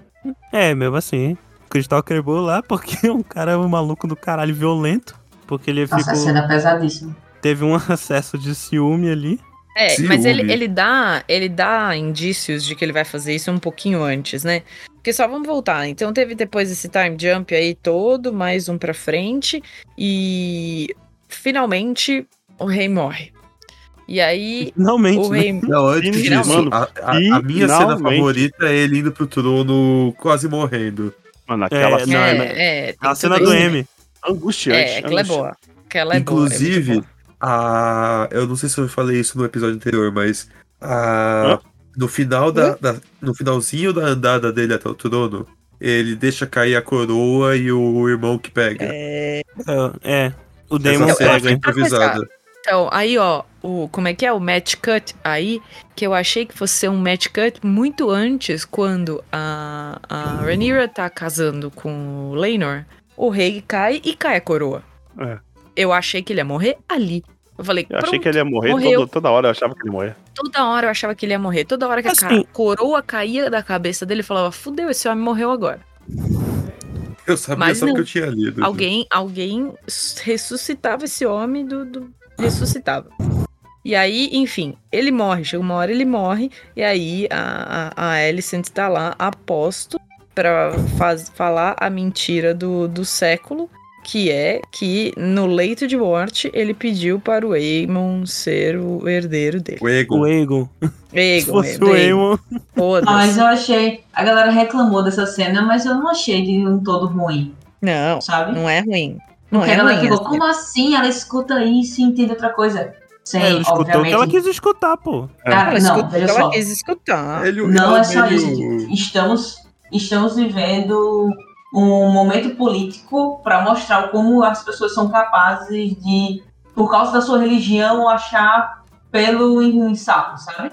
É, mesmo assim. O Cristal quebrou lá porque é um cara um maluco do caralho violento. Porque ele
Nossa,
ficou,
a cena é pesadíssima.
teve um acesso de ciúme ali.
É,
Ciúme.
mas ele, ele dá ele dá indícios de que ele vai fazer isso um pouquinho antes, né? Porque só vamos voltar. Então teve depois esse time jump aí todo, mais um pra frente e finalmente o rei morre. E aí
Finalmente,
o
né?
rei
Não, antes disso,
Finalmente.
a, a- a minha cena
Finalmente.
favorita é ele indo pro trono quase morrendo.
Mano, aquela
É,
cena
não,
é,
mas-
é, é, tem
A cena
tudo
do
isso, né?
M.
angustiante.
É, aquela é
angustiante.
boa. Aquela é boa. é
Inclusive,
muito boa.
a, eu não sei se eu falei isso no episódio anterior, mas a, no final da, da- no finalzinho da andada dele até o trono, ele deixa cair a coroa e o irmão que pega.
É. é. O
Essa
Damon
cena
pega.
foi
hein?
improvisada.
Então, aí ó, o como é que é o match cut aí, que eu achei que fosse ser um match cut muito antes, quando a, a Rhaenyra tá casando com o Laenor, o rei cai e cai a coroa.
É.
Eu achei que ele ia morrer ali. Eu falei,
Eu
pronto,
achei que é ele ia morrer
morreu.
todo, toda hora, eu achava que ele morria.
toda hora eu achava que ele ia morrer. Toda hora que a ca-
Assim.
coroa caía da cabeça dele, eu falava, fudeu, esse homem morreu agora.
Eu sabia
Mas
só
não.
que eu tinha
Uhum.
lido.
Alguém, alguém s- ressuscitava esse homem do, do- Ressuscitava. E aí, enfim, ele morre. Chega uma hora, ele morre. E aí a, a, a Alicent tá lá, aposto, pra faz, falar a mentira do, do século, que é que no leito de morte ele pediu para o Aemon ser o herdeiro dele.
O Ego.
O Egon. Se
Aegon,
fosse o
Aegon,
Eamon.
Ah, mas
foda-se.
eu achei. A galera reclamou dessa cena, mas eu não achei de um todo ruim,
Não,
sabe?
não é ruim. Não
Porque
é
a galera
ruim.
ficou,
assim.
como assim? Ela escuta isso e entende outra coisa. Sim,
É, Ela escutou o
obviamente.
que ela quis escutar, pô.
Ela
Cara, não,
escutou o
veja
que
só.
ela quis escutar.
Ele-
Não
ele
é só
meio-
isso. gente. Estamos, estamos vivendo um momento político para mostrar como as pessoas são capazes de, por causa da sua religião, achar pelo em em saco, sabe?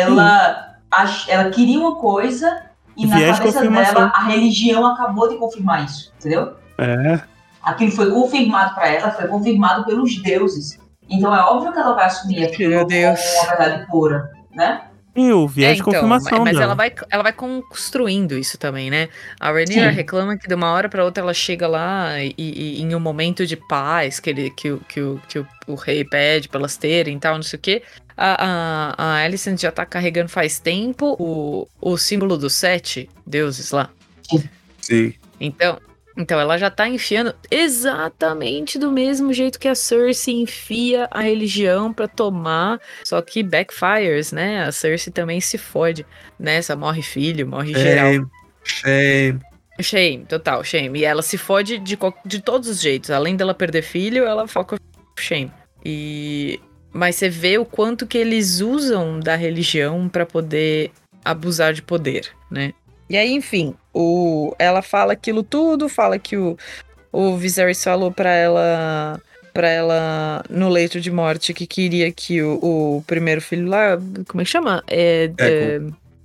Ela, ach- ela queria uma coisa e na
Viés de
cabeça
confirmação.
dela a religião acabou de confirmar isso, entendeu?
É.
Aquilo foi confirmado para ela, foi confirmado pelos deuses. Então é óbvio que ela vai assumir aquilo
Meu
como
Deus.
uma verdade pura, né?
E o viés
É,
de
então,
confirmação
mas
dela.
ela vai, ela vai construindo isso também, né? A Rhaenyra
Sim.
reclama que de uma hora pra outra ela chega lá e, e- em um momento de paz que, ele, que, o- que, o, que o, o rei pede pra elas terem e tal, não sei o quê. A, a, a Alicent já tá carregando faz tempo o, o símbolo dos sete deuses lá.
Sim.
Então, então ela já tá enfiando exatamente do mesmo jeito que a Cersei enfia a religião pra tomar, só que backfires, né? A Cersei também se fode nessa, morre filho, morre
É.
geral.
Shame, shame.
Shame, total, shame. E ela se fode de, qual- de todos os jeitos. Além dela perder filho, ela foca no shame. E mas você vê o quanto que eles usam da religião pra poder abusar de poder, né? E aí, enfim, o, ela fala aquilo tudo, fala que o, o Viserys falou pra ela para ela no leito de morte que queria que o, o primeiro filho lá, como é que chama? É,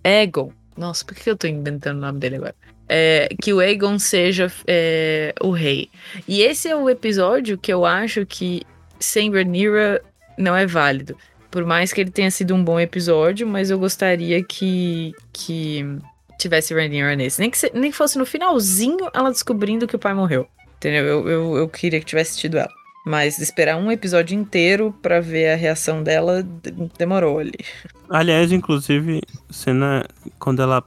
é, Egon. Nossa, por que eu tô inventando o nome dele agora? É, que o Egon seja é, o rei. E esse é o episódio que eu acho que sem Rhaenyra não é válido. Por mais que ele tenha sido um bom episódio, mas eu gostaria que, que tivesse Rhaenyra nesse. Nem que, se- nem que fosse no finalzinho ela descobrindo que o pai morreu. Entendeu? Eu, eu, eu queria que tivesse tido ela. Mas esperar um episódio inteiro pra ver a reação dela d- demorou ali.
Aliás, inclusive, cena quando ela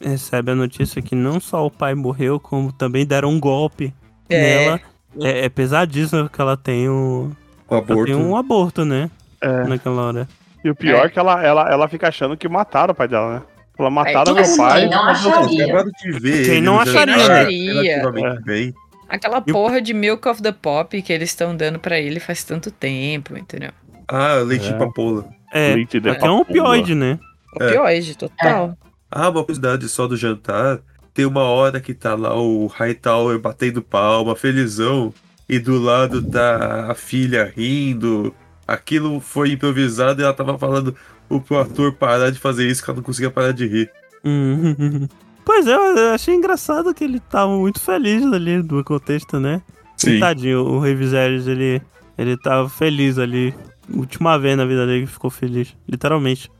recebe a notícia que não só o pai morreu, como também deram um golpe
É.
nela. É, é pesadíssimo que ela tem um,
O
ela tem
aborto.
um aborto, né?
É.
Naquela hora.
E o pior é que ela, ela, ela fica achando que mataram o pai dela, né?
É,
Ela mataram
tudo
meu
bem,
pai.
Assim, não
Não,
acharia.
acabaram de ver.
Quem não
eles já
acharia?
estavam
Acharia.
relativamente bem.
Aquela
E o-
porra de Milk of the Pop que eles estão dando pra ele faz tanto tempo, entendeu?
Ah, leite
É.
de papoula.
É,
Leite de
porque é um
papoula.
opioide, né?
Opioide, é total.
Ah, uma curiosidade só do jantar. Tem uma hora que tá lá o Hightower batendo palma, felizão, e do lado tá a filha rindo. Aquilo foi improvisado e ela tava falando o- pro ator parar de fazer isso, que ela não conseguia parar de rir.
Hum. Pois é, eu achei engraçado que ele tava muito feliz ali do contexto, né?
Tá.
Tadinho, o Rei Viserys, ele, ele tava feliz ali. Última vez na vida dele que ficou feliz, literalmente.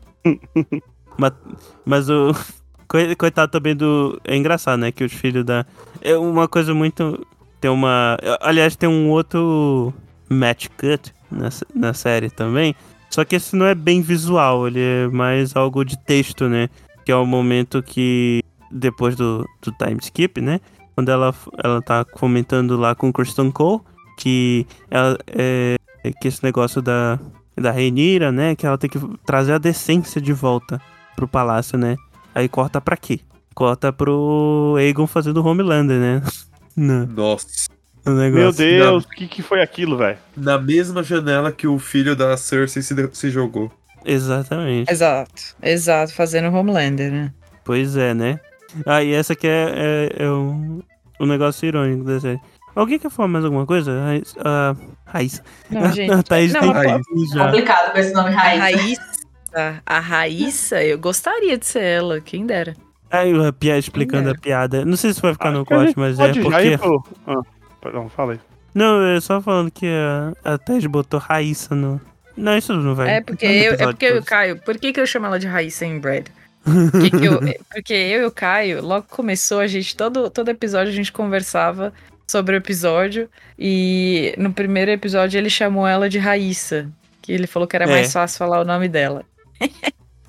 mas, mas o. coi- Coitado também do. É engraçado, né? Que os filhos da. É uma coisa muito. Tem uma. Aliás, tem um outro match cut na, s- na série também. Só que esse não é bem visual, ele é mais algo de texto, né? Que é o momento que. Depois do, do time skip, né? quando ela, ela tá comentando lá com o Kristen Cole que, ela, é, que esse negócio da, da Renira, né? Que ela tem que trazer a decência de volta pro palácio, né? Aí corta pra quê? Corta pro Aegon fazendo Homelander, né? No,
Nossa.
no negócio. né?
Meu Deus, o que, que foi aquilo, velho?
Na mesma janela que o filho da Cersei se, de- se jogou.
Exatamente.
Exato, exato, fazendo Homelander, né?
Pois é, né? Aí essa aqui é, é, é um, um negócio irônico da série. Alguém quer falar mais alguma coisa? Raiz- ah, Raiz.
Não, gente.
a Thaís
não,
tem
mas
Aí,
que ir já.
Complicado com esse nome
A
raiz.
Raíssa, a Raíssa, eu gostaria de ser ela, quem dera.
Aí o Pia explicando a piada. Não sei se vai
Ah,
ficar no
Acho que a
corte,
gente
mas é
Pode já ir
porque.
pro. Ah, perdão, falei.
Não, é só falando que a, a Tess botou Raíssa no. Não, isso não vai.
É porque
não no
eu, é
um episódio
porque eu e o
todo.
Caio, por que, que eu chamo ela de Raíssa em Brad? Porque, que eu- é, porque eu e o Caio, logo começou, a gente, todo, todo episódio a gente conversava sobre o episódio, e no primeiro episódio ele chamou ela de Raíssa, que ele falou que era
É.
mais fácil falar o nome dela.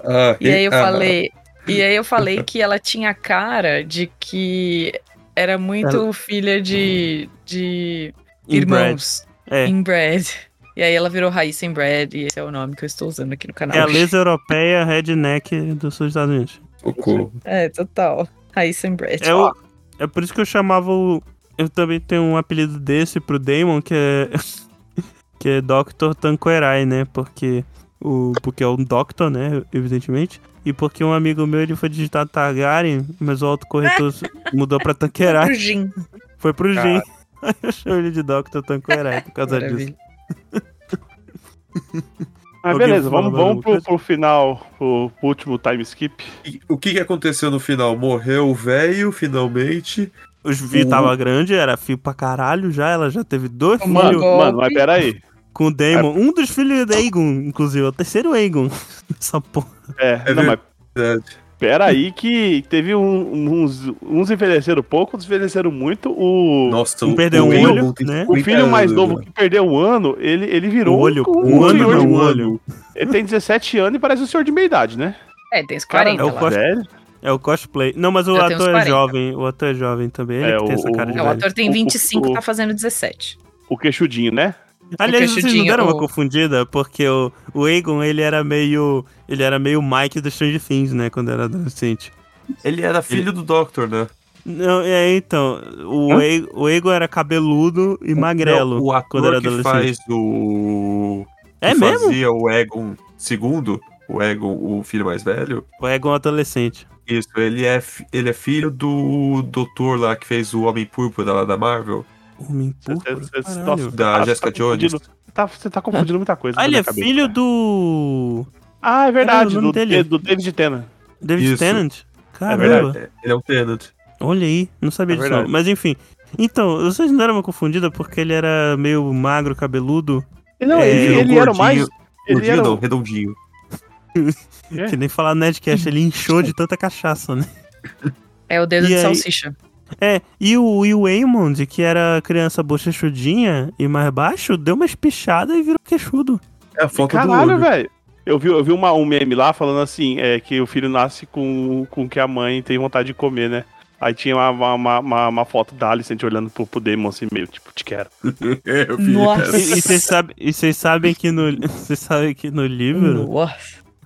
ah,
E aí eu
ah,
falei, e aí eu falei que ela tinha a cara de que era muito filha de, de
Inbred.
irmãos
É.
inbred. E aí ela virou Raíssa inbred, e esse é o nome que eu estou usando aqui no canal.
É a lesa europeia redneck dos Estados Unidos.
socorro.
É, total. Raíssa inbred.
É, o- é por isso que eu chamava o. Eu também tenho um apelido desse pro Damon, que é. que é Dr. Tanqueray, né? Porque. O, porque é um Doctor, né? Evidentemente. E porque um amigo meu ele foi digitar Targaryen, mas o autocorretor mudou pra Tanqueray.
Pro Jim.
Foi pro
Cara.
Jim. Aí eu chamo ele de Dr. Tanqueray por causa disso.
Maravilha.
Mas
Alguém
beleza,
fala mais
vamos, vamos
alguma
pro, pro final, pro, pro último time skip.
E O que, que aconteceu no final? Morreu o velho, finalmente.
Os Vi
Uhum.
tava grande, era filho pra caralho já, ela já teve dois
Uma
filhos
golpe.
Mano, mas peraí.
com o Damon. Um dos filhos é Aegon, inclusive, é o terceiro Aegon. Essa porra.
É,
É
não, mas
Verdade.
peraí que teve um- uns, uns envelheceram pouco, outros envelheceram muito. O,
Nossa,
Um perdeu um
velho
olho,
tem
né?
o
50
filho mais
anos,
novo
mano.
que perdeu um ano, ele, ele virou
Um olho,
um,
um ano
senhor de-
não, um olho.
Ele tem 17 anos e parece um senhor de meia idade, né?
É, tem os
Cara,
40
é o
lá.
Costa-
Velho.
É o cosplay. Não, mas o
Já tem uns
ator é
40.
jovem. O ator é jovem também. Ele
É,
que tem
o-
essa cara de
É, o
velho.
ator tem
O-
25
o-
e tá fazendo 17.
O queixudinho, né?
Aliás, vocês não
queixudinho,
deram uma
é o-
confundida, porque o, o Aegon, ele era meio. Ele era meio Mike do Stranger Things, né? Quando era adolescente.
Ele era filho do Doctor, né?
Não, é, então. O,
Hã?
Ae- o Aegon era cabeludo e magrelo.
Não, o ator
quando era
que
adolescente.
faz o...
é
que
mesmo?
fazia o Egon II, o Egon, o filho mais velho,
O Egon é adolescente.
Isso, ele é, fi- ele é filho do doutor lá que fez o Homem Púrpura lá da Marvel.
Homem Púrpura?
Você- você-
Caralho.
nossa,
Da
você
Jessica
tá confundindo- tá- Você tá confundindo muita coisa.
Ah,
na
ele
minha
é
cabeça.
filho do.
Ah, é verdade,
Caralho, o
do,
nome dele.
do David
É,
Tennant.
David
Isso.
Tennant?
É
Caramba,
verdade, é- ele é um Tenant.
olha aí, não sabia
É
disso.
verdade.
não. Mas enfim. Então, vocês não deram uma confundida porque ele era meio magro, cabeludo,
Não,
É,
ele,
o
ele era o mais. Ele
Gordinho
era, um-
não,
o-
redondinho.
É.
que nem falar no Nerdcast, ele inchou de tanta cachaça, né?
É o dedo
E
de
aí-
salsicha.
É, e o, e o Eamond, que era criança bochechudinha e mais baixo, deu uma espichada e virou queixudo.
É a foto do
Caralho,
olho.
velho. Eu vi, eu vi uma, um meme lá falando assim, é, que o filho nasce com com o que a mãe tem vontade de comer, né? Aí tinha uma, uma, uma- uma, uma foto da Alicent olhando pro, pro Demon assim, meio tipo, te quero.
É, eu vi
Nossa.
E e vocês sabem, e vocês sabem que no, vocês sabem que no livro,
Nossa.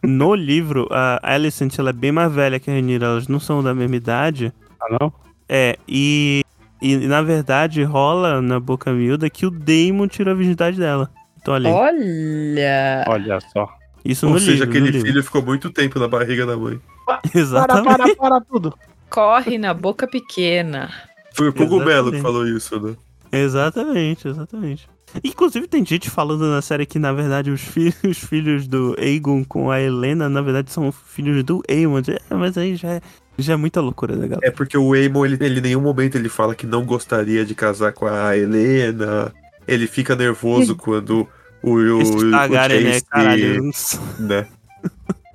no livro, a Alicent ela é bem mais velha que a Renira, elas não são da mesma idade.
Ah, não?
É, e, e na verdade rola na boca miúda que o Damon tirou a virgindade dela. Então olha, aí,
Olha.
Olha só.
isso no
Ou seja,
livro, no
aquele
livro.
filho ficou muito tempo na barriga da mãe.
Exatamente.
para, para tudo.
Corre na boca pequena.
Foi o Cogumelo que
Exatamente.
falou isso, né?
Exatamente, exatamente. Inclusive tem gente falando na série que, na verdade, os, fi- os filhos do Aegon com a Helena, na verdade, são filhos do Aemond. É, mas aí já é, já é muita loucura, né, galera?
É porque o Eamon, ele, ele em nenhum momento ele fala que não gostaria de casar com a Helena. Ele fica nervoso quando o, o,
Esses
o
Targaryen, né,
Jace,
caralho.
né?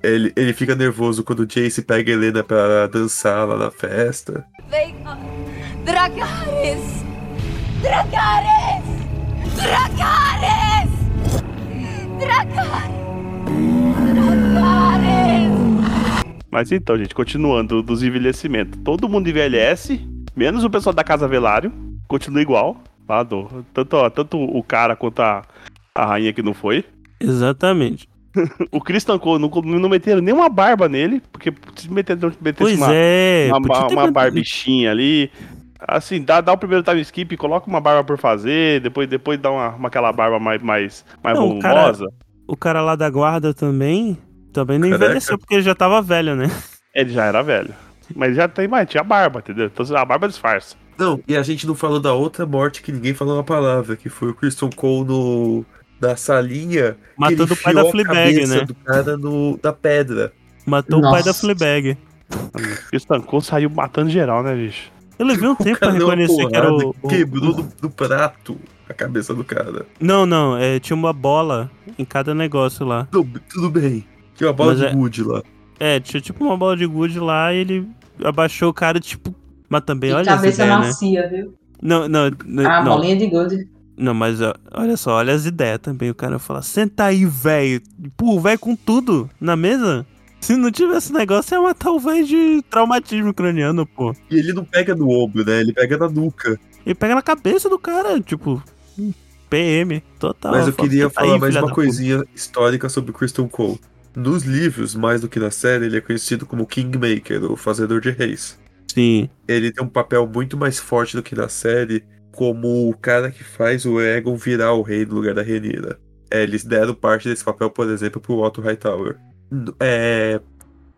Ele, ele fica nervoso quando o Jace pega a Helena pra dançar lá na festa.
They are Dracarys! Dracarys! Dracarys! Dracarys! Dracarys!
Mas então, gente, continuando dos envelhecimentos. Todo mundo envelhece, menos o pessoal da Casa Velário. Continua igual. Lá do, tanto, ó, tanto o cara quanto a, a rainha que não foi.
Exatamente.
O Christian Cole não, não meteram nenhuma barba nele, porque se meter, metesse
Pois
uma,
é.
uma,
podia
ba-
ter
uma
mandado-
barbichinha ali. Assim, dá, dá o primeiro time skip, coloca uma barba por fazer, depois, depois dá uma, uma- aquela barba mais, mais, mais
Não, o cara-
volumosa.
O cara lá da guarda também, também não
Careca.
envelheceu, porque ele já tava velho, né?
Ele já era velho. Mas já tem mais, tinha barba, entendeu? Então a barba disfarça.
Não, e a gente não falou da outra morte que ninguém falou uma palavra, que foi o Christian Cole no, na salinha. que
Matou
ele
o pai da
enfiou a
Fleabag,
cabeça
né?
do cara no, na pedra.
Matou o pai da
Nossa.
Fleabag.
E o Stancou saiu matando geral, né, bicho?
Eu levei um tempo pra
Cara, deu uma
reconhecer que era
porrada
o-
que
o,
Quebrou do, do prato a cabeça do cara.
Não, não, é, tinha uma bola em cada negócio lá.
Tudo, tudo bem. Tinha uma bola
Mas
de
é-
gude lá.
É, tinha tipo uma bola de gude lá e ele abaixou o cara, tipo. Mas também,
E
olha essa
cabeça
ideia, né?
macia, viu?
Não, não, n-
Ah,
não,
bolinha de gude.
não, mas ó, olha só, olha as ideias também. O cara fala, senta aí, velho. Pô, o velho com tudo na mesa? Se não tivesse negócio, ia matar o velho de traumatismo craniano, pô.
E ele não pega no ombro, né? Ele pega na nuca.
E pega na cabeça do cara, tipo. PM, total.
Mas eu
Fala,
queria
"Senta Tá, aí,
falar mais
filha
uma
da
coisinha histórica sobre o Christian Cole. Nos livros, mais do que na série, ele é conhecido como Kingmaker, o Fazedor de Reis.
puta." Sim.
Ele tem um papel muito mais forte do que na série, como o cara que faz o Egon virar o rei no lugar da Renira. É, eles deram parte desse papel, por exemplo, pro Otto Hightower. N- É,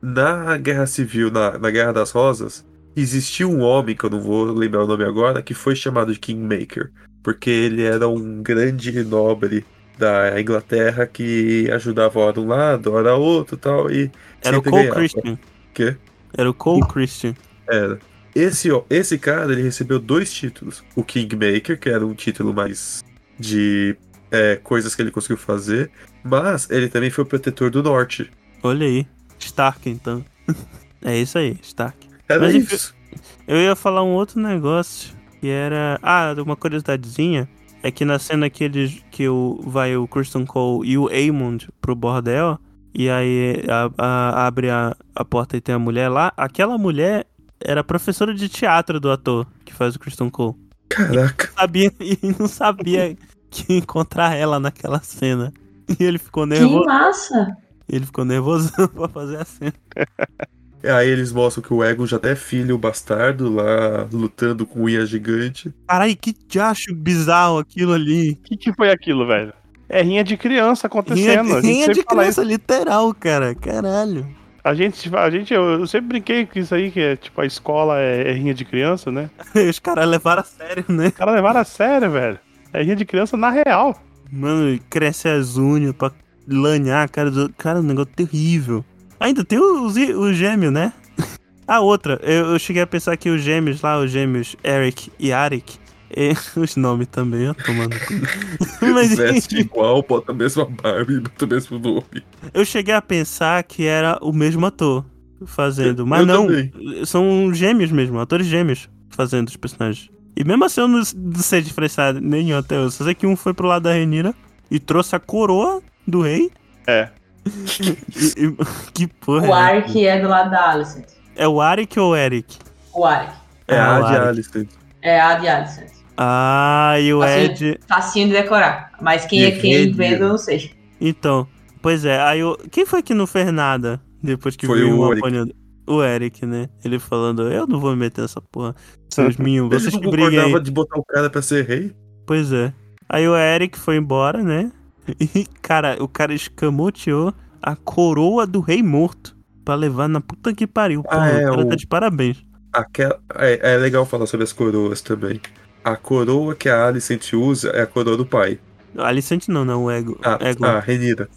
na Guerra Civil, na, na Guerra das Rosas, existiu um homem, que eu não vou lembrar o nome agora, que foi chamado de Kingmaker, porque ele era um grande nobre da Inglaterra que ajudava ora um lado, ora outro e tal, e
Era o
sempre
Cole
ganhava.
Christian.
Quê?
Era o Cole Christian.
Era. Esse, ó, esse cara, ele recebeu dois títulos. O Kingmaker, que era um título mais de é, coisas que ele conseguiu fazer, mas ele também foi o protetor do norte.
Olha aí. Stark, então. é isso aí, Stark.
Era
Mas enfim-
isso.
Eu ia falar um outro negócio que era. Ah, uma curiosidadezinha. É que na cena que eles. que o, vai o Christian Cole e o Aemond pro bordel. E aí a- a- abre a, a porta e tem a mulher lá. Aquela mulher era professora de teatro do ator que faz o Christian Cole.
Caraca.
Sabia, e não sabia que encontrar ela naquela cena. E ele ficou
Que
nervoso.
massa!
Ele ficou nervosão pra fazer a cena.
Aí eles mostram que o Egon já é filho bastardo lá, lutando com unha gigante.
Caralho, que diacho bizarro aquilo ali.
O que, que foi aquilo, velho? É rinha de criança acontecendo.
Rinha,
a gente
rinha
sempre
de
fala
criança, literal, cara. Caralho.
isso. A gente, a gente eu, eu sempre brinquei com isso aí, que é tipo, a escola é, é rinha de criança, né?
Os caras levaram a sério, né?
Os caras levaram a sério, velho. É rinha de criança na real.
Mano, e cresce as unhas pra lanhar a cara do. Cara, um negócio terrível. Ainda tem os, os gêmeos, né? A outra, eu, eu cheguei a pensar que os gêmeos lá, os gêmeos Eric e Arik, eh, os nomes também, eu tô mano. Mas
Veste
enfim,
igual, bota a mesma Barbie, bota o mesmo nome.
eu cheguei a pensar que era o mesmo ator fazendo, mas
eu
não,
também.
são gêmeos mesmo, atores gêmeos fazendo os personagens. E mesmo assim eu não, não sei diferenciar nenhum até hoje, só sei que um foi pro lado da Renira e trouxe a coroa do rei.
É.
E- e- que porra.
O
é?
Arik é do lado da Alicent.
É o Arik ou o Eric?
O Arik.
É
Ah,
a
o
de
Arik.
Alistair.
É a de Alicent.
Ah, e o
Assim,
Ed.
Facinho de decorar. Mas quem é quem
Guerreiro.
vendo, eu não sei.
Então, pois é, aí eu... quem foi que não fez nada depois que
Foi
viu
o
o
Eric.
apanhando? O Eric, né? Ele falando, eu não vou me meter nessa porra. Seus minhos,
Ele
vocês
não
que brigam
concordava
aí.
de botar o cara pra ser rei?
Pois é. Aí o Eric foi embora, né? E, cara, o cara escamoteou a coroa do rei morto pra levar na puta que pariu. Porra,
é,
o cara tá
o-
de parabéns.
Aquela, é, é legal falar sobre as coroas também. A coroa que a Alicent usa é a coroa do pai.
Alicente não, não, o Ego.
Ah,
Ego.
a Renira.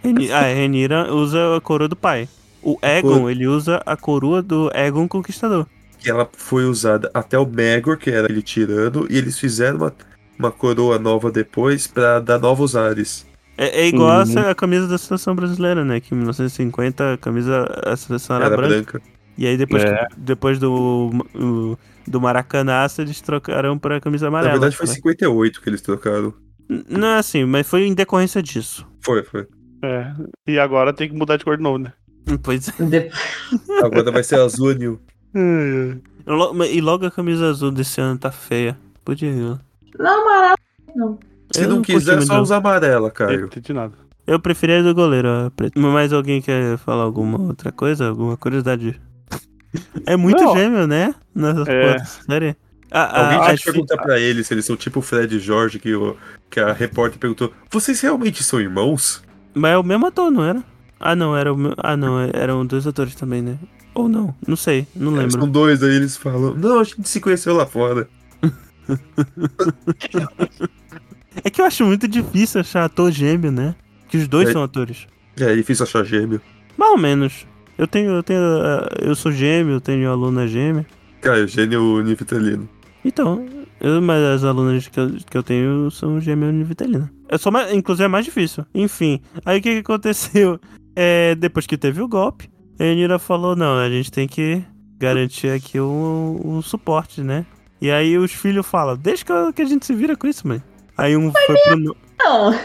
Reni- Ah, a Renira usa a coroa do pai. O Egon, ele usa a coroa do Egon Conquistador.
Que ela foi usada até o Megor, que era ele tirano, e eles fizeram uma, uma coroa nova depois pra dar novos ares.
É, é igual a
Uhum.
se- a camisa da seleção brasileira, né? Que em 1950 a camisa, a seleção era,
Era
branca.
branca.
E aí depois,
É.
depois do, o- do Maracanaço eles trocaram pra camisa
Na
amarela.
verdade, foi
né?
58 que eles trocaram.
N- Não é assim, mas foi em decorrência disso.
Foi, foi.
É. E agora tem que mudar de cor de novo, né?
Pois é.
De-
Agora vai ser azul anil.
Lo- mas- E logo a camisa azul desse ano tá feia. Podia ir.
Não, amarelo.
Se
Eu não
não,
curti
quiser,
muito,
só
não.
usa amarela,
Não
Caio.
entendi nada.
Eu preferia a do goleiro, a preta. Mas alguém quer falar alguma outra coisa? Alguma curiosidade? É muito
Não.
gêmeo, né? Nessa
É.
porra, Ah, sério. A- a-
Alguém tinha
as
que
fi-
perguntar pra eles se eles são tipo o Fred e Jorge, que, o- que a repórter perguntou: Vocês realmente são irmãos?
Mas é o mesmo ator, não era? Ah, não, era o me- Ah, não, é- eram dois atores também, né? Ou não, não sei, não lembro.
É, São dois, aí eles falam: Não, a gente se conheceu lá fora.
É que eu acho muito difícil achar ator gêmeo, né? Que os dois
É.
são atores.
É difícil achar gêmeo.
Mais ou menos. Eu tenho, eu tenho, ah, eu sou gêmeo, eu tenho aluna gêmea.
Caio, gênio nivitalino.
Então, eu, mas as alunas que eu, que eu tenho são gêmeo univitelina. É só mais, inclusive é mais difícil. Enfim, aí o que, que aconteceu? É, depois que teve o golpe, a Enira falou, não, a gente tem que garantir aqui um, um suporte, né? E aí os filhos falam, deixa que, eu- que a gente se vira com isso, mãe. Aí um, foi pro, no-
Não.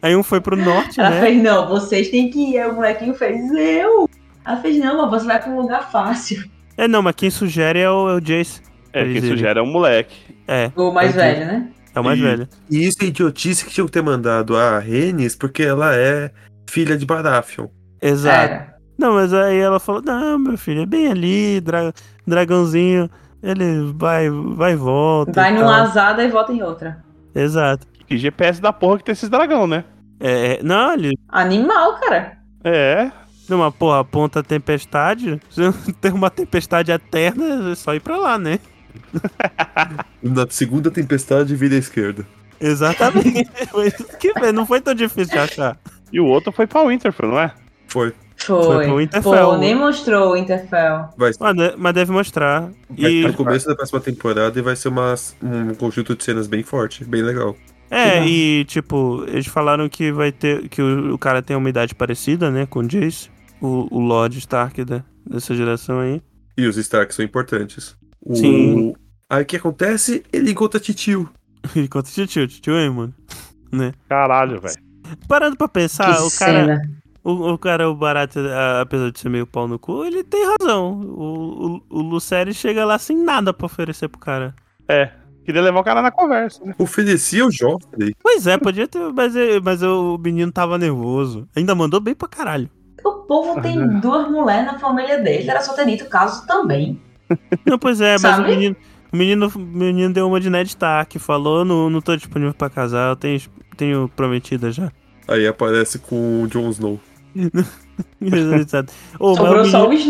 aí um foi pro norte,
Ela
né?
fez, não, vocês têm que ir. Aí O molequinho fez, eu. Ela fez, não, mas você vai pra um lugar fácil.
É, não, mas quem sugere é o, é o Jace.
É, quem
Eles-
sugere é um moleque.
É,
O mais
Entendi.
velho, né?
é o mais
E-
velho.
E isso é idiotice que tinham que ter mandado a Renis, porque ela é filha de Baratheon.
Exato.
Era.
Não, mas aí ela falou: Não, meu filho, é bem ali, dra- dragãozinho. Ele vai, vai e volta.
Vai
e
numa
tal."
azada e volta em outra.
Exato.
Que GPS da porra que tem esses dragão, né?
É, é- não, ele.
Animal, cara.
É.
Numa porra, aponta a tempestade. Se tem uma tempestade eterna, é só ir pra lá, né?
Na segunda tempestade, vira à esquerda.
Exatamente. Foi isso que fez, não foi tão difícil de achar.
E o outro foi pra Winterfell, não é?
Foi.
Foi
Foi.
pro Winterfell.
Pô, nem mostrou o Interfell.
Vai,
Mas, de- mas deve mostrar.
vai
E,
estar no começo da próxima temporada e vai ser uma, um conjunto de cenas bem forte, bem legal.
é,
Exato.
e tipo, eles falaram que vai ter. Que o, o cara tem uma idade parecida, né? Com o Jace. O, o Lord Stark da- dessa geração aí.
E os Starks são importantes. O-
Sim.
Aí o que acontece? Ele encontra Titio.
Enquanto titio, titio aí, mano.
Caralho, velho.
Parando pra pensar,
que
Tá, o cara,
cena.
o, o cara, o Barata, a- apesar de ser meio pau no cu, ele tem razão. O, o, o Luceri chega lá sem nada pra oferecer pro cara.
Queria levar o cara na conversa, né?
Oferecia o Joffrey.
Pois é, podia ter, mas, ele- mas o menino tava nervoso. Ainda mandou bem pra caralho.
O povo tem duas mulheres na família dele. Era só ter dito o caso também.
Não, pois é, mas o
Sabe?
menino, o menino, o menino deu uma de Ned Stark, falou, não, não tô disponível pra casar, eu tenho, tenho prometida já.
Aí aparece com o Jon Snow.
Exato. Ô, mas o
Sobrou só
menino,
um. o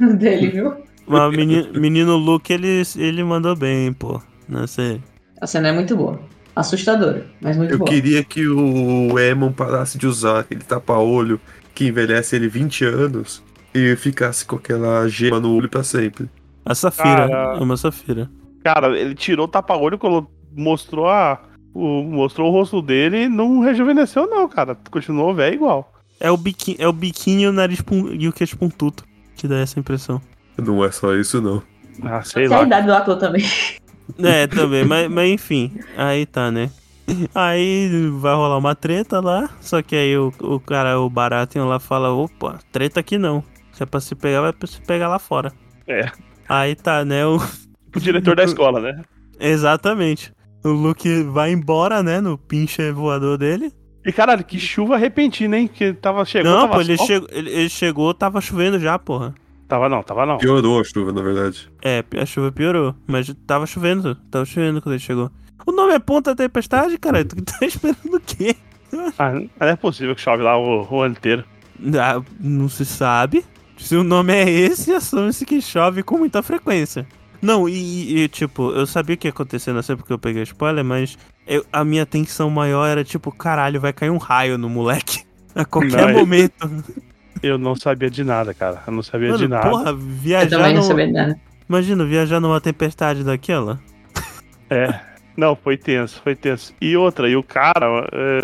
Snow dele, viu?
mas o menino, menino Luke, ele, ele mandou bem, pô. Não sei.
A cena é muito boa. Assustadora, mas muito
Eu
boa.
queria que o Emon parasse de usar aquele tapa-olho que envelhece ele 20 anos e ficasse com aquela gema no olho pra sempre.
A Safira.
Cara.
É uma Safira.
Cara, ele tirou o tapa-olho, colo- mostrou a. O, mostrou o rosto dele e não rejuvenesceu, não, cara. Continuou velho igual.
É o, biqui, é o biquinho e o nariz pun- e o queixo pontudo que dá essa impressão.
Não é só isso, não.
Ah, sei
Até a
lá.
idade do ator também.
É, também, mas, mas enfim, aí tá, né? Aí vai rolar uma treta lá, só que aí o, o cara, o baratinho lá fala, opa, treta aqui não. Se é pra se pegar, vai pra se pegar lá fora.
É.
Aí tá, né? O,
Tipo O diretor da escola, né?
exatamente. O Luke vai embora, né? No pinche voador dele.
E caralho, que chuva repentina, hein? Que tava chegou.
não,
tava
pô, ele,
sol?
chegou, ele, ele chegou, tava chovendo já, porra.
Tava não, tava não.
Piorou a chuva, na verdade.
É, a chuva piorou, mas tava chovendo, tava chovendo quando ele chegou. O nome é Ponta da Tempestade, cara, tu tá esperando o quê?
Ah, não é possível que chove lá o, o ano inteiro.
Ah, não se sabe. Se o nome é esse, assume-se que chove com muita frequência. Não, e, e, tipo, eu sabia o que ia acontecer, não sei porque eu peguei spoiler, mas eu- a minha tensão maior era tipo, caralho, vai cair um raio no moleque. A qualquer
Não, é-
momento.
Eu não sabia de nada, cara. Eu não sabia de
Mano,
nada.
porra,
Eu
viajar.
também não
No...
sabia de nada.
Imagina, viajar numa tempestade daquela.
É. Não, foi tenso, foi tenso. E outra, e o cara, é,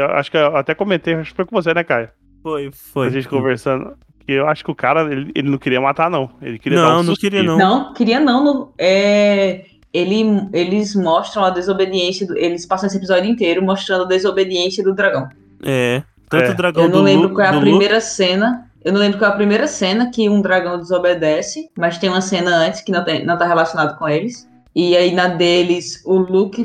eu acho que eu até comentei, acho que foi com você, né, Caio?
Foi, foi.
A gente conversando. Que eu acho que o cara, ele, ele não queria matar, não. Ele queria
Não,
dar um
não
suspiro.
queria, não.
Não, queria não. no- é, ele, eles mostram a desobediência. do- eles passam esse episódio inteiro mostrando a desobediência do dragão.
É. Tanto
É.
o dragão
Eu não
do
lembro
Lu-
qual é
do
a
Lu-
primeira cena. Eu não lembro qual é a primeira cena que um dragão desobedece, mas tem uma cena antes que não, tem, não tá relacionado com eles. E aí na deles, o Luke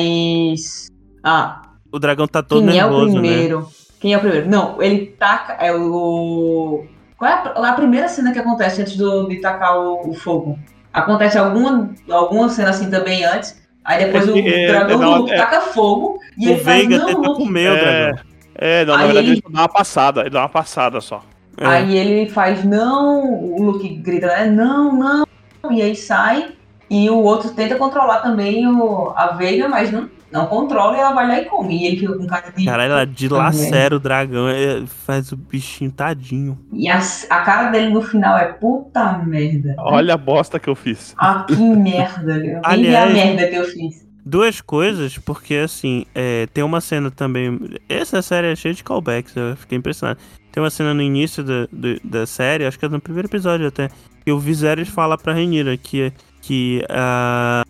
faz. Ah,
O dragão tá todo
quem é o
nervoso, né?
primeiro? Quem é o primeiro? Não, ele taca. É o. Qual é a, pr- a primeira cena que acontece antes do, de tacar o, o fogo? Acontece alguma, alguma cena assim também antes. Aí depois o
É que, é,
dragão do
não,
Luke
é.
taca fogo e
O
ele faz,
Veiga
não,
tenta
Luke,
comer o
É,
dragão.
é, não, na
Aí
verdade
ele-
ele só dá uma passada, ele dá uma passada só.
É.
Aí ele faz, não, o Luke grita, né? Não, não. E aí sai. E o outro tenta controlar também o, a Veiga, mas não, não controla e ela vai lá e come. E ele fica com cara de.
Caralho, ela
Tá
dilacera o dragão, é, faz o bichinho tadinho.
E a, a cara dele no final é puta merda.
Uhum.
Olha a bosta que eu fiz.
Ah, que merda, viu? Quem vê a
Aliás-
merda que eu fiz?
Duas coisas, porque assim, é, tem uma cena também. Essa série é cheia de callbacks, eu fiquei impressionado. Tem uma cena no início da, do- da série, acho que é no primeiro episódio até, que o Viserys fala pra Renira que. que. a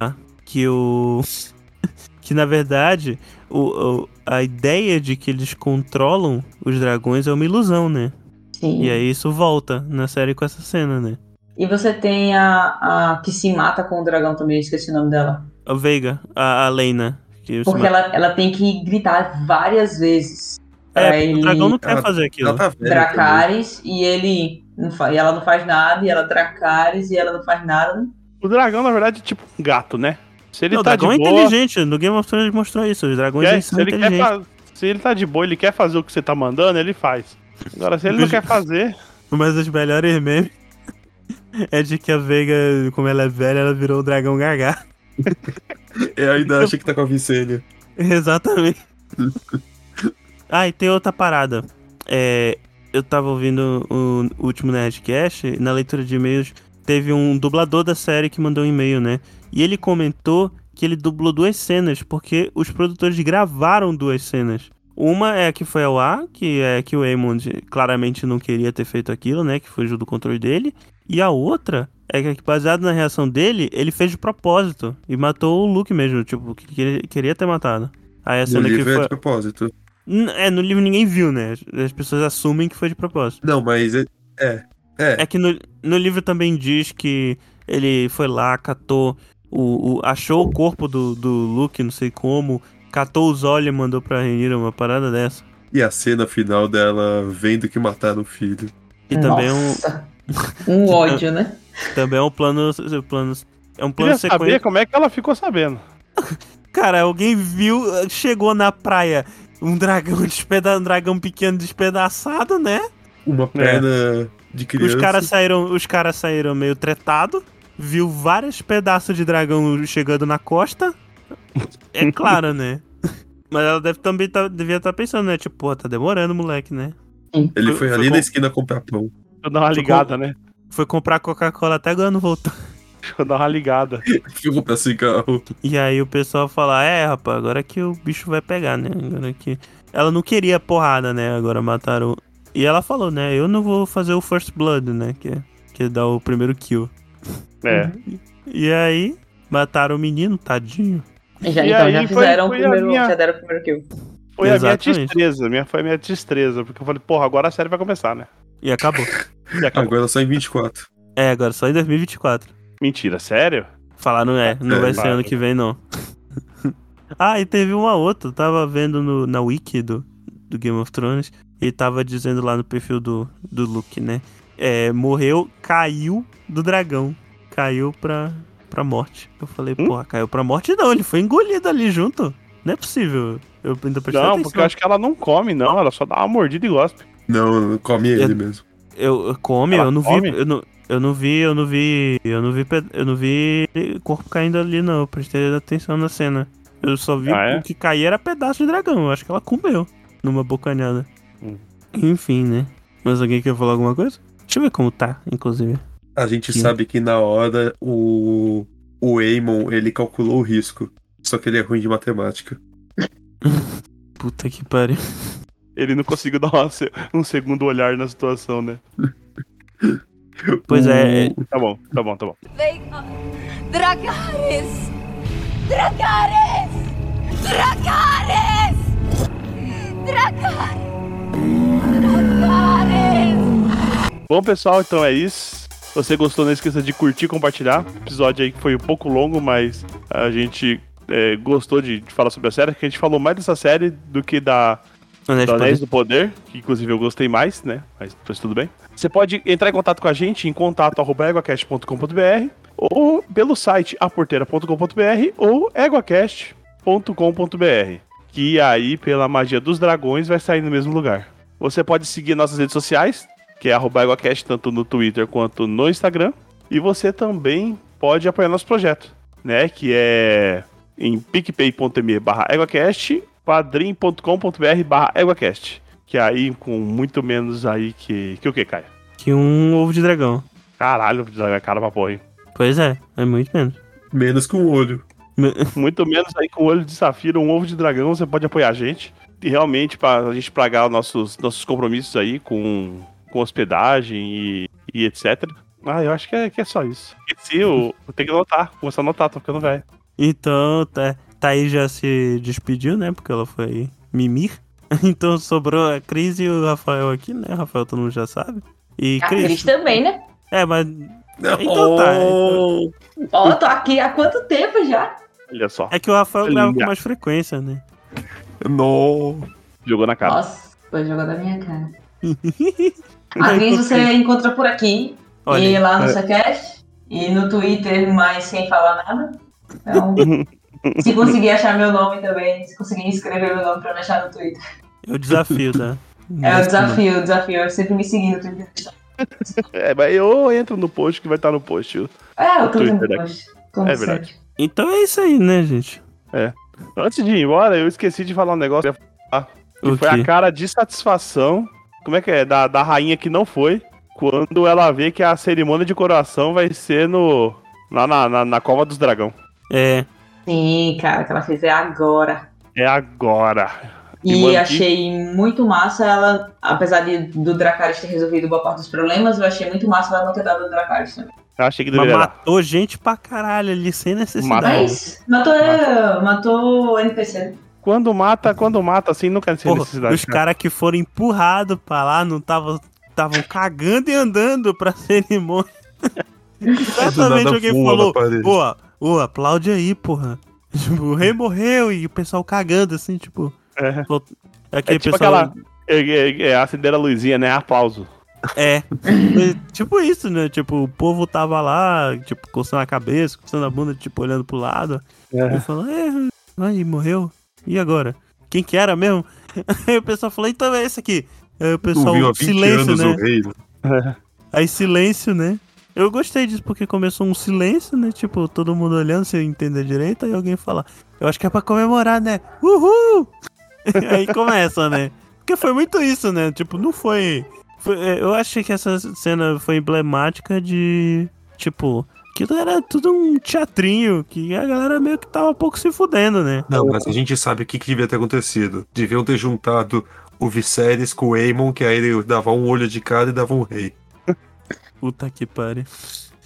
que o. que na verdade, o, o- a ideia de que eles controlam os dragões é uma ilusão, né?
Sim.
E aí isso volta na série com essa cena, né?
E você tem a, a que se mata com o dragão também, eu esqueci o nome dela.
A Veiga, a, a Lena. Que
Porque ela, ela tem que gritar várias vezes. pra
é, o
ele-
dragão não quer
Ela-
fazer
Ela
aquilo.
tá velha.
Dracarys e ele não fa- e ela não faz nada, e ela Dracarys e ela não faz nada.
O dragão, na verdade, é tipo um gato, né? Se ele
Não, o
tá de
dragão é
boa,
inteligente, é no Game of Thrones mostrou isso. Os dragões
quer-
eles
se,
são
ele quer
inteligentes.
fa- se ele tá de boa, ele quer fazer o que você tá mandando, ele faz. Agora, se ele não quer fazer,
Mas os melhores memes é de que a Veiga, como ela é velha, ela virou o dragão gagá.
também. Eu ainda achei que tá com a Vicênia.
Exatamente. ah, e tem outra parada. É, eu tava ouvindo o último Nerdcast, e na leitura de e-mails, teve um dublador da série que mandou um e-mail, né? E ele comentou que ele dublou duas cenas, porque os produtores gravaram duas cenas. Uma é a que foi ao ar, que é que o Eamond claramente não queria ter feito aquilo, né? Que fugiu do controle dele. E a outra é que, baseado na reação dele, ele fez de propósito e matou o Luke mesmo, tipo, que ele queria ter matado. Aí a
No
cena que
livro é
foi.
de propósito.
N- É, no livro ninguém viu, né? As- As pessoas assumem que foi de propósito.
Não, mas é. É. é.
É que no, no livro também diz que ele foi lá, catou. O, o- achou o corpo do, do Luke, não sei como, catou os olhos e mandou pra Renira uma parada dessa.
E a cena final dela vendo que mataram o filho.
E também é um,
Nossa. Um ódio, né?
também é um plano. plano é um plano
queria saber
sequência.
como é que ela ficou sabendo.
Cara, alguém viu, chegou na praia um dragão despeda um dragão pequeno despedaçado, né?
uma perna de
Os
criança.
caras saíram, os caras saíram meio tretado, viu vários pedaços de dragão chegando na costa. É claro, né? Mas ela deve também tá, devia estar pensando, né? Tipo, pô, tá demorando, moleque, né?
Ele foi,
foi
ali
com-
na esquina comprar pão.
Deixa eu dar uma ligada, né?
Foi comprar Coca-Cola até agora não voltou.
Deixa eu dar uma ligada.
Fui comprar cigarro.
E aí o pessoal fala, é, rapaz, agora que o bicho vai pegar, né? Agora que. Ela não queria porrada, né? Agora mataram. o- E ela falou, né? Eu não vou fazer o first blood, né? Que, é- que dá o primeiro kill.
É.
E aí, mataram o menino, tadinho.
Já,
E
então
aí
já
foi-
fizeram
foi a
o primeiro.
minha-
Já deram o primeiro kill.
Foi a minha
Exatamente.
destreza, minha, foi a minha destreza, porque eu falei, porra, agora a série vai começar, né?
E acabou.
E acabou.
Agora só em 24.
é, agora só em 2024.
Mentira, sério?
Falaram, é, não
É,
vai ser
vai.
ano que vem, não. ah, e teve uma outra, eu tava vendo no, na wiki do, do Game of Thrones, e tava dizendo lá no perfil do, do Luke, né? É, morreu, caiu do dragão. Caiu pra, pra morte. Eu falei,
Hum?
porra, caiu pra morte? Não, ele foi engolido ali junto. Não é possível. Eu ainda prestei
não,
atenção.
porque eu acho que ela não come, não, ela só dá uma mordida e gosta.
Não, come ele mesmo.
Eu, eu come,
Ela
eu não
come?
vi, eu não, eu não vi, eu não vi, eu não vi, pe- eu não vi corpo caindo ali não, eu prestei atenção na cena. Eu só vi
Ah, é?
o que caía era pedaço de dragão, eu acho que ela comeu numa bocanhada.
Hum.
Enfim, né? Mas alguém quer falar alguma coisa? Deixa eu ver como tá, inclusive.
A gente
Sim.
sabe que na hora o, o Eamon, ele calculou o risco. Só que ele é ruim de matemática.
Puta que pariu.
Ele não conseguiu dar uma se- um segundo olhar na situação, né?
Pois é, é-
Tá bom, tá bom, tá bom.
Veiga! Dracarys! Dracarys! Dracarys! Dracarys! Dracarys!
Bom, pessoal, então é isso. Se você gostou, não esqueça de curtir e compartilhar. O episódio aí que foi um pouco longo, mas a gente é, gostou de, de falar sobre a série, que a gente falou mais dessa série do que da
Anéis
do
né, de
Anéis
Poder.
do Poder, que inclusive eu gostei mais, né? Mas pois tudo bem. Você pode entrar em contato com a gente em contato.eguacast.com.br ou pelo site aporteira.com.br ou eguacast.com.br. Que aí, pela magia dos dragões, vai sair no mesmo lugar. Você pode seguir nossas redes sociais, que é arroba eguacast, tanto no Twitter quanto no Instagram. E você também pode apoiar nosso projeto, né? Que é em picpay.me barra eguacast, padrim.com.br barra eguacast. Que aí, com muito menos aí que... Que o que, Caio?
Que um ovo de dragão.
Caralho, é cara pra porra, hein?
Pois é, é muito menos.
Menos que um olho.
Muito menos aí com o olho de safira, um ovo de dragão, você pode apoiar a gente. E realmente, pra a gente pagar os nossos, nossos compromissos aí com, com hospedagem e, e etc. Ah, eu acho que é, que é só isso. Esqueci, eu, eu tenho que anotar. Começar a anotar, tô ficando velho.
Então, tá, Thaís já se despediu, né? Porque ela foi mimir. Então sobrou a Cris e o Rafael aqui, né? Rafael todo mundo já sabe. E
A
Cris.
Ah, Cris também, né?
É, mas
Não.
então tá.
Oh,
então-
Ó, tô aqui há quanto tempo já?
Olha só,
É que o Rafael grava com
Olha.
mais frequência, né?
Não.
jogou na cara.
Nossa, foi jogar da minha cara. A Cris você encontra por aqui.
Olha,
e
aí.
lá no Secast. E no Twitter, mas sem falar nada. Então, se conseguir achar meu nome também, se conseguir escrever meu nome pra me achar no Twitter.
é o desafio, tá?
É o desafio, o desafio. Eu sempre me seguir no Twitter.
É, mas eu entro no post que vai estar no post.
É, eu tô
Twitter
vendo
daqui.
hoje. Como
É verdade.
sempre.
Então é isso aí, né, gente?
Antes de ir embora, eu esqueci de falar um negócio.
O
Que foi a
quê?
cara de satisfação. Como é que é? Da, da rainha que não foi. Quando ela vê que a cerimônia de coroação vai ser no. Lá na, na, na Cova dos Dragão.
É,
Sim, cara, que ela fez é agora.
É agora. E
E
One Piece?
achei muito massa ela, apesar de, do Dracarys ter resolvido boa parte dos problemas, eu achei muito massa ela não ter dado o Dracarys também.
Eu achei que
mas
deveria. dar.
matou gente pra caralho ali, sem necessidade.
Matou.
Mas matou, é, matou o NPC.
Quando mata, quando mata, assim, nunca sem
Porra,
necessidade.
os caras que foram empurrados pra lá não estavam tavam cagando e andando pra cerimônia.
Do
é
nada
Exatamente alguém
voa na
falou.
parede.
Pô, ô, aplaude aí, porra. Tipo, o rei morreu e o pessoal cagando, assim, tipo.
É.
Volt- Aquele
É tipo
pessoal.
aquela- É, é, é, acender a luzinha, né? Aplauso.
É. É, tipo isso, né? Tipo, o povo tava lá, tipo, coçando a cabeça, coçando a bunda, tipo, olhando pro lado.
É.
E falando, é, aí morreu. E agora? Quem que era mesmo? Aí o pessoal falou, então é esse aqui. Aí o
Tu
pessoal,
viu há 20
silêncio,
anos
né?
o reino.
Aí silêncio, né? Eu gostei disso porque começou um silêncio, né? Tipo, todo mundo olhando sem entender direito, aí alguém fala, eu acho que é pra comemorar, né? Uhul! aí começa, né? Porque foi muito isso, né? Tipo, não foi. foi- é, eu achei que essa cena foi emblemática de. Tipo, aquilo era tudo um teatrinho que a galera meio que tava pouco se fudendo, né?
Não, mas a gente sabe o que, que devia ter acontecido. Deviam ter juntado o Viserys com o Aemon, que aí ele dava um olho de cada e dava um rei.
Puta que pariu.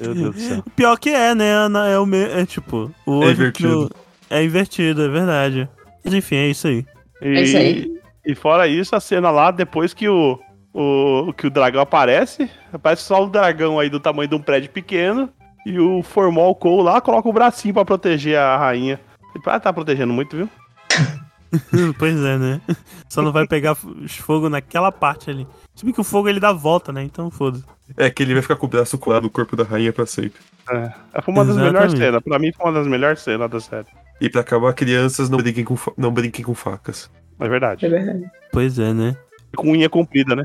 Meu Deus do céu.
Pior que é, né? Ana? É o me... É tipo, o
É
olho que o-
invertido.
É invertido, é verdade. Mas enfim, é isso aí.
E,
É isso aí.
E fora isso, a cena lá, depois que o, o, que o dragão aparece, aparece só um dragão aí do tamanho de um prédio pequeno. E o Formal Cole lá coloca o bracinho pra proteger a rainha. Ele fala, Ah, tá protegendo muito, viu?
pois é, né? Só não vai pegar os fogo naquela parte ali. Se bem que o fogo ele dá volta, né? Então foda-se.
É que ele vai ficar com o braço colado no corpo da rainha pra sempre.
É, Foi uma das
Exatamente.
melhores cenas. Pra mim, foi uma das melhores cenas da série.
E pra acabar, crianças não brinquem com, fa- não brinquem com facas.
É verdade.
É verdade.
Pois é, né?
Com unha comprida, né?